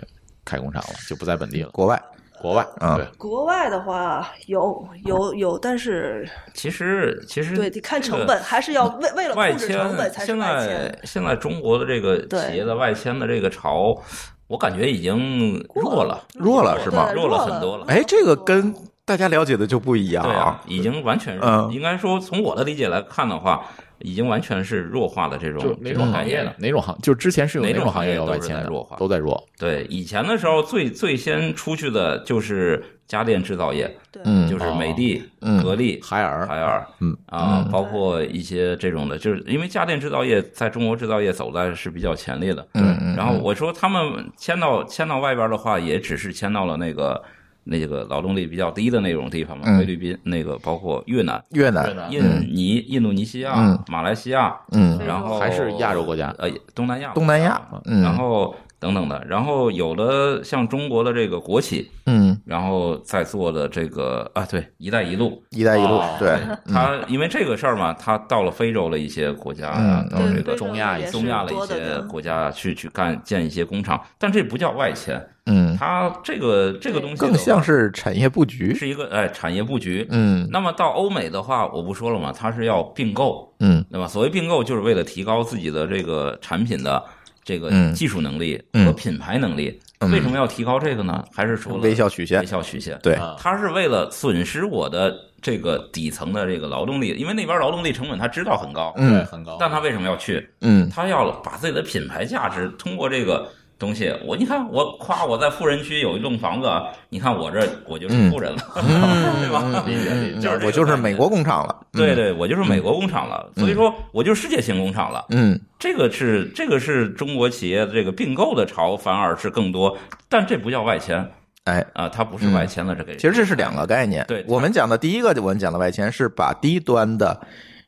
Speaker 4: 开工厂了，就不在本地了，
Speaker 1: 国外
Speaker 4: 国外
Speaker 1: 啊
Speaker 4: 对，
Speaker 2: 国外的话有有有，但是
Speaker 3: 其实其实
Speaker 2: 对得看
Speaker 3: 这
Speaker 2: 成
Speaker 3: 个嗯
Speaker 2: 本，还是要为为了
Speaker 3: 外
Speaker 2: 控制
Speaker 3: 迁
Speaker 2: 成本才是
Speaker 3: 现
Speaker 2: 外迁
Speaker 3: 在。现在中国的这个
Speaker 2: 对
Speaker 3: 企业的外迁的这个潮，我感觉已经弱了，
Speaker 1: 弱了是吗
Speaker 2: 对
Speaker 3: 弱了
Speaker 2: 弱了
Speaker 3: 很多了。
Speaker 1: 哎，这个跟大家了解的就不一样
Speaker 3: 对啊，已经完全
Speaker 1: 嗯
Speaker 3: 应该说，从我的理解来看的话，已经完全是弱化了这
Speaker 4: 就
Speaker 3: 种
Speaker 4: 哪
Speaker 3: 这
Speaker 2: 嗯
Speaker 4: 种
Speaker 3: 种
Speaker 4: 行业
Speaker 3: 业
Speaker 4: 呢
Speaker 3: 了？。
Speaker 4: 哪种行？就之前是有
Speaker 3: 哪
Speaker 4: 种
Speaker 3: 种
Speaker 4: 行
Speaker 3: 行业
Speaker 4: 有
Speaker 3: 都
Speaker 4: 外
Speaker 3: 是
Speaker 4: 迁
Speaker 3: 在
Speaker 4: 的
Speaker 3: 弱化，
Speaker 4: 都在弱。
Speaker 3: 对，以前的时候最最先出去的就是家电制造业，
Speaker 2: 对，
Speaker 1: 嗯
Speaker 3: 就是美的、
Speaker 1: 嗯
Speaker 3: 格力、
Speaker 4: 海尔
Speaker 3: 海尔，
Speaker 4: 嗯
Speaker 3: 啊，包括一些这种的，就是因为家电制造业在中国制造业走的是比较前列的，
Speaker 1: 嗯嗯
Speaker 3: 然后我说他们迁到迁到外边的话，也只是迁到了那个那个劳动力比较低的那种地方嘛，
Speaker 1: 嗯
Speaker 3: 菲律宾那个包括越南、
Speaker 1: 越南
Speaker 4: 越南
Speaker 3: 印尼、印度尼西亚、
Speaker 1: 嗯
Speaker 3: 马来西亚，
Speaker 1: 嗯
Speaker 3: 然后
Speaker 4: 还是亚洲国家
Speaker 3: 呃，东南亚，
Speaker 1: 东南亚，嗯
Speaker 3: 然后等等的，然后有了像中国的这个国企，
Speaker 1: 嗯
Speaker 3: 然后再做的这个啊，对“一带一路
Speaker 1: 一带一路
Speaker 3: 啊
Speaker 4: 哦
Speaker 1: 对”，
Speaker 3: 它因为这个事儿嘛，它到了非洲的一些国家啊，
Speaker 1: 嗯
Speaker 3: 到
Speaker 2: 对
Speaker 3: 这
Speaker 2: 非
Speaker 3: 个
Speaker 2: 洲
Speaker 4: 中亚
Speaker 2: 也是
Speaker 3: 中亚的一
Speaker 2: 多的
Speaker 3: 些
Speaker 2: 人
Speaker 3: 国家去去干建一些工厂，但这不叫外迁，
Speaker 1: 嗯，
Speaker 3: 它这个这个东西的话
Speaker 1: 更像是产业布局
Speaker 3: 是一个哎产业布局。
Speaker 1: 嗯
Speaker 3: 那么到欧美的话，我不说了嘛，它是要并购，
Speaker 1: 嗯
Speaker 3: 那么所谓并购就是为了提高自己的这个产品的这个
Speaker 1: 嗯
Speaker 3: 技术能力
Speaker 1: 嗯
Speaker 3: 和品牌能力。
Speaker 1: 嗯
Speaker 3: 为什么要提高这个呢？还是除了
Speaker 1: 微笑曲线
Speaker 3: 微笑曲线，
Speaker 1: 对
Speaker 4: 啊
Speaker 3: 它是为了损失我的这个底层的这个劳动力，因为那边劳动力成本他知道很高，
Speaker 1: 嗯
Speaker 4: 对，很高。
Speaker 3: 但他为什么要去？
Speaker 1: 嗯
Speaker 3: 他要把自己的品牌价值通过这个东西，我你看我夸我在富人区有一栋房子，啊你看我这我就是富人了， 对吧？
Speaker 4: 理解理解
Speaker 1: 嗯
Speaker 3: 就是这个
Speaker 1: 我就是
Speaker 3: 概念
Speaker 1: 美国工厂了嗯
Speaker 3: 对对，我就是美国工厂了，所以说我就是世界型工厂了。
Speaker 1: 嗯
Speaker 3: 这个是这个是中国企业的这个并购的潮，反而是更多，但这不叫外迁
Speaker 1: 哎
Speaker 3: 啊，它不是外迁了。这个
Speaker 1: 其实这是两个概念。
Speaker 3: 对它
Speaker 1: 我们讲的第一个，我们讲的外迁是把低端的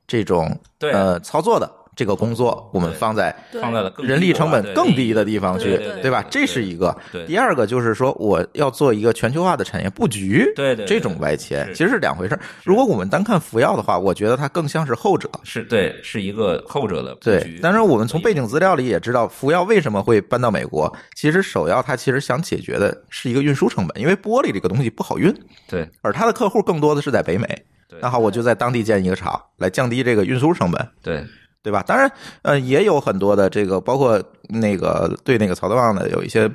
Speaker 1: 这种
Speaker 3: 对
Speaker 1: 呃操作的这个工作，我们
Speaker 3: 对
Speaker 1: 放在
Speaker 2: 对
Speaker 3: 放在了更
Speaker 1: 人力成本更低的地方去
Speaker 2: 对对，对
Speaker 1: 吧？
Speaker 3: 对对
Speaker 1: 这是一个。
Speaker 3: 对
Speaker 1: 第二个就是说，我要做一个全球化的产业布局，
Speaker 3: 对对对
Speaker 1: 这种外迁
Speaker 3: 是
Speaker 1: 其实是两回事儿。如果我们单看服药的话，我觉得它更像是后者。
Speaker 3: 是对，是一个后者的布
Speaker 1: 对
Speaker 3: 局，
Speaker 1: 但是我们从背景资料里也知道，服药为什么会搬到美国？其实首要它其实想解决的是一个运输成本，因为玻璃这个东西不好运，
Speaker 3: 对
Speaker 1: 而它的客户更多的是在北美
Speaker 3: 对。
Speaker 1: 那好，我就在当地建一个厂，来降低这个运输成本。
Speaker 3: 对
Speaker 1: 对吧？当然，呃，也有很多的这个，包括那个对那个曹德旺的有一些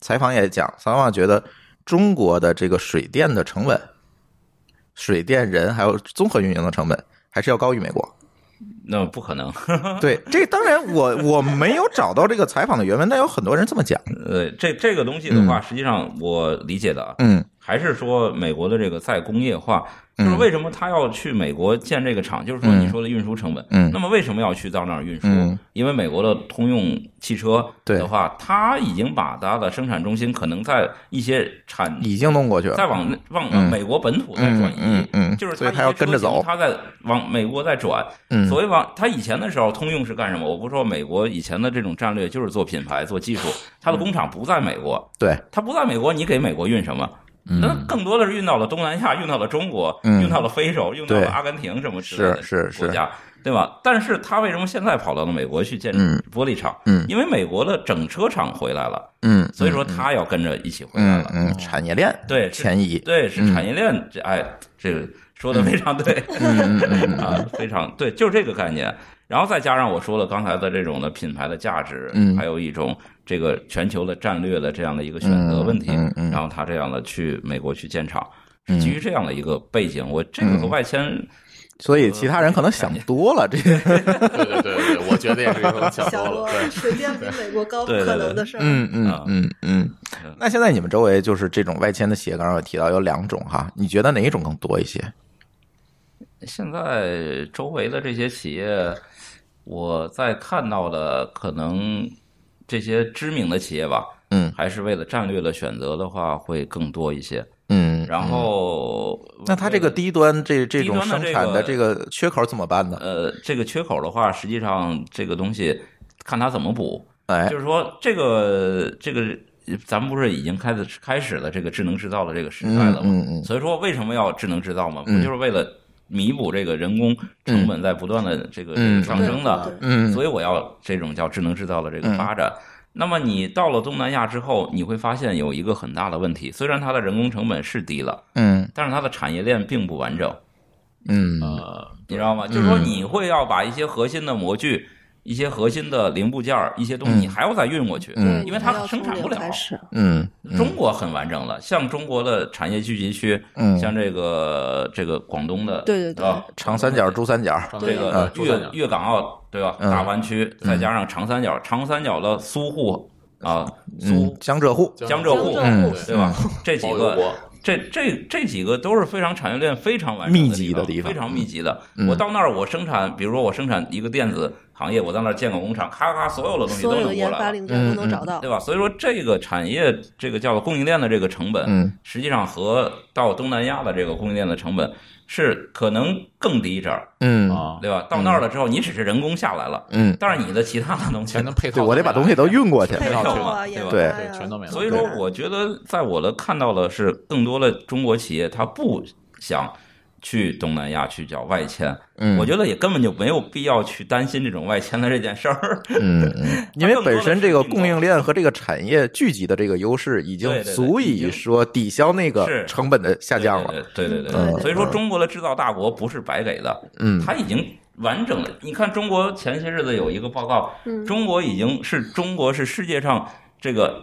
Speaker 1: 采访也讲，曹德旺觉得中国的这个水电的成本、水电人还有综合运营的成本还是要高于美国。
Speaker 3: 那不可能。
Speaker 1: 对，这当然我我没有找到这个采访的原文，但有很多人这么讲。
Speaker 3: 呃，这这个东西的话，实际上我理解的啊，
Speaker 1: 嗯
Speaker 3: 还是说美国的这个再工业化，就是为什么他要去美国建这个厂，就是说你说的运输成本。
Speaker 1: 嗯
Speaker 3: 那么为什么要去到那儿运输
Speaker 1: 嗯？
Speaker 3: 因为美国的通用汽车
Speaker 1: 对
Speaker 3: 的话，它已经把它的生产中心可能在一些产
Speaker 1: 已经弄过去了。
Speaker 3: 再往那往
Speaker 1: 嗯
Speaker 3: 美国本土再转移，
Speaker 1: 嗯嗯嗯
Speaker 3: 就是
Speaker 1: 所以他
Speaker 3: 它
Speaker 1: 要跟着走
Speaker 3: 他在往美国再转。
Speaker 1: 嗯
Speaker 3: 所以往他以前的时候，通用是干什么？我不是说美国以前的这种战略就是做品牌、做技术，它的工厂不在美国，
Speaker 1: 嗯对，
Speaker 3: 它不在美国，你给美国运什么？那更多的是运到了东南亚，运到了中国，
Speaker 1: 嗯
Speaker 3: 运到了非洲，运到
Speaker 1: 对
Speaker 3: 了阿根廷什么之类的
Speaker 1: 是是是
Speaker 3: 国家，对吧？但是他为什么现在跑到了美国去建
Speaker 1: 嗯
Speaker 3: 玻璃厂？
Speaker 1: 嗯
Speaker 3: 因为美国的整车厂回来了，
Speaker 1: 嗯，
Speaker 3: 所以说他要跟着一起回来
Speaker 1: 嗯
Speaker 3: 了。
Speaker 1: 嗯，产业链
Speaker 3: 对是
Speaker 1: 前嗯移。
Speaker 3: 对，是产业链，这哎，这个说的非常对，啊，非常对，就是这个概念。然后再加上我说了刚才的这种的品牌的价值，
Speaker 1: 嗯
Speaker 3: 还有一种这个全球的战略的这样的一个选择问题，
Speaker 1: 嗯嗯嗯
Speaker 3: 然后他这样的去美国去建厂，是基于这样的一个背景，我这
Speaker 1: 嗯
Speaker 3: 个和外迁。
Speaker 1: 所以其他人可能想多
Speaker 3: 嗯
Speaker 1: 了，这
Speaker 4: 对对对对，我觉得也是有可能想
Speaker 2: 想
Speaker 4: 多
Speaker 2: 过
Speaker 4: 了，对。
Speaker 2: 水电比美国高不
Speaker 3: 对对
Speaker 2: 可
Speaker 3: 对
Speaker 2: 能的事儿。
Speaker 1: 嗯嗯
Speaker 3: 啊
Speaker 1: 嗯嗯。那现在你们周围就是这种外迁的企业，刚刚有提到有两种哈，你觉得哪一种更多一些？
Speaker 3: 现在周围的这些企业，我在看到的可能这些知名的企业吧，
Speaker 1: 嗯
Speaker 3: 还是为了战略的选择的话，会更多一些。
Speaker 1: 嗯，
Speaker 3: 然后，
Speaker 1: 那它这个低端这这种
Speaker 3: 低端
Speaker 1: 生
Speaker 3: 的这个
Speaker 1: 产的这个缺口怎么办呢？
Speaker 3: 呃，这个缺口的话，实际上这个东西看它怎么补。
Speaker 1: 哎
Speaker 3: 呃就，是说，这个这个，咱们不是已经开始开始了这个智能制造的这个时代了吗？
Speaker 1: 嗯嗯嗯
Speaker 3: 所以说，为什么要智能制造嘛？不
Speaker 1: 嗯
Speaker 3: 就是为了弥补这个人工成本在不断的这个这
Speaker 1: 嗯
Speaker 3: 个上升的？
Speaker 2: 对
Speaker 1: 嗯
Speaker 3: 所以我要这种叫智能制造的这个发展。那么你到了东南亚之后，你会发现有一个很大的问题，虽然它的人工成本是低了，
Speaker 1: 嗯
Speaker 3: 但是它的产业链并不完整，
Speaker 1: 嗯
Speaker 4: 呃，
Speaker 3: 你知道吗？就是说你会要把一些核心的模具、一些核心的零部件儿、一些东西，
Speaker 1: 嗯
Speaker 3: 你还要再运过去，
Speaker 1: 嗯
Speaker 3: 因为它生产不了。啊
Speaker 2: 开始，
Speaker 1: 嗯
Speaker 3: 中国很完整了，像中国的产业聚集区，
Speaker 1: 嗯
Speaker 3: 像这个这个广东的，
Speaker 2: 对对对
Speaker 3: 啊，
Speaker 1: 长三角、珠三角，
Speaker 3: 这个
Speaker 1: 啊
Speaker 4: 嗯珠三
Speaker 3: 粤
Speaker 4: 角
Speaker 3: 粤港澳对吧？
Speaker 1: 嗯
Speaker 3: 大湾区，再加上长三角，长三角的苏沪啊，
Speaker 1: 嗯
Speaker 3: 苏，
Speaker 1: 江浙沪，
Speaker 3: 江浙沪
Speaker 1: 嗯
Speaker 3: 对吧？这几
Speaker 4: 包邮
Speaker 3: 个
Speaker 4: 国，
Speaker 3: 这这这几个都是非常产业链非常完整
Speaker 1: 密集的地方
Speaker 3: 非常密集的
Speaker 1: 嗯。
Speaker 3: 我到那儿，我生产，比如说我生产一个电子行业，我到那儿建个工厂，咔咔，所有的东西都
Speaker 2: 所有的
Speaker 3: 能过
Speaker 2: 研
Speaker 3: 来
Speaker 2: 发
Speaker 3: 了，
Speaker 2: 零件都
Speaker 1: 嗯
Speaker 2: 能找到
Speaker 3: 对。吧？所以说这个产业这个叫做供应链的这个成本，
Speaker 1: 嗯
Speaker 3: 实际上和到东南亚的这个供应链的成本是可能更低一点儿，
Speaker 1: 嗯
Speaker 4: 啊，
Speaker 3: 对吧？到那儿了之后，你只是人工下来了，
Speaker 1: 嗯，
Speaker 3: 但是你的其他的东西
Speaker 4: 全，能配套
Speaker 1: 对
Speaker 4: 没来，
Speaker 1: 我得把东西都运过去，
Speaker 2: 配
Speaker 4: 套
Speaker 2: 套
Speaker 4: 全
Speaker 2: 啊，研发
Speaker 1: 对
Speaker 2: 呀
Speaker 4: 对全都没了
Speaker 3: 所以说
Speaker 2: 对
Speaker 3: 我觉得在我的看到的是，更多的中国企业它不想。去东南亚去叫外迁，
Speaker 1: 嗯，
Speaker 3: 我觉得也根本就没有必要去担心这种外迁的这件事儿。
Speaker 1: 嗯， 嗯，因为本身这个供应链和这个产业聚集的这个优势，已经
Speaker 3: 对对对
Speaker 1: 足
Speaker 3: 已
Speaker 1: 以
Speaker 3: 经
Speaker 1: 说抵消那个
Speaker 3: 是
Speaker 1: 成本的 下降了。
Speaker 3: 对对对对
Speaker 1: 嗯
Speaker 3: 对，所以说
Speaker 1: 嗯
Speaker 3: 中国的制造大国不是白给的，
Speaker 1: 嗯
Speaker 3: 它已经完整了。你看，中国前些日子有一个报告，
Speaker 2: 嗯
Speaker 3: 中国已经是中国是世界上这个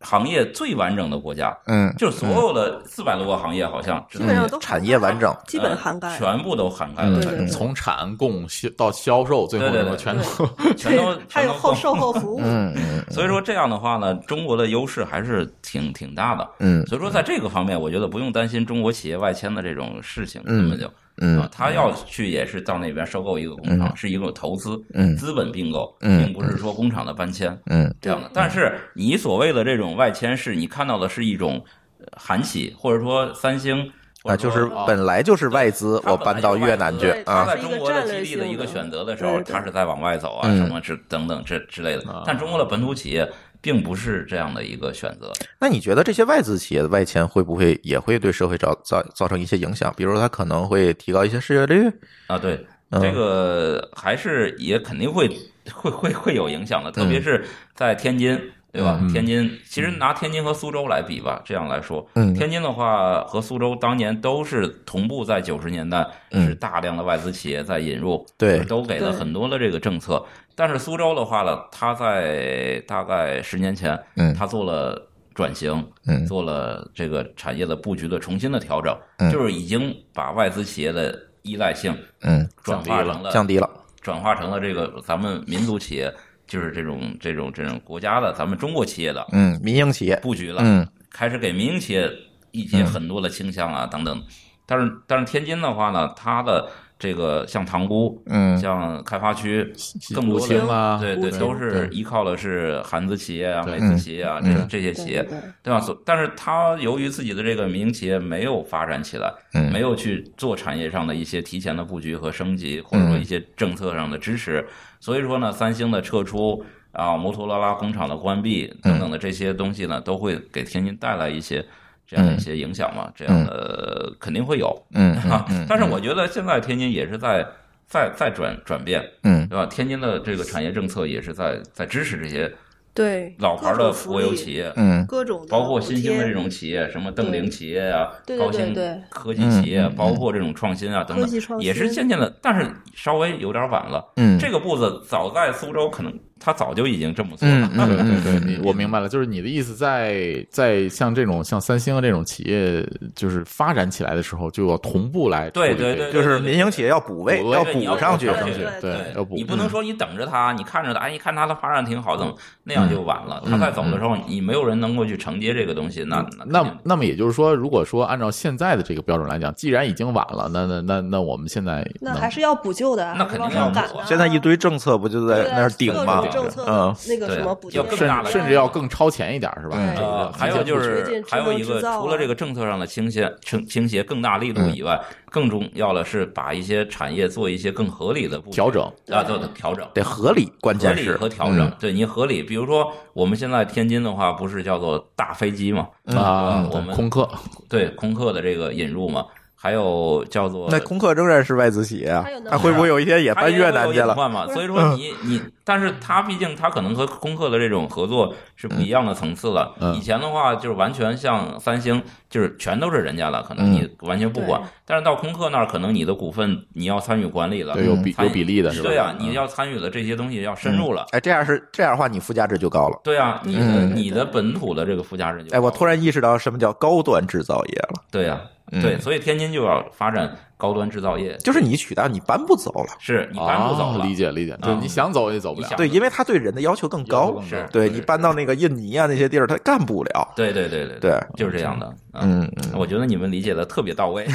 Speaker 3: 行业最完整的国家，
Speaker 1: 嗯，
Speaker 3: 就是所有的四百多个行业好像
Speaker 2: 基本上都
Speaker 1: 产业完整，
Speaker 2: 基本涵盖。
Speaker 3: 嗯全部都涵盖
Speaker 1: 嗯
Speaker 3: 了，
Speaker 2: 对对
Speaker 4: 从产供销到销售，最后
Speaker 3: 对对
Speaker 4: 什么
Speaker 3: 对
Speaker 4: 全都
Speaker 3: 全都
Speaker 2: 还有后。
Speaker 3: 全都
Speaker 2: 售后服务，
Speaker 1: 嗯嗯
Speaker 3: 所以说这样的话呢，中国的优势还是挺挺大的。
Speaker 1: 嗯
Speaker 3: 所以说在这个方面，我觉得不用担心中国企业外迁的这种事情，
Speaker 1: 嗯
Speaker 3: 根本就啊
Speaker 1: 嗯，
Speaker 3: 他要去也是到那边收购一个工厂，是一个投资，
Speaker 1: 嗯
Speaker 3: 资本并购，
Speaker 1: 嗯
Speaker 3: 并不是说工厂的搬迁
Speaker 1: 嗯
Speaker 3: 这样的。但是你所谓的这种外迁，是你看到的是一种呃韩企，或者说三星
Speaker 1: 啊，就是本来就是外资，
Speaker 3: 它
Speaker 1: 我
Speaker 3: 本来
Speaker 1: 搬到越南去
Speaker 2: 对
Speaker 3: 他
Speaker 1: 啊，
Speaker 3: 在中国的基地的一个选择的时候，
Speaker 2: 对对
Speaker 3: 他是在往外走啊，
Speaker 1: 嗯
Speaker 3: 什么之等等之之类
Speaker 4: 啊
Speaker 3: 的。但中国的本土企业并不是这样的一个选择。
Speaker 1: 那你觉得这些外资企业的外迁会不会也会对社会造造造成一些影响？比如说，它可能会提高一些失业率。
Speaker 3: 啊，对，
Speaker 1: 嗯
Speaker 3: 这个还是也肯定会会会会有影响的，特别
Speaker 1: 嗯
Speaker 3: 是在天津，对吧？天津其实拿天津和苏州来比吧，这样来说，
Speaker 1: 嗯
Speaker 3: 天津的话和苏州当年都是同步在九十年代
Speaker 1: 嗯
Speaker 3: 是大量的外资企业在引入，
Speaker 1: 对
Speaker 3: 都给了
Speaker 2: 对
Speaker 3: 很多的这个政策。但是苏州的话呢，它在大概十年前，
Speaker 1: 嗯
Speaker 3: 它做了。转型，
Speaker 1: 嗯
Speaker 3: 做了这个产业的布局的重新的调整，
Speaker 1: 嗯
Speaker 3: 就是已经把外资企业的依赖性
Speaker 1: 嗯，
Speaker 3: 转化成了
Speaker 1: 降低了。
Speaker 3: 转化成了这个咱们民族企业，就是这种这种这种国家的咱们中国企业的
Speaker 1: 嗯，民营企业。
Speaker 3: 布局了，
Speaker 1: 嗯
Speaker 3: 开始给民营企业一些很多的倾向啊等等。但是但是天津的话呢，它的这个像塘沽，
Speaker 1: 嗯
Speaker 3: 像开发区，
Speaker 4: 西
Speaker 3: 更
Speaker 4: 部
Speaker 3: 多
Speaker 4: 青
Speaker 3: 的
Speaker 4: 啊，
Speaker 3: 对对，
Speaker 2: 对
Speaker 3: 都是依靠的是韩资企业啊、
Speaker 4: 对
Speaker 3: 美资企业啊，这这些企业
Speaker 2: 对，对对
Speaker 3: 对吧？所但是它由于自己的这个民营企业没有发展起来，
Speaker 1: 嗯
Speaker 3: 没有去做产业上的一些提前的布局和升级，或者说一些政策上的支持，所以说呢，三星的撤出啊，摩托罗拉工厂的关闭等等的这些东西呢，都会给天津带来一些这样的一些影响嘛，这样的肯定会有。
Speaker 1: 嗯
Speaker 3: 啊，但是我觉得现在天津也是在在在转转变，
Speaker 1: 嗯
Speaker 3: 对吧？天津的这个产业政策也是在在支持这些
Speaker 2: 对
Speaker 3: 老牌
Speaker 2: 各
Speaker 3: 的
Speaker 2: 种福
Speaker 3: 国有
Speaker 2: 利
Speaker 3: 企业，
Speaker 1: 嗯
Speaker 2: 各种的
Speaker 3: 包括
Speaker 2: 补
Speaker 3: 新兴的
Speaker 2: 贴
Speaker 3: 这种企业，什么邓玲
Speaker 2: 对
Speaker 3: 企业啊，
Speaker 2: 对对
Speaker 3: 高
Speaker 2: 对
Speaker 3: 新
Speaker 2: 对
Speaker 3: 科技企业
Speaker 1: 嗯嗯，嗯
Speaker 3: 包括这种创新啊等
Speaker 2: 科技
Speaker 3: 等，
Speaker 2: 创
Speaker 3: 也是
Speaker 2: 新
Speaker 3: 渐渐的，但是稍微有点晚了。
Speaker 1: 嗯，
Speaker 3: 这个步子早在苏州，可能他早就已经这么做
Speaker 1: 嗯
Speaker 3: 了。
Speaker 1: 嗯
Speaker 4: 对对
Speaker 1: 嗯
Speaker 4: 对，你我明白了，就是你的意思在，在像这种像三星啊这种企业，就是发展起来的时候，就要同步来处
Speaker 3: 对
Speaker 4: 理
Speaker 3: 对
Speaker 4: 这个
Speaker 3: 对
Speaker 1: 就是民营企业要补位，
Speaker 4: 补位
Speaker 1: 要
Speaker 3: 对你要
Speaker 1: 补上去
Speaker 3: 补
Speaker 4: 上去
Speaker 2: 对
Speaker 4: 对
Speaker 3: 对
Speaker 4: 要补
Speaker 3: 你
Speaker 1: 嗯
Speaker 3: 不能说你等着他，你看着他，哎，一看他的发展挺好，怎么那样就晚了？
Speaker 1: 嗯
Speaker 3: 他再走的时候，你没有人能够去承接这个东西，那嗯那肯
Speaker 4: 那
Speaker 3: 定
Speaker 4: 那么也就是说，如果说按照现在的这个标准来讲，既然已经晚了，那那那那我们现在
Speaker 2: 那
Speaker 4: 能
Speaker 2: 还是要补救的啊，
Speaker 3: 那
Speaker 2: 还
Speaker 3: 肯
Speaker 2: 是往
Speaker 3: 定要
Speaker 2: 上赶
Speaker 3: 补
Speaker 2: 啊
Speaker 3: 啊
Speaker 1: 现在一堆政策不就在
Speaker 2: 对啊
Speaker 1: 那儿顶
Speaker 2: 各
Speaker 1: 吗
Speaker 2: 种？政策
Speaker 1: 嗯
Speaker 2: 的那个
Speaker 3: 对
Speaker 2: 什么补贴
Speaker 3: 要
Speaker 2: 啊，
Speaker 3: 更
Speaker 4: 甚
Speaker 3: 大了
Speaker 4: 甚至要更超前一点，是吧？
Speaker 1: 嗯
Speaker 4: 这
Speaker 3: 呃，
Speaker 4: 个
Speaker 3: 还有就
Speaker 2: 促
Speaker 3: 是
Speaker 2: 进智
Speaker 3: 还有
Speaker 2: 能
Speaker 3: 一
Speaker 2: 制
Speaker 3: 个，
Speaker 2: 造
Speaker 3: 除
Speaker 2: 啊
Speaker 3: 了这个政策上的倾斜、倾倾斜更大力度
Speaker 1: 嗯
Speaker 3: 以外，更重要的是把一些产业做一些更合理的布局
Speaker 4: 调整
Speaker 3: 啊，做的调整。
Speaker 1: 得合嗯理，关
Speaker 3: 合
Speaker 1: 键
Speaker 3: 理
Speaker 1: 是
Speaker 3: 和调整，对你合理。比如说，我们现在天津的话，不是叫做大飞机嘛？
Speaker 4: 啊
Speaker 3: 嗯，我们
Speaker 4: 空客
Speaker 3: 对空客的这个引入嘛，还有叫做
Speaker 1: 那空客仍然是外资企业啊
Speaker 2: 它有，能
Speaker 1: 它会不会有一天也
Speaker 3: 它
Speaker 1: 搬
Speaker 3: 也
Speaker 1: 越
Speaker 3: 会
Speaker 1: 南
Speaker 3: 有
Speaker 1: 去
Speaker 3: 隐
Speaker 1: 了？
Speaker 3: 患嘛，所以
Speaker 4: 嗯
Speaker 3: 说你你，但是它毕竟它可能和空客的这种合作是不一样的层次了。
Speaker 4: 嗯
Speaker 3: 以前的话就是完全像三星，就是全都是人家了，可
Speaker 4: 嗯
Speaker 3: 能你完全不管。
Speaker 2: 对
Speaker 3: 但是到空客那儿，可能你的股份你要参与管理了，
Speaker 4: 对有比
Speaker 3: 参
Speaker 4: 有
Speaker 3: 与
Speaker 4: 比例的是吧？
Speaker 3: 对啊，
Speaker 4: 嗯
Speaker 3: 你要参与的这些东西要深入了。
Speaker 1: 哎，这样是这样的话，你附加值就高了。
Speaker 3: 对啊，你的、
Speaker 1: 嗯
Speaker 3: 你的本土的这个附加值就
Speaker 1: 哎，我突
Speaker 3: 然
Speaker 1: 然意识到什么叫高端制造业了，
Speaker 3: 对啊，
Speaker 1: 嗯
Speaker 3: 对，所以天津就要发展高端制造业，
Speaker 1: 就是你取代你搬不走了。
Speaker 3: 是你搬不走了，
Speaker 4: 哦理解理解，就是
Speaker 3: 嗯
Speaker 4: 你想走也走不了
Speaker 3: 你想，
Speaker 1: 对，因为它对人的要求更
Speaker 4: 要求
Speaker 1: 高
Speaker 4: 更，
Speaker 3: 是
Speaker 1: 对你搬到那个印尼啊那些地儿，它干不了。
Speaker 3: 对对对对
Speaker 1: 对，
Speaker 3: 就是这样的，嗯
Speaker 1: 嗯，嗯
Speaker 3: 我觉得你们理解的特别到位。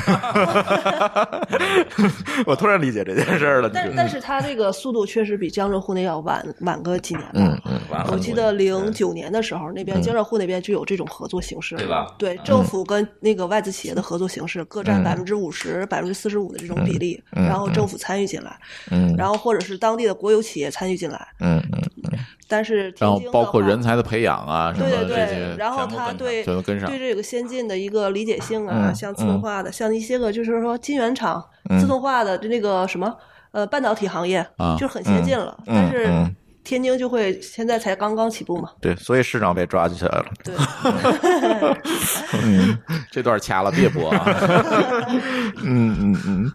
Speaker 1: 我突然理解这件事儿了。你
Speaker 2: 但
Speaker 1: 就
Speaker 2: 但是它这个速度确实比江浙沪那要晚晚个几年吧。
Speaker 1: 嗯嗯，
Speaker 3: 晚很
Speaker 2: 我
Speaker 3: 多
Speaker 2: 记
Speaker 3: 年
Speaker 2: 得零九年的时候，那边江浙沪那边就有这种合作形式，
Speaker 3: 对吧
Speaker 2: 对，
Speaker 3: 嗯
Speaker 2: 政府跟那个外资企业的合作形式各占
Speaker 1: 嗯
Speaker 2: 百分之五十、百分之四十五的这种比例，
Speaker 1: 嗯
Speaker 2: 然后政府参与进来，
Speaker 1: 嗯
Speaker 2: 然后或者是当地的国有企业参与进来，
Speaker 1: 嗯嗯
Speaker 2: 但是
Speaker 4: 然后
Speaker 2: 天津的
Speaker 4: 包括
Speaker 2: 话
Speaker 4: 人才的培养啊什么
Speaker 2: 对对
Speaker 4: 的这
Speaker 2: 对，
Speaker 4: 些
Speaker 2: 然后
Speaker 3: 全部
Speaker 2: 他
Speaker 3: 跟上
Speaker 2: 对
Speaker 4: 全都跟上
Speaker 2: 对这个先进的一个理解性啊，
Speaker 1: 嗯
Speaker 2: 像自动化的，像一些个就是说晶圆厂、自动化的那个什么呃半导体行业，
Speaker 4: 啊
Speaker 2: 就是很先进了，
Speaker 1: 嗯
Speaker 2: 但是。
Speaker 1: 嗯
Speaker 2: 天津就会现在才刚刚起步嘛，
Speaker 1: 对，所以市长被抓起来了。
Speaker 2: 对，
Speaker 4: 这段掐了别播 啊。
Speaker 1: 嗯嗯嗯，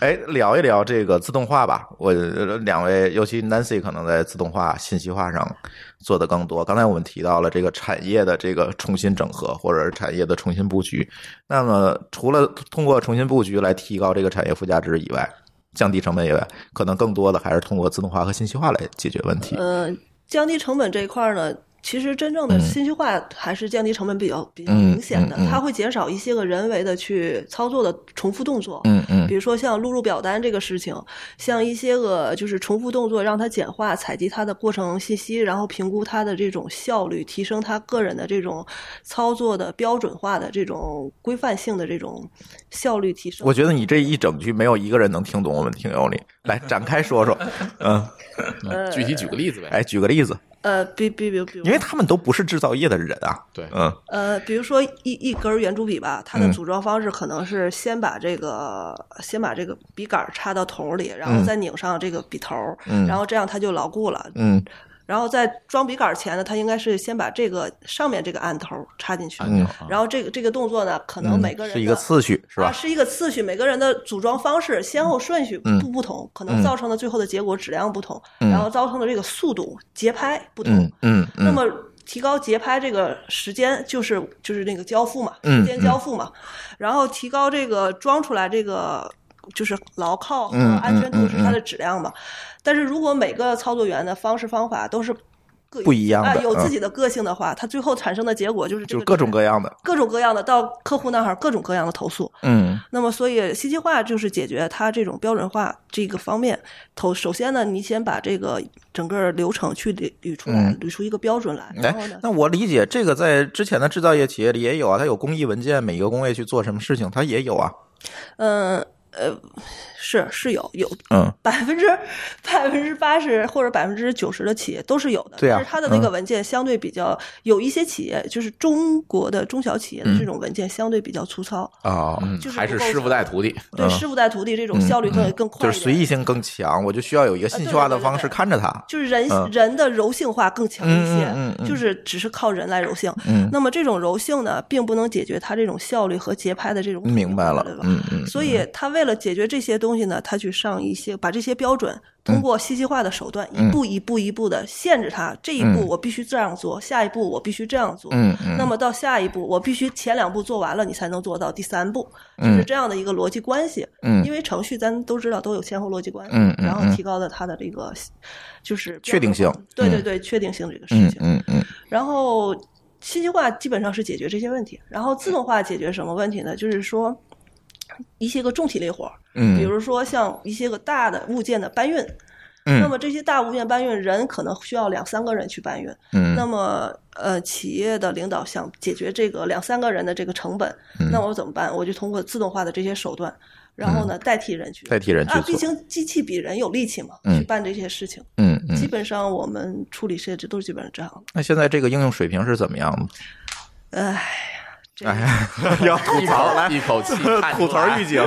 Speaker 1: 哎，聊一聊这个自动化吧。我呃两位，尤其 Nancy 可能在自动化、信息化上做的更多。刚才我们提到了这个产业的这个重新整合，或者是产业的重新布局。那么，除了通过重新布局来提高这个产业附加值以外，降低成本以外，可能更多的还是通过自动化和信息化来解决问题。
Speaker 2: 呃，降低成本这一块儿呢，其实真正的信息化还是降低成本比较比较
Speaker 1: 嗯
Speaker 2: 明显的
Speaker 1: 嗯嗯，
Speaker 2: 它会减少一些个人为的去操作的重复动作，
Speaker 1: 嗯嗯
Speaker 2: 比如说像录入表单这个事情，像一些个就是重复动作，让它简化，采集它的过程信息，然后评估它的这种效率，提升他个人的这种操作的标准化的这种规范性的这种效率提升。
Speaker 1: 我觉得你这一整句没有一个人能听懂我们听友里，来展开说说。嗯，
Speaker 4: 嗯具体举个例子呗，
Speaker 1: 哎，举个例子，
Speaker 2: 呃，比比比比如，
Speaker 1: 因为他们都不是制造业的人啊。
Speaker 4: 对
Speaker 1: 嗯。
Speaker 2: 呃，比如说一一根儿圆珠笔吧，它的
Speaker 1: 嗯
Speaker 2: 组装方式可能是先把这个、先把这个笔杆儿插到头儿里，然后再拧上这个笔头儿，
Speaker 1: 嗯
Speaker 2: 然后这样它就牢固了。
Speaker 1: 嗯
Speaker 2: 然后在装笔杆儿前呢，它应该是先把这个上面这个按头儿插进
Speaker 4: 啊
Speaker 2: 去，
Speaker 1: 嗯
Speaker 2: 然后这个这个动作呢，可能
Speaker 1: 嗯
Speaker 2: 每个人的、
Speaker 1: 是一个次序是吧？
Speaker 2: 啊，是一个次序，每个人的组装方式、先后顺序
Speaker 1: 嗯
Speaker 2: 不不同，可
Speaker 1: 嗯
Speaker 2: 能造成的最后的结果质量不同，
Speaker 1: 嗯
Speaker 2: 然后造成的这个速度、节拍不同。
Speaker 1: 嗯嗯嗯，
Speaker 2: 那么提高节拍这个时间，就是就是那个交付嘛，
Speaker 1: 嗯
Speaker 2: 时间交付嘛，然后提高这个装出来这个就是牢靠和
Speaker 1: 嗯
Speaker 2: 安全度
Speaker 1: 嗯
Speaker 2: 是
Speaker 1: 嗯
Speaker 2: 它
Speaker 1: 嗯
Speaker 2: 的质量嘛。但是如果每个操作员的方式方法都是各
Speaker 1: 不一样的
Speaker 2: 啊，有
Speaker 1: 嗯
Speaker 2: 自己的个性的话，它最后产生的结果就是这
Speaker 1: 就
Speaker 2: 个
Speaker 1: 是各种
Speaker 2: 质
Speaker 1: 各样的，
Speaker 2: 各种各样的到客户那儿各种各样的投诉。
Speaker 1: 嗯
Speaker 2: 那么，所以信息化就是解决它这种标准化这个方面。头首先呢，你先把这个整个流程去捋捋出来，
Speaker 1: 嗯
Speaker 2: 捋出一个标准来。然后
Speaker 1: 哎
Speaker 2: 呢，，
Speaker 1: 那我理解这个在之前的制造业企业里也有啊，它有工艺文件，每个工位去做什么事情，它也有啊。
Speaker 2: 嗯，呃，是是有有
Speaker 1: 嗯，
Speaker 2: 百分之百分之八十或者百分之九十的企业都是有的，
Speaker 1: 对啊
Speaker 2: 但是它的那个
Speaker 1: 嗯
Speaker 2: 文件相对比较、有一些企业就是中国的中小企业的
Speaker 1: 嗯
Speaker 2: 这种文件相对比较粗糙，
Speaker 1: 啊，
Speaker 4: 嗯
Speaker 2: 就是
Speaker 4: 还是
Speaker 2: 不够
Speaker 4: 师傅带徒弟，
Speaker 2: 对师傅带徒弟这种效率更、更
Speaker 1: 嗯
Speaker 2: 快呃
Speaker 1: 就
Speaker 2: 一点，
Speaker 1: 是随意性更强，我就需要有一个信息化的方式看着它。
Speaker 2: 就是人、
Speaker 1: 嗯
Speaker 2: 人的柔性化更强一些，
Speaker 1: 嗯嗯嗯嗯
Speaker 2: 就是只是靠人来柔性。
Speaker 1: 嗯，
Speaker 2: 那么这种柔性呢，并不能解决它这种效率和节拍的这种统一
Speaker 1: 明白了
Speaker 2: 对吧，？
Speaker 1: 嗯嗯，
Speaker 2: 所以他为了解决这些东西呢，他去上一些把这些标准通过信息化的手段，
Speaker 1: 嗯
Speaker 2: 一步一步一步的限制它。这一步我必须这样做，下一步我必须这样做。
Speaker 1: 嗯嗯，
Speaker 2: 那么到下一步，我必须前两步做完了，你才能做到第三步，就是这样的一个逻辑关系。
Speaker 1: 嗯
Speaker 2: 因为程序咱都知道都有前后逻辑关系，
Speaker 1: 嗯嗯
Speaker 2: 然
Speaker 1: 嗯
Speaker 2: 后提高了它的这个就是
Speaker 1: 确定性
Speaker 2: 对
Speaker 1: 嗯
Speaker 2: 对对，确定性这个事
Speaker 1: 嗯
Speaker 2: 情。
Speaker 1: 嗯嗯
Speaker 2: 然后信息化基本上是解决这些问题，然后自动化解决什么问题呢？就是说一些个重体力活儿，
Speaker 1: 嗯，
Speaker 2: 比如说像一些个大的物件的搬运，
Speaker 1: 嗯，
Speaker 2: 那么这些大物件搬运人可能需要两三个人去搬运，
Speaker 1: 嗯
Speaker 2: 那么呃企业的领导想解决这个两三个人的这个成本，
Speaker 1: 嗯
Speaker 2: 那我怎么办？我就通过自动化的这些手段。然后呢，代替人去
Speaker 1: 嗯代替人去
Speaker 2: 啊，
Speaker 1: 做
Speaker 2: 毕竟机器比人有力气嘛，
Speaker 1: 嗯
Speaker 2: 去办这些事情。
Speaker 1: 嗯
Speaker 2: 基
Speaker 1: 嗯，
Speaker 2: 本上我们处理设置都是基本上这样的。
Speaker 1: 那现在这个应用水平是怎么样的？
Speaker 2: 哎，这个
Speaker 1: 哎， 要吐槽来，
Speaker 4: 一口气叹出
Speaker 1: 吐槽
Speaker 4: 来
Speaker 1: 预警，
Speaker 4: 一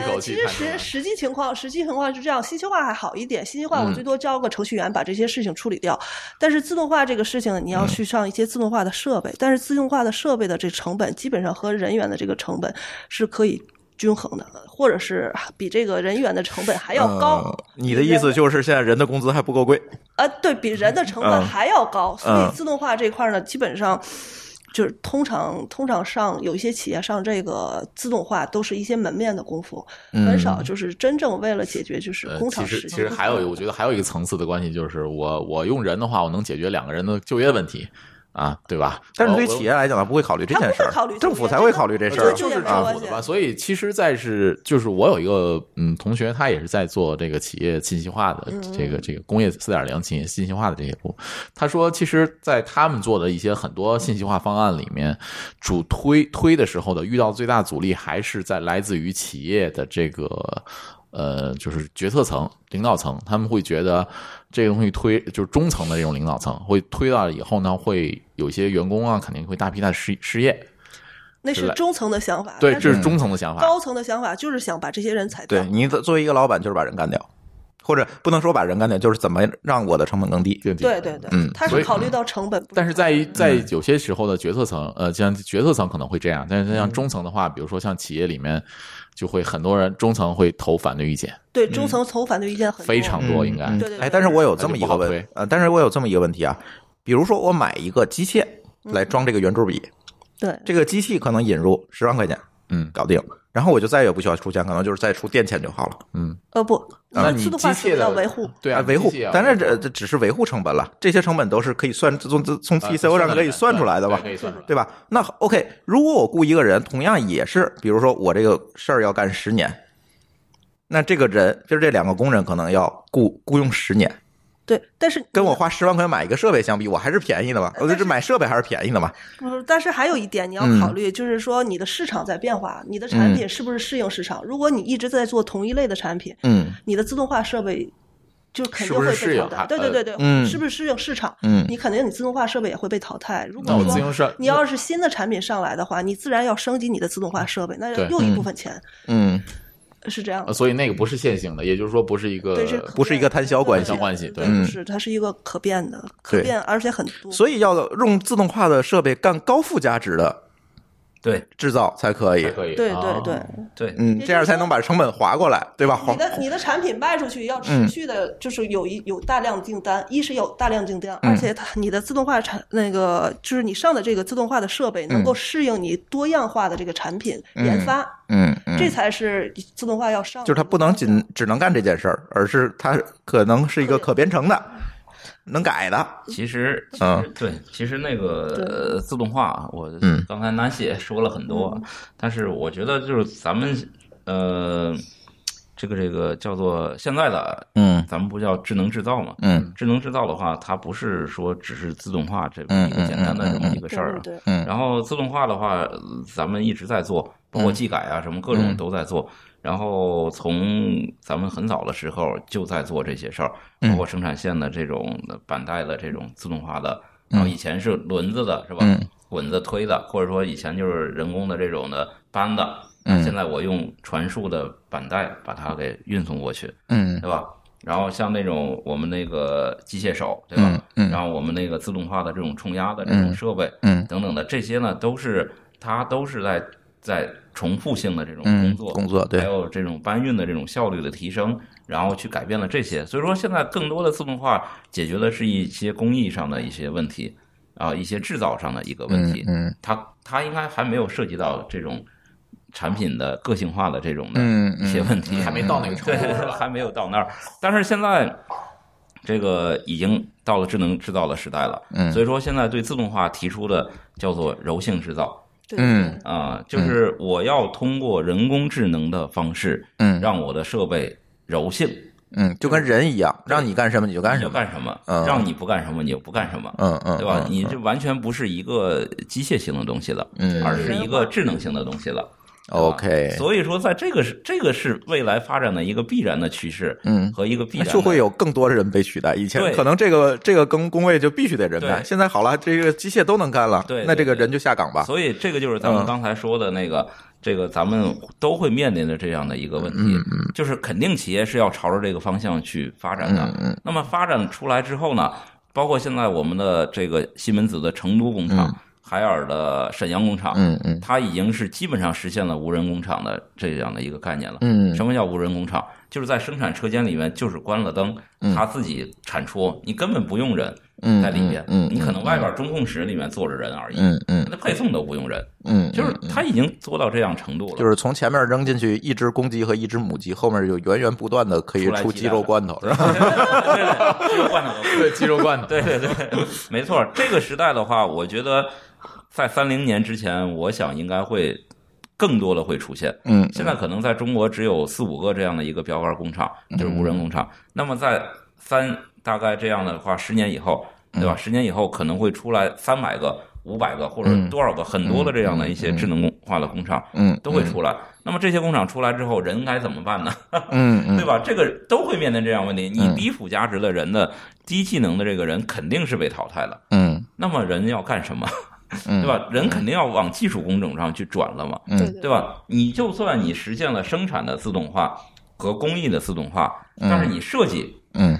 Speaker 4: 口
Speaker 2: 呃，其
Speaker 4: 气
Speaker 2: 实
Speaker 4: 叹出
Speaker 2: 实
Speaker 4: 来
Speaker 2: 实际情况，实际情况是这样，信息化还好一点，信息化
Speaker 4: 嗯
Speaker 2: 我最多招个程序员把这些事情处理掉。但是自动化这个事情，你
Speaker 4: 嗯
Speaker 2: 要去上一些自动化的设备，但是自动化的设备的这成本基本上和人员的这个成本是可以。均衡的，或者是啊比这个人员的成本还要高，
Speaker 4: 嗯
Speaker 1: 呃你的意思就是现在人的工资还不够贵？
Speaker 2: 呃，对比人的成
Speaker 1: 嗯
Speaker 2: 本还要高，所
Speaker 1: 嗯
Speaker 2: 以自动化这块呢，基本上就是通常通常上有一些企业上这个自动化都是一些门面的功夫，
Speaker 1: 嗯
Speaker 2: 很少就是真正为了解决就是
Speaker 4: 嗯呃
Speaker 2: 工
Speaker 4: 其
Speaker 2: 厂
Speaker 4: 实
Speaker 2: 实
Speaker 4: 其实还有一个，我觉得还有一个层次的关系，就是我我用人的话，我能解决两个人的就业问题啊，对吧？
Speaker 1: 但是
Speaker 4: 我
Speaker 1: 对于
Speaker 4: 我
Speaker 1: 企业来讲，他不会考虑这件事
Speaker 2: 他不会考虑
Speaker 1: 儿，
Speaker 2: 这
Speaker 1: 政
Speaker 2: 个
Speaker 1: 府才会考虑这事儿啊
Speaker 2: 我觉得。这
Speaker 4: 就是
Speaker 2: 也没
Speaker 4: 政
Speaker 2: 关
Speaker 4: 府的
Speaker 2: 系
Speaker 4: 吧。所以其实，在是就是我有一个嗯同学，他也是在做这个企业信息化
Speaker 1: 嗯
Speaker 4: 的这个这个工业四点零企业信息化的这些部。他说，其实，在他们做的一些很多信息化方案里面，主推推的时候的遇到最大阻力还是在来自于企业的这个。呃，就是决策层、领导层，他们会觉得这个东西推就是中层的这种领导层会推到以后呢，会有一些员工啊，肯定会大批的失失业，
Speaker 2: 那是中层的想
Speaker 1: 啊
Speaker 2: 法，
Speaker 4: 对，
Speaker 2: 但
Speaker 4: 这
Speaker 2: 是
Speaker 4: 是中层的想法。
Speaker 2: 高层的想法就是想把这些人裁掉
Speaker 1: 对。你的作为一个老板，就是把人干掉，或者不能说把人干掉，就是怎么让我的嗯成本更低。
Speaker 4: 对
Speaker 2: 对对对，
Speaker 1: 嗯
Speaker 2: 他
Speaker 4: 所以
Speaker 2: 是考虑到成本，不
Speaker 4: 但是在于在有些时候的决策层，呃，像决策层可能会这样，但是像
Speaker 1: 嗯
Speaker 4: 中层的话，比如说像企业里面，就会很多人中层会投反对意见，
Speaker 2: 对中层投反对意见很多
Speaker 4: 嗯非常多应该。
Speaker 1: 嗯
Speaker 2: 对对对
Speaker 1: 哎，但是我有这么一个
Speaker 4: 那就不
Speaker 1: 问
Speaker 4: 好推，
Speaker 1: 呃，但是我有这么一个问题啊，比如说我买一个机械
Speaker 2: 嗯
Speaker 1: 来装这个圆珠笔，
Speaker 2: 对
Speaker 1: 这个机器可能引入十万块钱，
Speaker 4: 嗯
Speaker 1: 搞定，然后我就再也不需要出钱，可能就是再出电钱就好了。
Speaker 2: 呃不，
Speaker 4: 那
Speaker 2: 呃
Speaker 4: 你
Speaker 2: 自
Speaker 4: 机
Speaker 2: 动化
Speaker 4: 械
Speaker 2: 是
Speaker 4: 的
Speaker 2: 要维护，
Speaker 4: 对啊，
Speaker 1: 哎维护
Speaker 4: 机械啊，
Speaker 1: 但是这这只是维护成本了，这些成本都是可以算从从从
Speaker 4: 啊
Speaker 1: TCO 上可以算出来的吧
Speaker 4: 对？可以算出来。
Speaker 1: 对吧？那 OK，如果我雇一个人，同样也是，比如说我这个事儿要干十年，那这个人就是这两个工人可能要雇雇佣十年，
Speaker 2: 对，但是
Speaker 1: 跟我花十万块钱买一个设备相比，我还是便宜的嘛。我这买设备呃还是便宜的嘛。
Speaker 2: 不是，但是还有一点你
Speaker 4: 嗯
Speaker 2: 要考虑，就是说你的市场在变化，你的产品是不是适应市场？如果你一直在做同一类的产品，
Speaker 1: 嗯
Speaker 2: 你的自动化设备就肯定
Speaker 4: 是
Speaker 2: 会
Speaker 4: 不是适
Speaker 2: 被
Speaker 4: 应呃
Speaker 2: 淘汰。
Speaker 4: 它
Speaker 2: 对对对对，
Speaker 1: 嗯
Speaker 2: 是不是适应市场？
Speaker 1: 嗯
Speaker 2: 你肯定你自动化设备也会被淘汰。如
Speaker 4: 那我
Speaker 2: 果
Speaker 4: 自
Speaker 2: 说
Speaker 4: 行车，
Speaker 2: 你要是新的产品上来的话，你自然要升级你的自动化设备，那
Speaker 4: 对
Speaker 2: 又一部分钱
Speaker 1: 嗯，
Speaker 2: 是这样
Speaker 4: 呃，
Speaker 2: 的。
Speaker 4: 所以那个不是线性的，也就是说不是一个
Speaker 2: 对，是可
Speaker 1: 不是一个
Speaker 2: 变的
Speaker 1: 摊销关系
Speaker 2: 对对对
Speaker 4: 关系
Speaker 2: 对，
Speaker 1: 对
Speaker 2: 不是，它是一个可变的，可
Speaker 1: 对
Speaker 2: 变而且很多。
Speaker 1: 所以要用自动化的设备干高附加值的
Speaker 3: 对
Speaker 1: 制造才可以
Speaker 4: 还。可以，
Speaker 2: 对
Speaker 4: 啊
Speaker 2: 对对，
Speaker 3: 对，
Speaker 1: 嗯，这样才能把成本划过来，对吧？
Speaker 2: 你的你的产品卖出去要持续的，就是有一有大量订单，一是有大量订单，而且它你的自动化产那个就是你上的这个自动化的设备能够适应你多样化的这个产品研发，
Speaker 1: 嗯嗯，
Speaker 2: 这才是自动化要上的。
Speaker 1: 就是它不能仅只能干这件事儿，而是它可能是一个可编程的，能改的。
Speaker 3: 其实，其
Speaker 1: 嗯
Speaker 3: 实对，其实那个呃自动化啊，我
Speaker 1: 嗯
Speaker 3: 刚才南希也说了很多，但是我觉得就是咱们呃，这个这个叫做现在的，
Speaker 1: 嗯
Speaker 3: 咱们不叫智能制造嘛？
Speaker 1: 嗯
Speaker 3: 智能制造的话，它不是说只是自动化这么
Speaker 1: 嗯
Speaker 3: 一个简单的这么一个
Speaker 2: 对
Speaker 3: 事儿啊。
Speaker 2: 对对
Speaker 1: 嗯
Speaker 3: 然后自动化的话，呃咱们一直在做，包括技改啊什么各
Speaker 1: 嗯
Speaker 3: 种都在做。然后从咱们很早的时候就在做这些事儿，
Speaker 1: 嗯
Speaker 3: 包括生产线的这种板带的这种自动化的，
Speaker 1: 嗯
Speaker 3: 然后以前是轮子的是吧
Speaker 1: 嗯？
Speaker 3: 滚子推的，或者说以前就是人工的这种的搬的，
Speaker 1: 嗯
Speaker 3: 现在我用传输的板带把它给运送过去，
Speaker 1: 嗯
Speaker 3: 对吧？然后像那种我们那个机械手，对吧？
Speaker 1: 嗯嗯
Speaker 3: 然后我们那个自动化的这种冲压的这种设备，
Speaker 1: 嗯
Speaker 3: 等等的这些呢，都是它都是在在重复性的这种
Speaker 1: 嗯
Speaker 3: 工，作，
Speaker 1: 工作
Speaker 3: 还
Speaker 1: 对，
Speaker 3: 有这种搬运的这种效率的提升，然后去改变了这些。所以说，现在更多的自动化解决的是一些工艺上的一些问题啊，一些制造上的一个问
Speaker 1: 嗯
Speaker 3: 题。
Speaker 1: 嗯
Speaker 3: 它它应该还没有涉及到这种产品的个性化的这种的
Speaker 1: 嗯
Speaker 3: 一些
Speaker 1: 嗯
Speaker 3: 问题，啊
Speaker 4: 还没到那个程
Speaker 3: 对，
Speaker 4: 度是吧？
Speaker 3: 还没有到那儿。但是现在这个已经到了智能制造的时代了，
Speaker 1: 嗯
Speaker 3: 所以说现在对自动化提出的叫做柔性制造
Speaker 2: 对
Speaker 1: 嗯
Speaker 3: 啊、就是我要通过人工智能的方式，
Speaker 1: 嗯
Speaker 3: 让我的设备柔性，
Speaker 1: 嗯，就跟人一样，让你干什么你就干
Speaker 3: 你
Speaker 1: 什
Speaker 3: 就
Speaker 1: 么，
Speaker 3: 干什么，
Speaker 1: 嗯
Speaker 3: 让你不干什么你就不干什么。
Speaker 1: 嗯嗯，
Speaker 3: 对吧？
Speaker 1: 嗯
Speaker 3: 你这完全不是一个机械性的东西了，
Speaker 1: 嗯
Speaker 3: 而是一个智能性的东西了。啊
Speaker 1: OK，
Speaker 3: 所以说，在这个是这个是未来发展的一个必然的趋势，
Speaker 1: 嗯
Speaker 3: 和一个必
Speaker 1: 那
Speaker 3: 然的
Speaker 1: 就会有更多的人被取代。以前
Speaker 3: 对
Speaker 1: 可能这个这个工工位就必须得人干，
Speaker 3: 对
Speaker 1: 现在好了，这个机械都能干了，
Speaker 3: 对对
Speaker 1: 那这个
Speaker 3: 对
Speaker 1: 人就下岗吧。嗯
Speaker 3: 所以这个就是咱们刚才说的那个，这个咱们都会面临的这样的一个问
Speaker 1: 嗯
Speaker 3: 题，就是肯定企业是要朝着这个方向去发
Speaker 1: 嗯
Speaker 3: 展的。那么发展出来之后呢，包括现在我们的这个西门子的成都工厂、海尔的沈阳工厂，
Speaker 1: 嗯嗯
Speaker 3: 它已经是基本上实现了无人工厂的这样的一个概念了。
Speaker 1: 嗯
Speaker 3: 什么叫无人工厂？就是在生产车间里面，就是关了灯，它自己产出，你根本不用人
Speaker 1: 嗯
Speaker 3: 在里面，
Speaker 1: 嗯嗯
Speaker 3: 你可能外边中控室里面坐着人而已，
Speaker 1: 嗯嗯
Speaker 3: 那配送都不用人，
Speaker 1: 嗯，
Speaker 3: 就是它已经做到这样程度了，
Speaker 1: 就是从前面扔进去一只公鸡和一只母鸡，后面有源源不断的可以
Speaker 3: 出来
Speaker 1: 出
Speaker 3: 鸡
Speaker 1: 鸡
Speaker 3: 蛋
Speaker 1: 肉
Speaker 3: 了
Speaker 1: 罐头，是吧？
Speaker 3: 对对对，这个罐头都不用
Speaker 4: 对，鸡肉罐头。
Speaker 3: 对对对，没错。这个时代的话，我觉得在三零年之前，我想应该会更多的会出现。
Speaker 1: 嗯
Speaker 3: 现在可能在中国只有四五个这样的一个标杆工厂，就是无人工厂。
Speaker 1: 嗯
Speaker 3: 那么在三大概这样的话，十年以后，对
Speaker 1: 嗯
Speaker 3: 吧？十年以后可能会出来三百个、五百个或者多少个很多的这样的一些智能工化的工厂
Speaker 1: 嗯
Speaker 3: 都会出来。那么这些工厂出来之后，人该怎么办呢？
Speaker 1: 嗯嗯
Speaker 3: 对吧？这个都会面临这样问题。你低附加值的人的低技能的这个人肯定是被淘汰了。
Speaker 1: 嗯
Speaker 3: 那么人要干什么？
Speaker 1: 嗯，
Speaker 3: 对？吧？人肯定要往技术工种上去转了嘛。
Speaker 1: 嗯
Speaker 2: 对
Speaker 3: 对吧？你就算你实现了生产的自动化和工艺的自动化，但是你设计，
Speaker 1: 嗯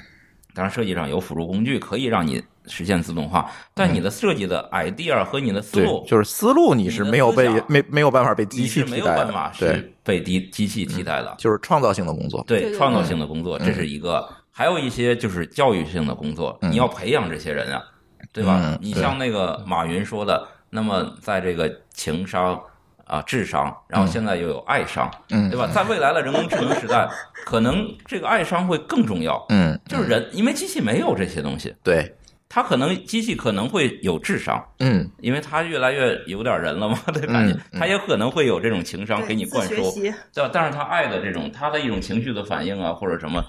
Speaker 3: 当然设计上有辅助工具可以让你实现自动化，但你的设计的 idea 和你的
Speaker 1: 嗯
Speaker 3: 思
Speaker 1: 对
Speaker 3: 路，，
Speaker 1: 就是思路你是没有被
Speaker 3: 你的思想
Speaker 1: 没没有办法被
Speaker 3: 你
Speaker 1: 机器
Speaker 3: 是没
Speaker 1: 替
Speaker 3: 有
Speaker 1: 代
Speaker 3: 办法
Speaker 1: 的，对，嗯
Speaker 3: 是被机机器替代的。
Speaker 1: 就是创造性的工作，
Speaker 3: 对
Speaker 2: 对对
Speaker 3: 创造性的工作，
Speaker 1: 嗯
Speaker 3: 这是一个；还有一些就是教育性的工作，你要培养这些人啊，对吧
Speaker 1: 嗯？
Speaker 3: 你像那个马云说的，那么在这个情商啊、智商，然后现在又有爱商，
Speaker 1: 嗯
Speaker 3: 对吧？在未来的人工智能时代，可能这个爱商会更重要。
Speaker 1: 嗯，
Speaker 3: 就是人，因为机器没有这些东西，
Speaker 1: 对，
Speaker 3: 它可能机器可能会有智商，
Speaker 1: 嗯
Speaker 3: 因为它越来越有点人了嘛，对感觉
Speaker 1: 嗯嗯
Speaker 3: 它也可能会有这种情商
Speaker 2: 对
Speaker 3: 给你灌
Speaker 2: 自学
Speaker 3: 输，
Speaker 2: 习
Speaker 3: 对吧？但是他爱的这种他的一种情绪的反应啊，或者什么，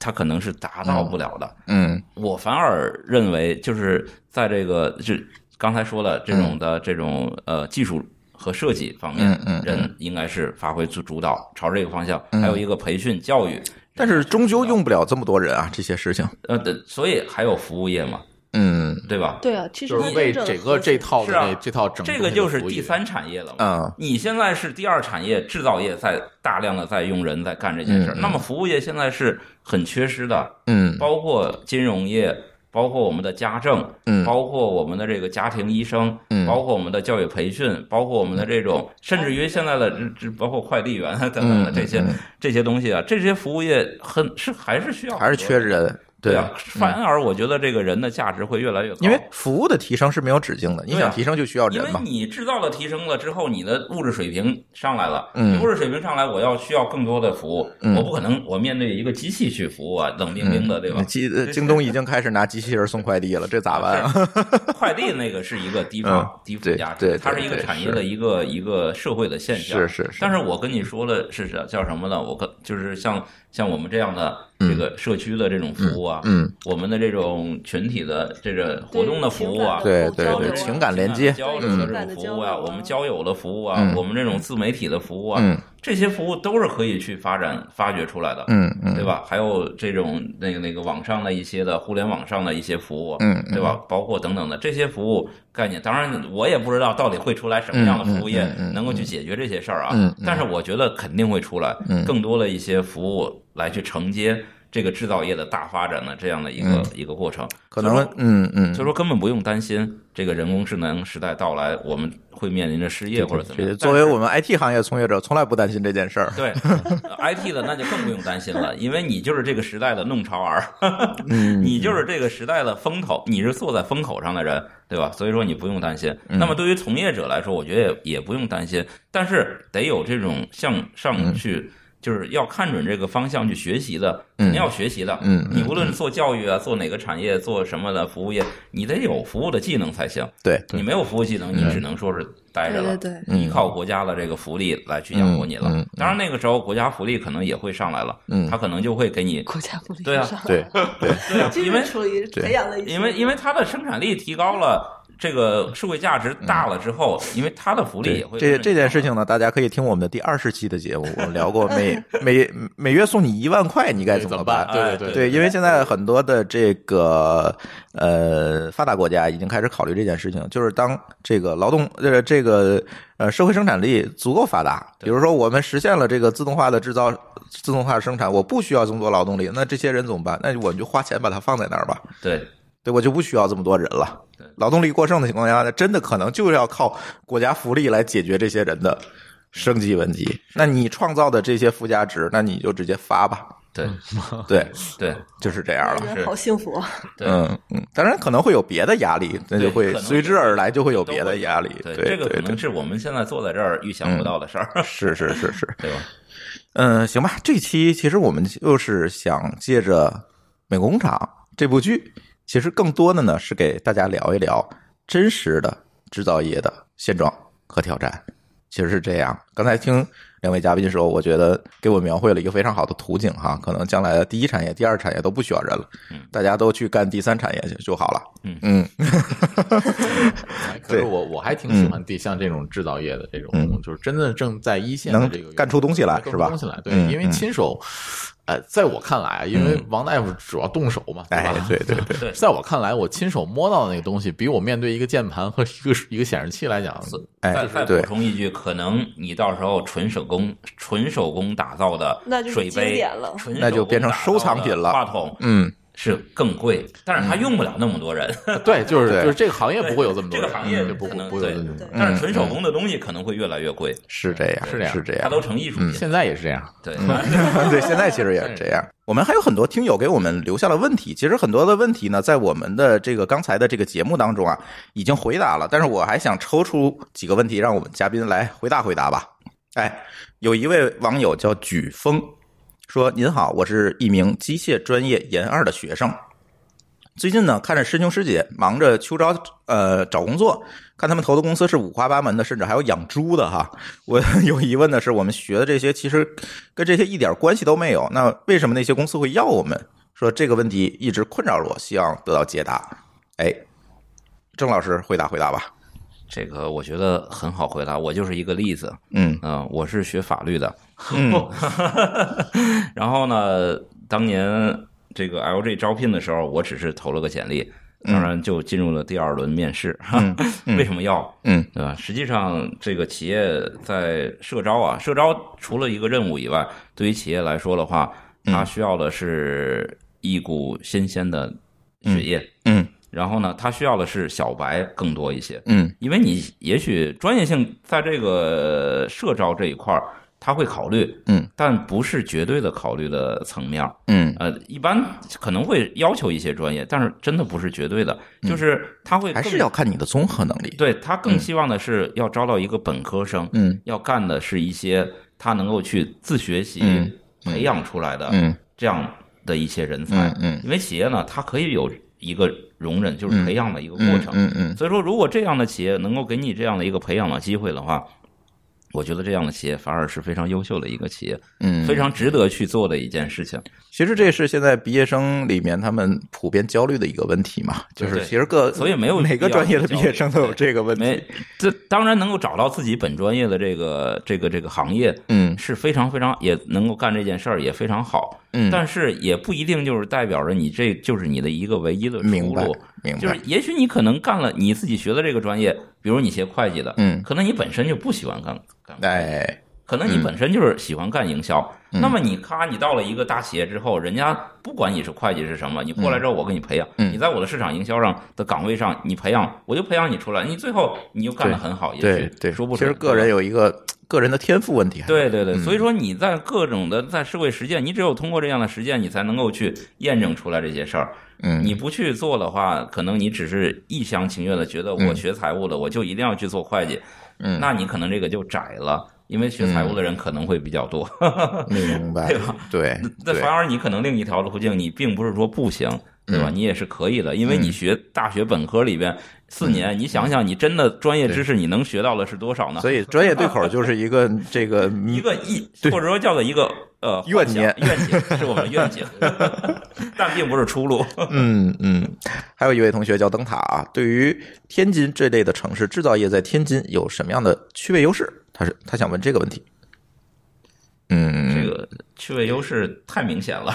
Speaker 3: 他可能是达到不了的。
Speaker 1: 嗯
Speaker 3: 我反而认为，就是在这个就刚才说了这种的这种呃技术和设计方面
Speaker 1: 嗯嗯，嗯
Speaker 3: 人应该是发挥主主导，朝这个方向。还有一个培训教育，
Speaker 1: 但是终究用不了这么多人啊，这些事情，
Speaker 3: 呃，对所以还有服务业嘛，
Speaker 1: 嗯
Speaker 3: 对吧？
Speaker 2: 对啊，其实
Speaker 4: 就
Speaker 2: 它
Speaker 4: 是为
Speaker 2: 真正
Speaker 4: 整个这套的
Speaker 3: 是啊
Speaker 4: 这这套整
Speaker 3: 这个就是第三产业了嘛。
Speaker 1: 啊
Speaker 3: 你现在是第二产业，制造业在大量的在用人在干这件事儿，
Speaker 1: 嗯嗯
Speaker 3: 那么服务业现在是很缺失的，
Speaker 1: 嗯
Speaker 3: 包括金融业，包括我们的家政，
Speaker 1: 嗯
Speaker 3: 包括我们的这个家庭医生，
Speaker 1: 嗯
Speaker 3: 包括我们的教育培训，包括我们的这种，甚至于现在的这这包括快递员啊等等的
Speaker 1: 嗯嗯
Speaker 3: 这些、
Speaker 1: 嗯
Speaker 3: 这些东西啊，这些服务业很是还是需要
Speaker 1: 还是缺人，
Speaker 3: 对啊
Speaker 1: 啊，，
Speaker 3: 反而我觉得这个人的价值会越来越高，
Speaker 1: 因为服务的提升是没有止境的，你
Speaker 3: 对啊
Speaker 1: 想提升就需要
Speaker 3: 因为
Speaker 1: 人嘛，嗯
Speaker 3: 你制造了提升了之后，你的物质水平上来了，
Speaker 1: 嗯
Speaker 3: 你物质水平上来，我要需要更多的服务，
Speaker 1: 嗯
Speaker 3: 我不可能我面对一个机器去服务啊，冷冰冰的，对吧
Speaker 1: 嗯？京呃京东已经开始拿机器人送快递了，这咋办 啊？
Speaker 3: 快递那个是一个低
Speaker 1: 嗯
Speaker 3: 附低附
Speaker 1: 对
Speaker 3: 加
Speaker 1: 对
Speaker 3: 值
Speaker 1: 对，
Speaker 3: 它是一个
Speaker 1: 对
Speaker 3: 产业
Speaker 1: 是
Speaker 3: 的一个一个社会的现象。
Speaker 1: 是是是
Speaker 3: 但是我跟你说了是是叫什么呢？我跟就是像像我们这样的这个社区的这种服务啊，
Speaker 1: 嗯，
Speaker 3: 我们的这种群体的这个活动的服务啊，
Speaker 1: 对
Speaker 2: 对
Speaker 1: 对对，情感连接，
Speaker 3: 交流的这种服务啊，我们交友的服务啊
Speaker 1: 嗯，
Speaker 3: 我们这种自媒体的服务
Speaker 1: 嗯
Speaker 3: 啊，这些服务都是可以去发展发掘出来的，
Speaker 1: 嗯嗯，
Speaker 3: 对吧？还有这种那个那个网上的一些的互联网上的一些服务，
Speaker 1: 嗯嗯
Speaker 3: 对吧？包括等等的这些服务概念，当然我也不知道到底会出来什么样的服务
Speaker 1: 嗯
Speaker 3: 业
Speaker 1: 嗯嗯嗯
Speaker 3: 能够去解决这些事儿啊，
Speaker 1: 嗯嗯
Speaker 3: 但是我觉得肯定会出来
Speaker 1: 嗯
Speaker 3: 更多的一些服务来去承接这个制造业的大发展的这样的一个、一个过程，
Speaker 1: 嗯可
Speaker 3: 所
Speaker 1: 能
Speaker 3: 以说
Speaker 1: 嗯嗯
Speaker 3: 所以，说根本不用担心这个人工智能时代到来，我们会面临着失业或者怎么
Speaker 1: 这
Speaker 3: 样。
Speaker 1: 作为
Speaker 3: 但是
Speaker 1: 我们 IT 行业从业者，从来不担心这件事 儿。
Speaker 3: 对 IT 的那就更不用担心了，因为你就是这个时代的弄潮儿，
Speaker 1: 嗯
Speaker 3: 你就是这个时代的风口，你是坐在风口上的人，对吧？所以说你不用担心。
Speaker 1: 嗯
Speaker 3: 那么对于从业者来说，我觉得也也不用担心，但是得有这种向上
Speaker 1: 嗯
Speaker 3: 去。就是要看准这个方向去学习的，肯定要学习的。
Speaker 1: 嗯
Speaker 3: 你无论做教育啊，做哪个产业，做什么的服务业，你得有服务的技能才行。
Speaker 1: 对，
Speaker 3: 你没有服务技能，你只能说是待着了，
Speaker 2: 对对
Speaker 1: 对
Speaker 3: 你靠国家的这个福利来去养活你了。
Speaker 1: 嗯嗯嗯嗯
Speaker 3: 当然那个时候国家福利可能也会上来了，
Speaker 1: 嗯
Speaker 3: 他可能就会 给你，
Speaker 5: 国家福利
Speaker 3: 对啊
Speaker 5: 上
Speaker 1: 对
Speaker 3: 对啊，因为
Speaker 2: 处于培养的一些，
Speaker 3: 因为因为它的生产力提高了。这个社会价值大了之后，因为它的福利也会
Speaker 1: 嗯这这件事
Speaker 3: 情，
Speaker 1: 情呢，大家可以听我们的第二十期的节目，我们聊过 每每每月送你一万块，你该
Speaker 4: 怎
Speaker 1: 怎
Speaker 4: 么
Speaker 1: 么
Speaker 4: 办？对
Speaker 3: 哎
Speaker 4: 对
Speaker 1: 对，因为现在很多的这个呃发达国家已经开始考虑这件事情，就是当这个劳动呃这个呃社会生产力足够发达，比如说我们实现了这个自动化的制造、自动化生产，我不需要这么多劳动力，那这些人怎么办？那我们就花钱把它放在那儿吧，
Speaker 3: 对
Speaker 1: 对我就不需要这么多人了
Speaker 3: 对。
Speaker 1: 劳动力过剩的情况下，那真的可能就要靠国家福利来解决这些人的生计问题。那你创造的这些附加值，那你就直接发吧。
Speaker 3: 对
Speaker 1: 对，
Speaker 3: 对
Speaker 1: 就是这样了。
Speaker 2: 人好幸福，啊
Speaker 3: 对
Speaker 1: 嗯嗯，当然可能会有别的压力，那就
Speaker 3: 对
Speaker 1: 会
Speaker 3: 可能
Speaker 1: 随之而来，就会有
Speaker 3: 都
Speaker 1: 别的
Speaker 3: 会
Speaker 1: 压力。
Speaker 3: 对
Speaker 1: 对
Speaker 3: 这个可
Speaker 1: 对对嗯
Speaker 3: 能是我们现在坐在这儿预想不到的事儿，
Speaker 1: 是是是是，
Speaker 3: 对吧？
Speaker 1: 嗯，行吧，这期其实我们就是想借着《美国工厂》这部剧，其实更多的呢是给大家聊一聊真实的制造业的现状和挑战，其实是这样。刚才听两位嘉宾说，我觉得给我描绘了一个非常好的图景哈，可能将来的第一产业、第二产业都不需要人了，
Speaker 4: 嗯
Speaker 1: 大家都去干第三产业去就好了。
Speaker 3: 嗯
Speaker 1: 嗯
Speaker 4: 哎可是我我还挺喜欢地像这种制造业的这种，
Speaker 1: 嗯
Speaker 4: 就是真的正在一线的
Speaker 1: 能
Speaker 4: 这个
Speaker 1: 干出东西来
Speaker 4: 干出
Speaker 1: 是吧
Speaker 4: 东西来，对，
Speaker 1: 嗯
Speaker 4: 因为亲手，呃，在我看来啊，因为王大夫主要动手嘛，对
Speaker 1: 哎
Speaker 4: 吧？，
Speaker 1: 对 对对，
Speaker 3: 对
Speaker 4: 在我看来，我亲手摸到的那个东西，比我面对一个键盘和一个一个显示器来讲，
Speaker 1: 哎
Speaker 3: 再再
Speaker 1: 对
Speaker 3: 补，充一句，可能你到时候纯手工、纯手工打造的
Speaker 2: 那就是
Speaker 3: 水
Speaker 2: 经
Speaker 3: 杯
Speaker 2: 典了，
Speaker 3: 纯
Speaker 1: 那就
Speaker 3: 手工
Speaker 1: 变成
Speaker 3: 打造
Speaker 1: 收藏
Speaker 3: 的
Speaker 1: 品了
Speaker 3: 话筒
Speaker 1: 嗯。
Speaker 3: 是更贵，但是它用不了那么多人。
Speaker 4: 对，就是
Speaker 1: 对
Speaker 4: 就是这个行业不会有这么多
Speaker 3: 这
Speaker 4: 人，
Speaker 3: 个行业
Speaker 4: 就不
Speaker 3: 可能
Speaker 4: 不会有这么多
Speaker 2: 对
Speaker 4: 人
Speaker 3: 但是纯手工的东西可能会越来越贵，
Speaker 1: 是这样，
Speaker 4: 是这样
Speaker 1: 是这
Speaker 3: 它
Speaker 1: 样，
Speaker 3: 都成艺术品。
Speaker 4: 现在也是这样，
Speaker 3: 对，
Speaker 1: 对，现在其实也是这样。我们还有很多听友给我们留下了问题，其实很多的问题呢，在我们的这个刚才的这个节目当中啊，已经回答了。但是我还想抽出几个问题，让我们嘉宾来回答回答吧。哎，有一位网友叫举风，说：“您好，我是一名机械专业研二的学生。最近呢，看着师兄师姐忙着秋招，呃，找工作，看他们投的公司是五花八门的，甚至还有养猪的哈。我 有疑问的是，我们学的这些其实跟这些一点关系都没有，那为什么那些公司会要我们？说这个问题一直困扰着我，希望得到解答。哎，郑老师回答回答吧。
Speaker 3: 这个我觉得很好回答，我就是一个例子。
Speaker 1: 嗯
Speaker 3: 嗯、我是学法律的，
Speaker 1: 嗯
Speaker 3: 然后呢，当年这个 LG 招聘的时候，我只是投了个简历，当然就进入了第二轮面试。 为什么要？
Speaker 1: 嗯嗯
Speaker 3: 对吧？实际上，这个企业在社招啊，社招除了一个任务以外，对于企业来说的话，
Speaker 1: 嗯
Speaker 3: 它需要的是一股新鲜的血液，
Speaker 1: 嗯
Speaker 3: 然后呢，它需要的是小白更多一些，
Speaker 1: 嗯
Speaker 3: 因为你也许专业性在这个社招这一块儿，他会考虑，
Speaker 1: 嗯，
Speaker 3: 但不是绝对的考虑的层面儿，
Speaker 1: 嗯，
Speaker 3: 呃，一般可能会要求一些专业，但是真的不是绝对的，就是他会
Speaker 1: 嗯还是
Speaker 3: 更
Speaker 1: 要看你的综合能力。
Speaker 3: 对他更希望的是要招到一个本科生，
Speaker 1: 嗯
Speaker 3: 要干的是一些他能够去自学习、
Speaker 1: 嗯
Speaker 3: 培养出来的、
Speaker 1: 嗯
Speaker 3: 这样的一些人才。
Speaker 1: 嗯嗯
Speaker 3: 因为企业呢，它可以有一个容忍，就是培养的一个过
Speaker 1: 嗯
Speaker 3: 程。
Speaker 1: 嗯嗯
Speaker 3: 所以说，如果这样的企业能够给你这样的一个培养的机会的话，我觉得这样的企业反而是非常优秀的一个企业，
Speaker 1: 嗯，
Speaker 3: 非常值得去做的一件事情。
Speaker 1: 其实这也是现在毕业生里面他们普遍焦虑的一个问题嘛，就
Speaker 3: 对
Speaker 1: 是
Speaker 3: 对
Speaker 1: 其实各
Speaker 3: 所以没有
Speaker 1: 每个
Speaker 3: 必要
Speaker 1: 专业的毕
Speaker 3: 去焦
Speaker 1: 业
Speaker 3: 虑
Speaker 1: 生都有
Speaker 3: 对
Speaker 1: 这个问
Speaker 3: 没
Speaker 1: 题。，
Speaker 3: 这当然能够找到自己本专业的这个这个这个行业，
Speaker 1: 嗯
Speaker 3: 是非常非常也能够干这件事儿，也非常好。
Speaker 1: 嗯，
Speaker 3: 但是也不一定就是代表着你这就是你的一个唯一的
Speaker 1: 明
Speaker 3: 出
Speaker 1: 白
Speaker 3: 路。
Speaker 1: 明白，
Speaker 3: 就是也许你可能干了你自己学的这个专业，比如你学会计的，
Speaker 1: 嗯
Speaker 3: 可能你本身就不喜欢干干，
Speaker 1: 哎，
Speaker 3: 可能你本身就是喜欢干营销。
Speaker 1: 嗯
Speaker 3: 那么你咔，你到了一个大企业之后，人家不管你是会计是什么，你过来之后我给你培养，
Speaker 1: 嗯
Speaker 3: 你在我的市场营销上的岗位上你培养，我就培养你出来，你最后你又干得很好，也
Speaker 1: 对
Speaker 3: 许
Speaker 1: 对，
Speaker 3: 说不
Speaker 1: 其实
Speaker 3: 准
Speaker 1: 个人。有一嗯个个人的天赋问题还是，
Speaker 3: 对对对，所以说你在各种的在社会实践，你只有通过这样的实践，你才能够去验证出来这些事儿。
Speaker 1: 嗯，
Speaker 3: 你不去做的话，可能你只是一厢情愿的觉得我学财务的，我就一定要去做会计，
Speaker 1: 嗯
Speaker 3: 那你可能这个就窄了，因为学财务的人可能会比较多。
Speaker 1: 明白
Speaker 3: 对吧，
Speaker 1: 对
Speaker 3: 那
Speaker 1: 对
Speaker 3: 反而你可能另一条路径，你并不是说不行，对
Speaker 1: 嗯
Speaker 3: 吧？你也是可以的，因为你学大学本科里边四年，你想想，你真的专业知识你能学到的是多少呢？
Speaker 1: 嗯所以专业对口就是一 个这个
Speaker 3: 一个一，或者说叫做一个呃
Speaker 1: 愿景
Speaker 3: 幻想愿景是我们的愿景， 但并不是出路。
Speaker 1: 嗯嗯，还有一位同学叫灯塔啊，对于天津这类的城市，制造业在天津有什么样的区位优势？他是他想问这个问题。嗯，
Speaker 3: 这个趣味优势太明显了。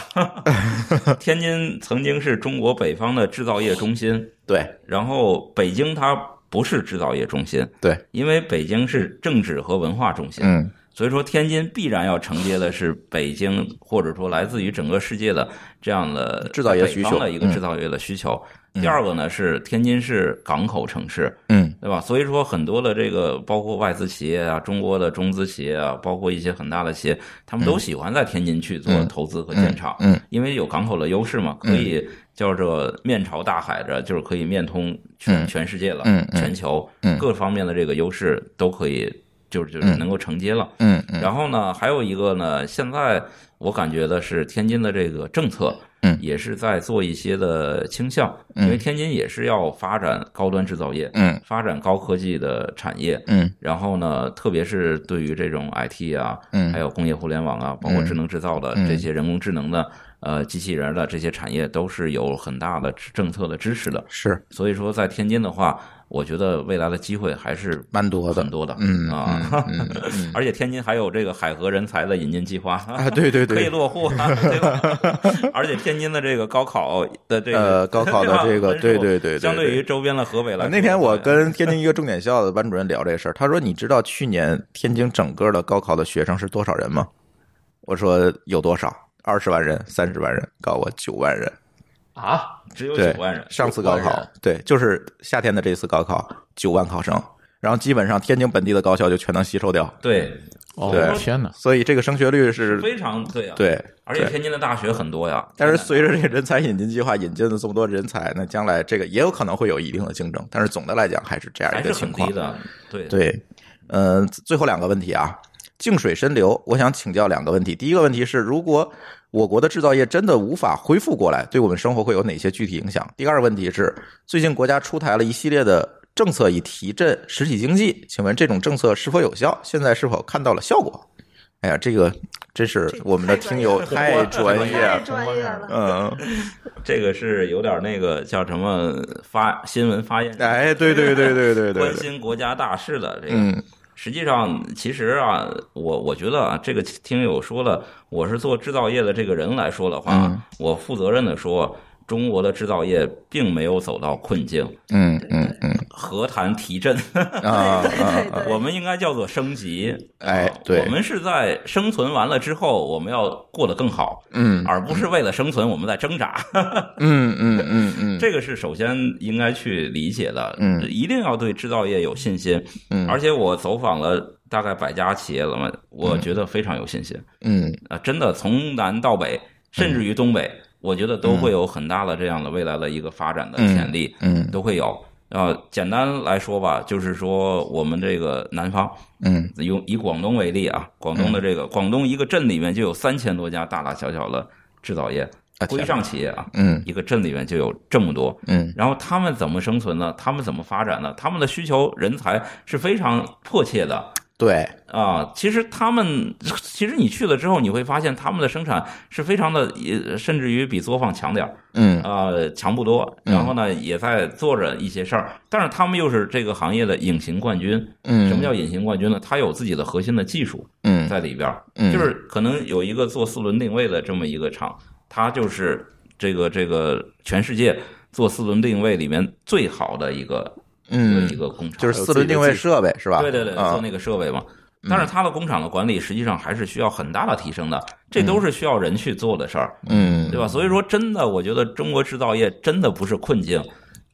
Speaker 3: 天津曾经是中国北方的制造业中心，
Speaker 1: 对
Speaker 3: 然后北京它不是制造业中心，
Speaker 1: 对，
Speaker 3: 因为北京是政治和文化中心，
Speaker 1: 嗯
Speaker 3: 所以说天津必然要承接的是北京或者说来自于整个世界的这样的
Speaker 1: 制造业需求嗯
Speaker 3: 北方的一个制造业的需求。第二个呢是天津是港口城市，
Speaker 1: 嗯
Speaker 3: 对吧？所以说，很多的这个包括外资企业啊、中国的中资企业啊，包括一些很大的企业，他们都喜欢在天津去做
Speaker 1: 嗯
Speaker 3: 投资和建
Speaker 1: 嗯
Speaker 3: 厂，
Speaker 1: 嗯
Speaker 3: 因为有港口的优势嘛，可以叫做面朝大海着，就是可以面通全
Speaker 1: 嗯
Speaker 3: 全世界了
Speaker 1: 嗯，嗯
Speaker 3: 全球
Speaker 1: 嗯
Speaker 3: 各方面的这个优势都可以，就是就是
Speaker 1: 嗯
Speaker 3: 能够承接了。
Speaker 1: 嗯嗯
Speaker 3: 然后呢，还有一个呢，现在我感觉的是天津的这个政策，
Speaker 1: 嗯
Speaker 3: 也是在做一些的倾向，
Speaker 1: 嗯
Speaker 3: 因为天津也是要发展高端制造业，
Speaker 1: 嗯
Speaker 3: 发展高科技的产业，
Speaker 1: 嗯
Speaker 3: 然后呢，特别是对于这种 IT 啊，
Speaker 1: 嗯，
Speaker 3: 还有工业互联网啊，包括智能制造的、
Speaker 1: 嗯
Speaker 3: 这些人工智能的。呃，机器人的这些产业都是有很大的政策的支持的，
Speaker 1: 是
Speaker 3: 所以说在天津的话，我觉得未来的机会还是
Speaker 1: 蛮多的
Speaker 3: 很多的，
Speaker 1: 嗯
Speaker 3: 啊，
Speaker 1: 嗯嗯嗯
Speaker 3: 而且天津还有这个海河人才的引进计划
Speaker 1: 啊，对 对
Speaker 3: 可
Speaker 1: 对，
Speaker 3: 以落户 啊，对吧？而且天津的这个高考的这个
Speaker 1: 呃高考的这 个
Speaker 3: 对吧
Speaker 1: 对对对对对
Speaker 3: 相对于周边的河北来说，
Speaker 1: 呃那天我跟天津一个重点校的班主任聊这事儿，他说：“你知道去年天津整个的高考的学生是多少人吗？”我说：“有多少？二十万人、三十万人，告我九万人。
Speaker 4: 啊，
Speaker 3: 只有
Speaker 1: 对
Speaker 3: 九万人，
Speaker 1: 上次高
Speaker 4: 9万
Speaker 1: 考
Speaker 4: 人，
Speaker 1: 对，就是夏天的这次高考，九万考生，然后基本上天津本地的高校就全能吸收掉，
Speaker 3: 对，
Speaker 4: 哦
Speaker 1: 对
Speaker 4: 天哪，
Speaker 1: 所以这个升学率是，
Speaker 3: 非常对啊，。
Speaker 1: 对，
Speaker 3: 而且
Speaker 1: 对
Speaker 3: 天津的大学很多呀，
Speaker 1: 但是随着这个人才引进计划引进了这么多人才，那将来这个也有可能会有一定的竞争，但是总的来讲还是这样
Speaker 3: 还
Speaker 1: 一
Speaker 3: 是
Speaker 1: 个情
Speaker 3: 很
Speaker 1: 况
Speaker 3: 低。的，对
Speaker 1: 对，嗯、最后两个问题啊，静水深流，我想请教两个问题。第一个问题是，如果我国的制造业真的无法恢复过来，对我们生活会有哪些具体影响？第二个问题是，最近国家出台了一系列的政策以提振实体经济，请问这种政策是否有效？现在是否看到了效果？哎呀，这个真是我们的听友太专业
Speaker 2: 太
Speaker 1: 了，
Speaker 2: 专业了。
Speaker 1: 嗯，
Speaker 3: 这个是有点那个叫什么发新闻发言人，
Speaker 1: 哎，对对对对对对对，
Speaker 3: 关心国家大事的这个，
Speaker 1: 嗯
Speaker 3: 实际上，其实啊，我我觉得啊，这个听友说了，我是做制造业的这个人来说的话，
Speaker 1: 嗯
Speaker 3: 我负责任的说，中国的制造业并没有走到困境，
Speaker 1: 嗯嗯嗯
Speaker 3: 何谈提振？
Speaker 1: 啊
Speaker 2: 对
Speaker 1: 啊
Speaker 2: 对
Speaker 1: 啊，
Speaker 2: 对
Speaker 3: 嗯我们应该叫做升级。
Speaker 1: 哎
Speaker 3: 啊
Speaker 1: 对
Speaker 3: 我们是在生存完了之后，我们要过得更好，
Speaker 1: 嗯
Speaker 3: 而不是为了生存我们在挣扎。
Speaker 1: 嗯嗯嗯嗯，
Speaker 3: 这个是首先应该去理解的，
Speaker 1: 嗯
Speaker 3: 一定要对制造业有信心。
Speaker 1: 嗯
Speaker 3: 而且我走访了大概百家企业了嘛，我觉得非常有信心。
Speaker 1: 嗯
Speaker 3: 啊，真的从南到北，甚至于东北，我觉得都会有很大的这样的未来的一个发展的潜力，
Speaker 1: 嗯
Speaker 3: 都会有。啊，简单来说吧，就是说我们这个南方，
Speaker 1: 嗯
Speaker 3: 用以广东为例啊，广东的这个、广东一个镇里面就有三千多家大大小小的制造业
Speaker 1: 啊，
Speaker 3: 规
Speaker 1: 天
Speaker 3: 上企业啊，
Speaker 1: 嗯
Speaker 3: 一个镇里面就有这么多。
Speaker 1: 嗯
Speaker 3: 然后他们怎么生存呢？他们怎么发展呢？他们的需求人才是非常迫切的，
Speaker 1: 对，
Speaker 3: 啊，其实他们，其实你去了之后，你会发现他们的生产是非常的，也甚至于比作坊强点儿
Speaker 1: 嗯
Speaker 3: 啊、强不多。然后呢，也在做着一些事儿，但是他们又是这个行业的隐形冠军。
Speaker 1: 嗯，
Speaker 3: 什么叫隐形冠军呢？他有自己的核心的技术
Speaker 1: 嗯
Speaker 3: 在里边儿，
Speaker 1: 嗯，
Speaker 3: 就是可能有一个做四轮定位的这么一个厂，它就是这个这个全世界做四轮定位里面最好的一个一
Speaker 1: 嗯，
Speaker 3: 个工厂，
Speaker 1: 就是四轮定位设备是吧？
Speaker 3: 对对对，
Speaker 1: 啊
Speaker 3: 做那个设备嘛。
Speaker 4: 嗯
Speaker 3: 但是它的工厂的管理实际上还是需要很大的提升的，这
Speaker 4: 嗯
Speaker 3: 都是需要人去做的事儿，
Speaker 1: 嗯，
Speaker 3: 对吧？所以说，真的，我觉得中国制造业真的不是困境，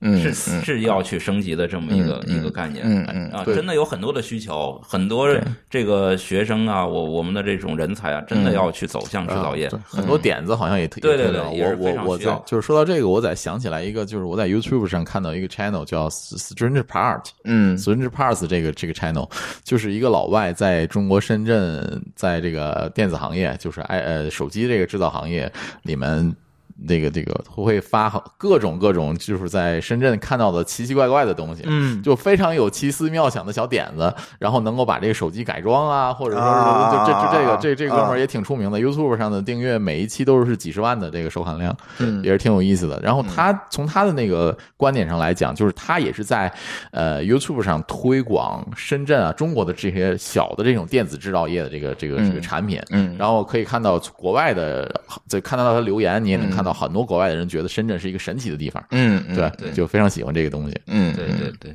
Speaker 1: 嗯，
Speaker 3: 是
Speaker 1: 嗯
Speaker 3: 是要去升级的这么一个
Speaker 1: 嗯嗯
Speaker 3: 一个概念。
Speaker 1: 嗯嗯
Speaker 3: 啊，
Speaker 4: 对
Speaker 3: 真的有很多的需求，很多这个学生啊，我我们的这种人才啊，真的要去走向制
Speaker 4: 嗯啊
Speaker 3: 造业
Speaker 4: 对。很多点子好像也特、
Speaker 3: 对
Speaker 4: 也
Speaker 3: 对
Speaker 4: 特
Speaker 3: 对
Speaker 4: 别好
Speaker 3: 也是非
Speaker 4: 我
Speaker 3: 常
Speaker 4: 我我
Speaker 3: 需要
Speaker 4: 在就是说到这个，我在想起来一个，就是我在 YouTube 上看到一个 channel 叫 Strange Part，
Speaker 1: 嗯
Speaker 4: Strange Parts 这个这个 channel，就是一个老外在中国深圳，在这个电子行业，就是爱呃手机这个制造行业里面。那个这个会发好各种各种，就是在深圳看到的奇奇怪怪的东西，
Speaker 1: 嗯
Speaker 4: 就非常有奇思妙想的小点子，然后能够把这个手机改装啊，或者说
Speaker 1: 啊
Speaker 4: 是就这这这
Speaker 1: 啊
Speaker 4: 个这这哥们
Speaker 1: 啊
Speaker 4: 儿也挺出名的，YouTube 上的订阅每一期都是几十万的这个收看量，
Speaker 1: 嗯
Speaker 4: 也是挺有意思的。然后他从他的那个观点上来讲，就是他也是在呃 YouTube 上推广深圳啊中国的这些小的这种电子制造业的这个这个这个产品，
Speaker 1: 嗯
Speaker 4: 然后可以看到国外的，就看到他留言，你也能看到很多国外的人觉得深圳是一个神奇的地方，
Speaker 1: 嗯，嗯
Speaker 4: 对，
Speaker 3: 对
Speaker 4: 就非常喜欢这个东西。
Speaker 1: 嗯，
Speaker 3: 对对对，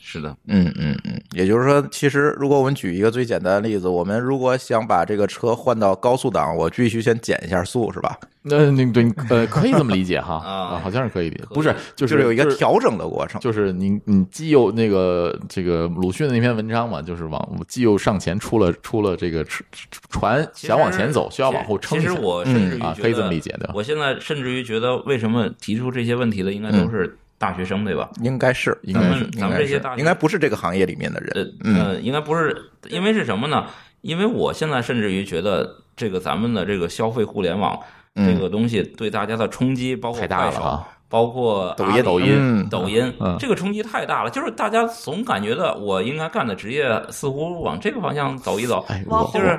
Speaker 3: 是的，
Speaker 1: 嗯嗯嗯，也就是说，其实如果我们举一个最简单的例子，我们如果想把这个车换到高速档，我必须先减一下速，是吧？
Speaker 4: 那那对呃，可以这么理 解哈，
Speaker 3: 啊
Speaker 4: 好像是可以理解，
Speaker 3: 可以
Speaker 4: 不是就
Speaker 1: 就是是有一
Speaker 4: 就
Speaker 1: 个
Speaker 4: 是
Speaker 1: 调整的过程。
Speaker 4: 就是你你既有那个这个鲁迅的那篇文章嘛，就是往既有上前出了出了这个船船
Speaker 3: 其实
Speaker 4: 想往前走，需要往后撑一
Speaker 3: 其
Speaker 4: 下。
Speaker 3: 实我甚至于觉
Speaker 4: 嗯
Speaker 3: 得、
Speaker 4: 啊可以这么理解对吧
Speaker 3: 我现在甚至于觉得，为什么提出这些问题的应该
Speaker 4: 嗯
Speaker 3: 都是大学生，对吧？
Speaker 1: 应该是，
Speaker 4: 应
Speaker 1: 应
Speaker 4: 该
Speaker 1: 该
Speaker 3: 咱们
Speaker 1: 是，
Speaker 3: 咱们这些大学
Speaker 1: 应该不是这个行业里面的
Speaker 3: 呃
Speaker 1: 人。
Speaker 4: 嗯
Speaker 3: 呃，应该不是，因为是什么呢？因为我现在甚至于觉得，这个咱们的这个消费互联网这个东西对大家的冲击，包括
Speaker 4: 嗯太大
Speaker 3: 快
Speaker 4: 了
Speaker 3: 手
Speaker 4: 啊，
Speaker 3: 包括
Speaker 4: 抖
Speaker 3: 阿
Speaker 4: 音
Speaker 3: 里
Speaker 4: 抖
Speaker 1: 音
Speaker 3: 抖音
Speaker 4: 嗯，
Speaker 3: 这个冲击太大了，就是大家总感觉到我应该干的职业似乎往这个方向走一走，
Speaker 4: 哎，
Speaker 2: 网
Speaker 4: 我
Speaker 3: 就是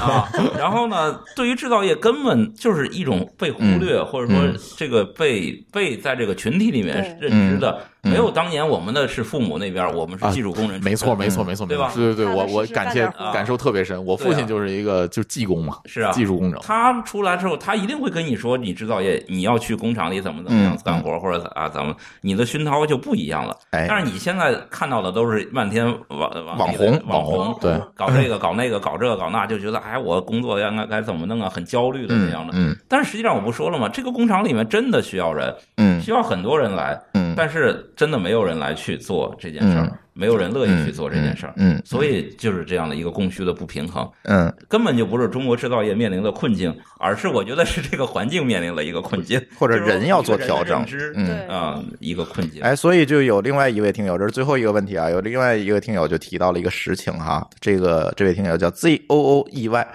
Speaker 3: 啊，然后呢，对于制造业根本就是一种被忽略，
Speaker 4: 嗯
Speaker 3: 或者说这个被被在这个群体里面
Speaker 2: 对
Speaker 3: 认知的，没有当年我们的是父母那边，我们是技术工人，
Speaker 4: 嗯啊没错，没错，没错，没
Speaker 3: 对
Speaker 4: 错
Speaker 3: 吧，啊
Speaker 4: 对对对，
Speaker 2: 踏踏
Speaker 4: 我
Speaker 2: 实
Speaker 4: 我
Speaker 2: 实
Speaker 4: 感
Speaker 2: 干
Speaker 4: 谢
Speaker 2: 点活
Speaker 4: 感受特别深。我父
Speaker 3: 对
Speaker 4: 亲
Speaker 3: 啊
Speaker 4: 就是一个就是技工嘛，
Speaker 3: 是啊
Speaker 4: 技术工整。
Speaker 3: 他出来之后，他一定会跟你说，你制造业你要去工厂里怎么怎么样
Speaker 1: 嗯
Speaker 3: 干活，或者啊怎么，你的熏陶就不一样了。
Speaker 1: 哎
Speaker 3: 但是你现在看到的都是漫天网网
Speaker 1: 网红
Speaker 3: 网
Speaker 1: 网
Speaker 3: 红
Speaker 2: 红
Speaker 4: 对
Speaker 3: 搞这个搞那个搞这个搞那，就觉得哎，我工作应该该怎么弄啊，很焦虑的那样的。
Speaker 1: 嗯
Speaker 3: 但是实际上我不说了吗？这个工厂里面真的需要人，
Speaker 1: 嗯
Speaker 3: 需要很多人来，
Speaker 1: 嗯，
Speaker 3: 但是真的没有人来去做这件事
Speaker 1: 嗯
Speaker 3: 儿，没有人乐意去做这件事儿。
Speaker 1: 嗯
Speaker 3: 所以就是这样的一个供需的不平衡。
Speaker 1: 嗯，
Speaker 3: 根本就不是中国制造业面临的困境，而是我觉得是这个环境面临了一个困境，
Speaker 1: 或者
Speaker 3: 就是说
Speaker 1: 人要做调整
Speaker 3: 一个人的认
Speaker 1: 嗯
Speaker 3: 知啊、一个困境。
Speaker 1: 哎，所以就有另外一位听友，这是最后一个问题啊。有另外一个听友就提到了一个实情哈，这个这位听友叫 Z O O E Y，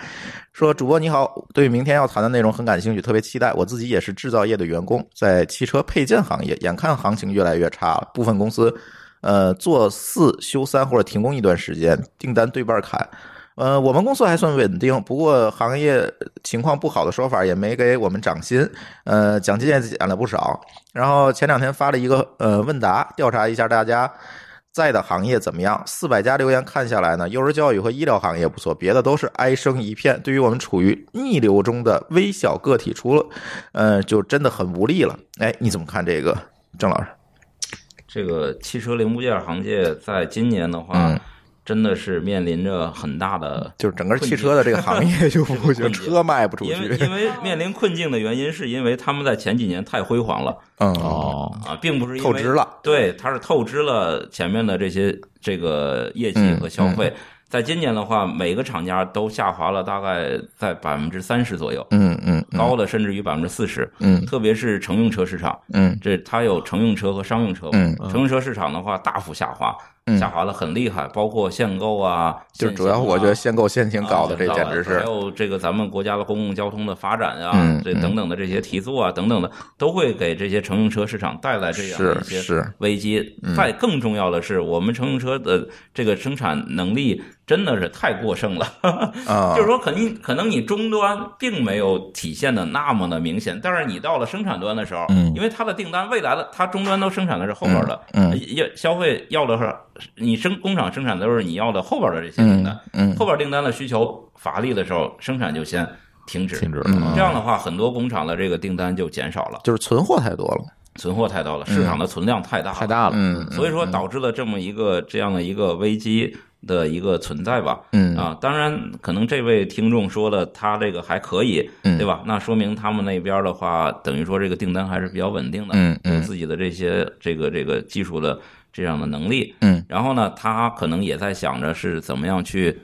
Speaker 1: 说主播你好，对明天要谈的内容很感兴趣，特别期待。我自己也是制造业的员工，在汽车配件行业，眼看行情越来越差了，部分公司呃做四休三或者停工一段时间，订单对半砍。呃，我们公司还算稳定，不过行业情况不好的说法也没给我们涨薪，呃，奖金也减了不少。然后前两天发了一个呃问答，调查一下大家在的行业怎么样。四百家留言看下来呢，幼儿教育和医疗行业不错，别的都是哀声一片。对于我们处于逆流中的微小个体，除了呃，就真的很无力了。哎，你怎么看这个，郑老师？
Speaker 3: 这个汽车零部件行业在今年的话，
Speaker 1: 嗯
Speaker 3: 真的是面临着很大的，
Speaker 1: 就是整个汽车的这个行业，就我觉得车卖不出
Speaker 3: 因为
Speaker 1: 去。
Speaker 3: 因为面临困境的原因，是因为他们在前几年太辉煌了
Speaker 1: 嗯，
Speaker 4: 哦，
Speaker 3: 啊，并不是因为
Speaker 1: 透支了。
Speaker 3: 对，它是透支了前面的这些这个业绩
Speaker 1: 嗯
Speaker 3: 和消费。在今年的话，每个厂家都下滑了大概在百分之三十左右，
Speaker 1: 嗯嗯
Speaker 3: 高的甚至于百分之四十。
Speaker 1: 嗯
Speaker 3: 特别是乘用车市场，
Speaker 1: 嗯
Speaker 3: 这它有乘用车和商用车嘛，
Speaker 1: 嗯
Speaker 3: 乘用车市场的话大幅下滑。
Speaker 1: 嗯
Speaker 3: 下滑的很厉害，包括限购啊，
Speaker 1: 就
Speaker 3: 限
Speaker 1: 主要
Speaker 3: 行啊
Speaker 1: 我觉得限购限行搞的
Speaker 3: 啊
Speaker 1: 这
Speaker 3: 想到
Speaker 1: 简
Speaker 3: 了
Speaker 1: 直是
Speaker 3: 还，有这个咱们国家的公共交通的发展啊，
Speaker 1: 嗯
Speaker 3: 这
Speaker 1: 嗯
Speaker 3: 等等的这些提速啊，等等的，都会给这些乘用车市场带来这样的
Speaker 1: 是
Speaker 3: 一
Speaker 1: 嗯
Speaker 3: 些
Speaker 1: 是
Speaker 3: 危机。再更重要的是，我们乘用车的这个生产能力真的是太过剩了，
Speaker 1: 啊，
Speaker 3: 就是说，可能可能你终端并没有体现的那么的明显，但是你到了生产端的时候，
Speaker 1: 嗯
Speaker 3: 因为它的订单未来的它终端都生产的是后边的，
Speaker 1: 嗯嗯
Speaker 3: 要消费要的是你生工厂生产的都是你要的后边的这些订单
Speaker 1: 嗯，嗯
Speaker 3: 后边订单的需求乏力的时候，生产就先停止，
Speaker 4: 停止了
Speaker 1: 嗯
Speaker 3: 这样的话，很多工厂的这个订单就减少了，
Speaker 1: 就是存货太多了，
Speaker 3: 存货太多了，市场的存量太大了，
Speaker 4: 太大了。
Speaker 1: 嗯，
Speaker 3: 所以说导致了这么一个这样的一个危机的一个存在吧。
Speaker 1: 嗯
Speaker 3: 啊，当然可能这位听众说了他这个还可以，
Speaker 1: 嗯
Speaker 3: 对吧？那说明他们那边的话，等于说这个订单还是比较稳定的，
Speaker 1: 嗯
Speaker 3: 有
Speaker 1: 嗯
Speaker 3: 自己的这些这个这个技术的这样的能力，
Speaker 1: 嗯，
Speaker 3: 然后呢，他可能也在想着是怎么样去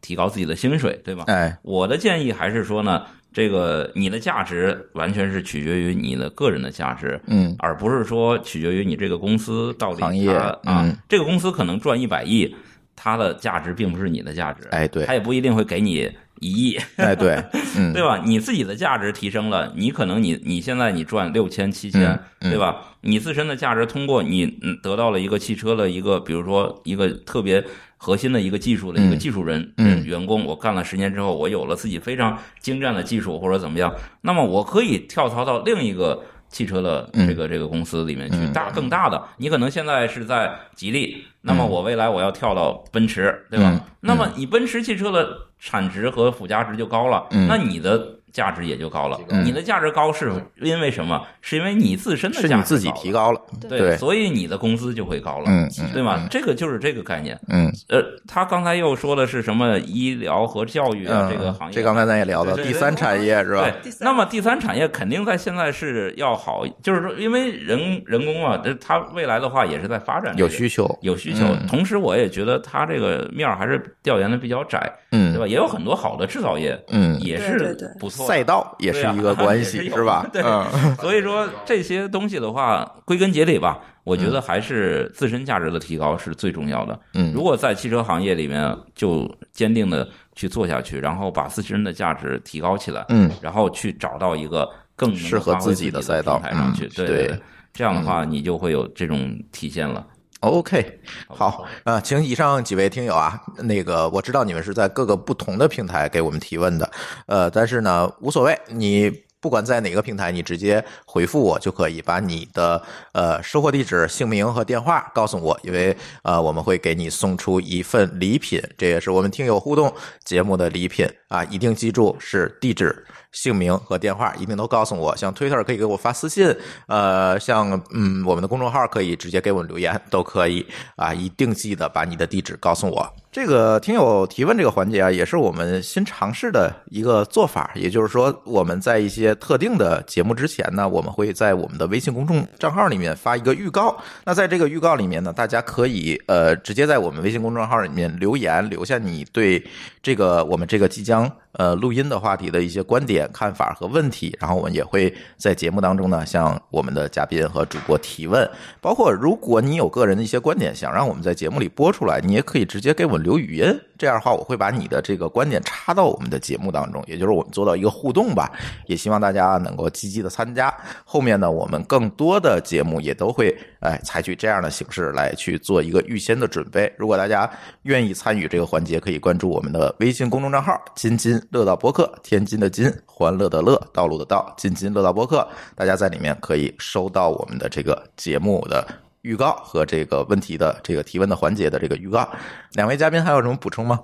Speaker 3: 提高自己的薪水，对吧？
Speaker 1: 哎，
Speaker 3: 我的建议还是说呢，这个你的价值完全是取决于你的个人的价值，
Speaker 1: 嗯
Speaker 3: 而不是说取决于你这个公司到底
Speaker 1: 行业
Speaker 3: 它啊、
Speaker 1: 嗯
Speaker 3: 这个公司可能赚一百亿，它的价值并不是你的价值，
Speaker 1: 哎对
Speaker 3: 它也不一定会给你一亿，
Speaker 1: 哎 对，嗯
Speaker 3: 对吧？你自己的价值提升了，你可能你你现在你赚六千七千，
Speaker 1: 嗯
Speaker 3: 对吧？你自身的价值通过你嗯得到了一个汽车的一个，比如说一个特别核心的一个技术的一个
Speaker 1: 嗯
Speaker 3: 技术人、
Speaker 1: 嗯
Speaker 3: 人员工，我干了十年之后，我有了自己非常精湛的技术或者怎么样，那么我可以跳槽到另一个。汽车的这个这个公司里面去
Speaker 1: 嗯
Speaker 3: 大更大的，你可能现在是在吉利，那么我未来我要跳到奔驰，对吧？
Speaker 1: 嗯
Speaker 3: 那么你奔驰汽车的产值和附加值就高了，
Speaker 1: 嗯
Speaker 3: 那你的价值也就高了。
Speaker 1: 嗯
Speaker 3: 你的价值高是因为什么？是因为你自身的
Speaker 1: 是
Speaker 3: 价
Speaker 1: 你
Speaker 3: 值
Speaker 1: 自己
Speaker 3: 高了
Speaker 1: 提高了，
Speaker 3: 对，
Speaker 1: 对
Speaker 3: 所以你的工资就会高了，
Speaker 1: 嗯嗯
Speaker 3: 对吧？这个就是这个概念。
Speaker 1: 嗯
Speaker 3: 呃，他刚才又说的是什么医疗和教育
Speaker 1: 嗯，
Speaker 3: 啊、这个行业，
Speaker 1: 这刚才咱也聊到
Speaker 3: 对
Speaker 1: 第
Speaker 3: 对
Speaker 1: 三产业是吧？
Speaker 3: 对
Speaker 2: 第，三
Speaker 3: 那么第三产业肯定在现在是要好，就是说，因为人人工啊，这它未来的话也是在发展这个、
Speaker 1: 有需求，
Speaker 3: 有需求。
Speaker 1: 嗯
Speaker 3: 同时，我也觉得它这个面儿还是调研的比较窄，
Speaker 1: 嗯
Speaker 3: 对吧？也有很多好的制造业，
Speaker 1: 嗯，
Speaker 3: 也
Speaker 2: 对对对
Speaker 3: 是不错的。
Speaker 1: 赛道也是一个关系、
Speaker 3: 对啊也是 有
Speaker 1: 是吧？
Speaker 3: 对
Speaker 1: 嗯
Speaker 3: 所以说这些东西的话，归根结底吧，我觉得还是自身价值的提高是最重要的。
Speaker 1: 嗯，
Speaker 3: 如果在汽车行业里面就坚定的去做下去，然后把自身的价值提高起来，
Speaker 1: 嗯
Speaker 3: 然后去找到一个更能够
Speaker 1: 适合
Speaker 3: 发挥
Speaker 1: 自
Speaker 3: 自
Speaker 1: 己的
Speaker 3: 的
Speaker 1: 赛道
Speaker 3: 平台上
Speaker 1: 嗯
Speaker 3: 去，对
Speaker 1: 对嗯
Speaker 3: 对。这样的话，你就会有这种体现了。
Speaker 1: OK，
Speaker 3: 好吧
Speaker 1: 好，呃，请以上几位听友啊，那个我知道你们是在各个不同的平台给我们提问的，呃，但是呢，无所谓，你不管在哪个平台，你直接回复我就可以，把你的呃收货地址、姓名和电话告诉我，因为呃我们会给你送出一份礼品，这也是我们听友互动节目的礼品啊，一定记住是地址。姓名和电话一定都告诉我，像 Twitter 可以给我发私信，呃，像嗯我们的公众号可以直接给我们留言，都可以啊，一定记得把你的地址告诉我。这个听友提问这个环节啊，也是我们新尝试的一个做法，也就是说我们在一些特定的节目之前呢，我们会在我们的微信公众账号里面发一个预告。那在这个预告里面呢，大家可以呃直接在我们微信公众号里面留言，留下你对这个我们这个即将呃录音的话题的一些观点、看法和问题，然后我们也会在节目当中呢向我们的嘉宾和主播提问。包括如果你有个人的一些观点想让我们在节目里播出来，你也可以直接给我们留语音，这样的话我会把你的这个观点插到我们的节目当中，也就是我们做到一个互动吧。也希望大家能够积极的参加。后面呢，我们更多的节目也都会哎采取这样的形式来去做一个预先的准备。如果大家愿意参与这个环节，可以关注我们的微信公众账号“津津乐道播客”，天津的津，欢乐的乐，道路的道，津津乐道播客。大家在里面可以收到我们的这个节目的。预告和这个问题的这个提问的环节的这个预告，两位嘉宾还有什么补充吗？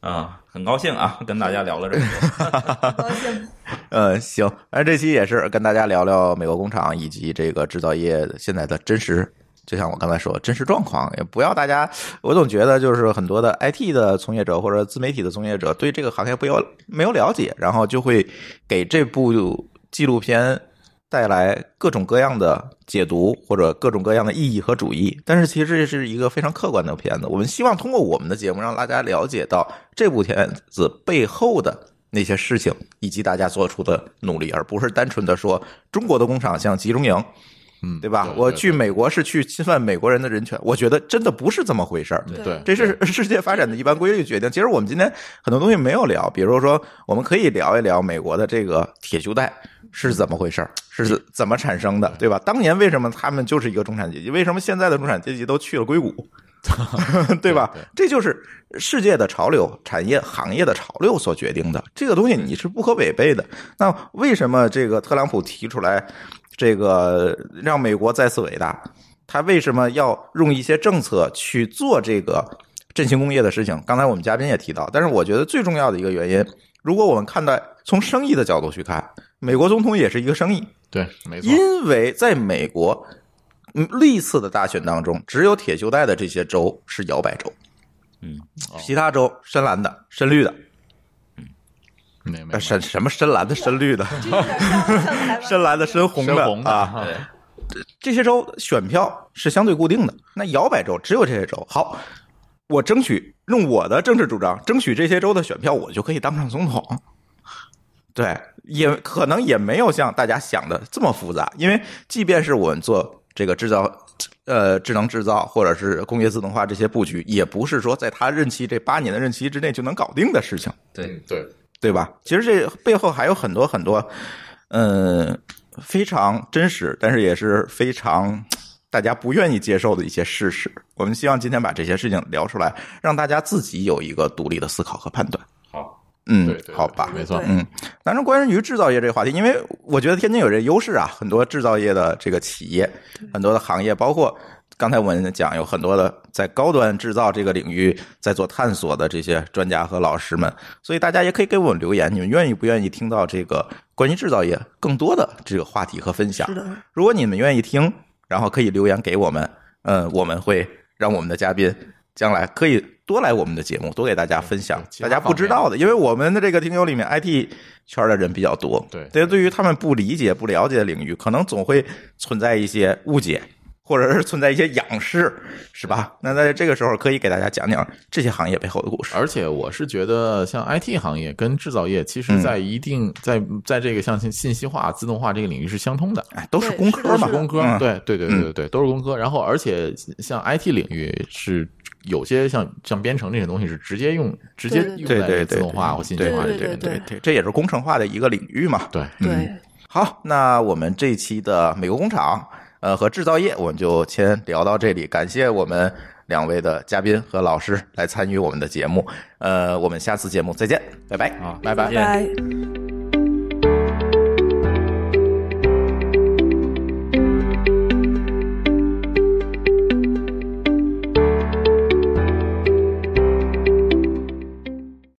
Speaker 3: 啊，很高兴啊，跟大家聊了这么多。
Speaker 2: 高兴，
Speaker 1: 呃，行，那这期也是跟大家聊聊美国工厂以及这个制造业现在的真实。就像我刚才说，真实状况也不要大家，我总觉得就是很多的 IT 的从业者或者自媒体的从业者对这个行业不要没有了解，然后就会给这部纪录片带来各种各样的解读或者各种各样的意义和主义。但是其实这是一个非常客观的片子，我们希望通过我们的节目让大家了解到这部片子背后的那些事情以及大家做出的努力，而不是单纯的说中国的工厂像集中营。
Speaker 4: 嗯，
Speaker 1: 对吧？
Speaker 4: 对
Speaker 1: 我
Speaker 4: 对
Speaker 1: 去美国是去侵犯美国人的人权，我觉得真的不是这么回事儿。
Speaker 2: 对
Speaker 4: 对，
Speaker 1: 这是世界发展的一般规律决定。其实我们今天很多东西没有聊，比如说我们可以聊一聊美国的这个铁锈带是怎么回事儿，是怎么产生的，对吧？当年为什么他们就是一个中产阶级？为什么现在的中产阶级都去了 硅谷？对吧？这就是世界的潮流、产业、行业的潮流所决定的。这个东西你是不可违背的。那为什么这个特朗普提出来这个让美国再次伟大？他为什么要用一些政策去做这个振兴工业的事情？刚才我们嘉宾也提到，但是我觉得最重要的一个原因，如果我们看待从生意的角度去看，美国总统也是一个生意，
Speaker 4: 对，没错，
Speaker 1: 因为在美国，嗯，历次的大选当中，只有铁锈带的这些州是摇摆州，
Speaker 3: 嗯
Speaker 4: 哦，
Speaker 1: 其他州深蓝的、深绿的，
Speaker 4: 没没
Speaker 1: 呃深什么深蓝的、深绿的、深蓝的、深红
Speaker 4: 深红
Speaker 1: 的
Speaker 4: 的
Speaker 1: 啊，
Speaker 3: 对，
Speaker 1: 这些州选票是相对固定的。那摇摆州只有这些州，好，我争取用我的政治主张争取这些州的选票，我就可以当上总统。对，也可能也没有像大家想的这么复杂，因为即便是我们做这个制造，呃，智能制造或者是工业自动化这些布局，也不是说在他任期这八年的任期之内就能搞定的事情。
Speaker 3: 对，
Speaker 4: 嗯对，
Speaker 1: 对吧？其实这背后还有很多很多，嗯，非常真实，但是也是非常大家不愿意接受的一些事实。我们希望今天把这些事情聊出来，让大家自己有一个独立的思考和判断。
Speaker 3: 好，
Speaker 1: 嗯，
Speaker 4: 对对
Speaker 1: 好吧。
Speaker 4: 没错
Speaker 2: 对，
Speaker 1: 嗯，当然，关于制造业这个话题，因为我觉得天津有这优势啊，很多制造业的这个企业，很多的行业，包括刚才我们讲有很多的在高端制造这个领域在做探索的这些专家和老师们，所以大家也可以给我们留言，你们愿意不愿意听到这个关于制造业更多的这个话题和分享
Speaker 2: 是？的，
Speaker 1: 如果你们愿意听，然后可以留言给我们，嗯，我们会让我们的嘉宾将来可以多来我们的节目，多给大家分享
Speaker 4: 对其
Speaker 1: 大
Speaker 4: 他
Speaker 1: 家不知道的，因为我们的这个听友里面 IT 圈的人比较多，
Speaker 4: 对
Speaker 1: 对，对于他们不理解、不了解的领域，可能总会存在一些误解。或者是存在一些仰视，是吧？那在这个时候，可以给大家讲讲这些行业背后的故事。
Speaker 4: 而且我是觉得，像 IT 行业跟制造业，其实
Speaker 1: 嗯
Speaker 4: 在一定在在这个像信信息化、自动化这个领域是相通的。
Speaker 1: 哎，都是
Speaker 2: 对
Speaker 1: 工
Speaker 2: 是的
Speaker 1: 科嘛，
Speaker 2: 是的
Speaker 4: 工科，
Speaker 1: 嗯
Speaker 4: 对对对对对对，都是工科。然后，而且像 IT 领域是有些像像编程这些东西是直接用直接
Speaker 2: 对
Speaker 4: 用
Speaker 1: 对对
Speaker 4: 在
Speaker 1: 对
Speaker 4: 自动化或信息
Speaker 1: 对
Speaker 4: 化
Speaker 1: 对对
Speaker 4: 这个领域。
Speaker 1: 对对，这也是工程化的一个领域嘛。
Speaker 4: 对，
Speaker 2: 对，
Speaker 3: 嗯
Speaker 1: 好，那我们这一期的美国工厂，呃，和制造业，我们就先聊到这里。感谢我们两位的嘉宾和老师来参与我们的节目，呃，我们下次节目再见，拜拜。
Speaker 4: 啊，
Speaker 3: 拜
Speaker 4: 拜拜
Speaker 3: 拜。
Speaker 2: 拜。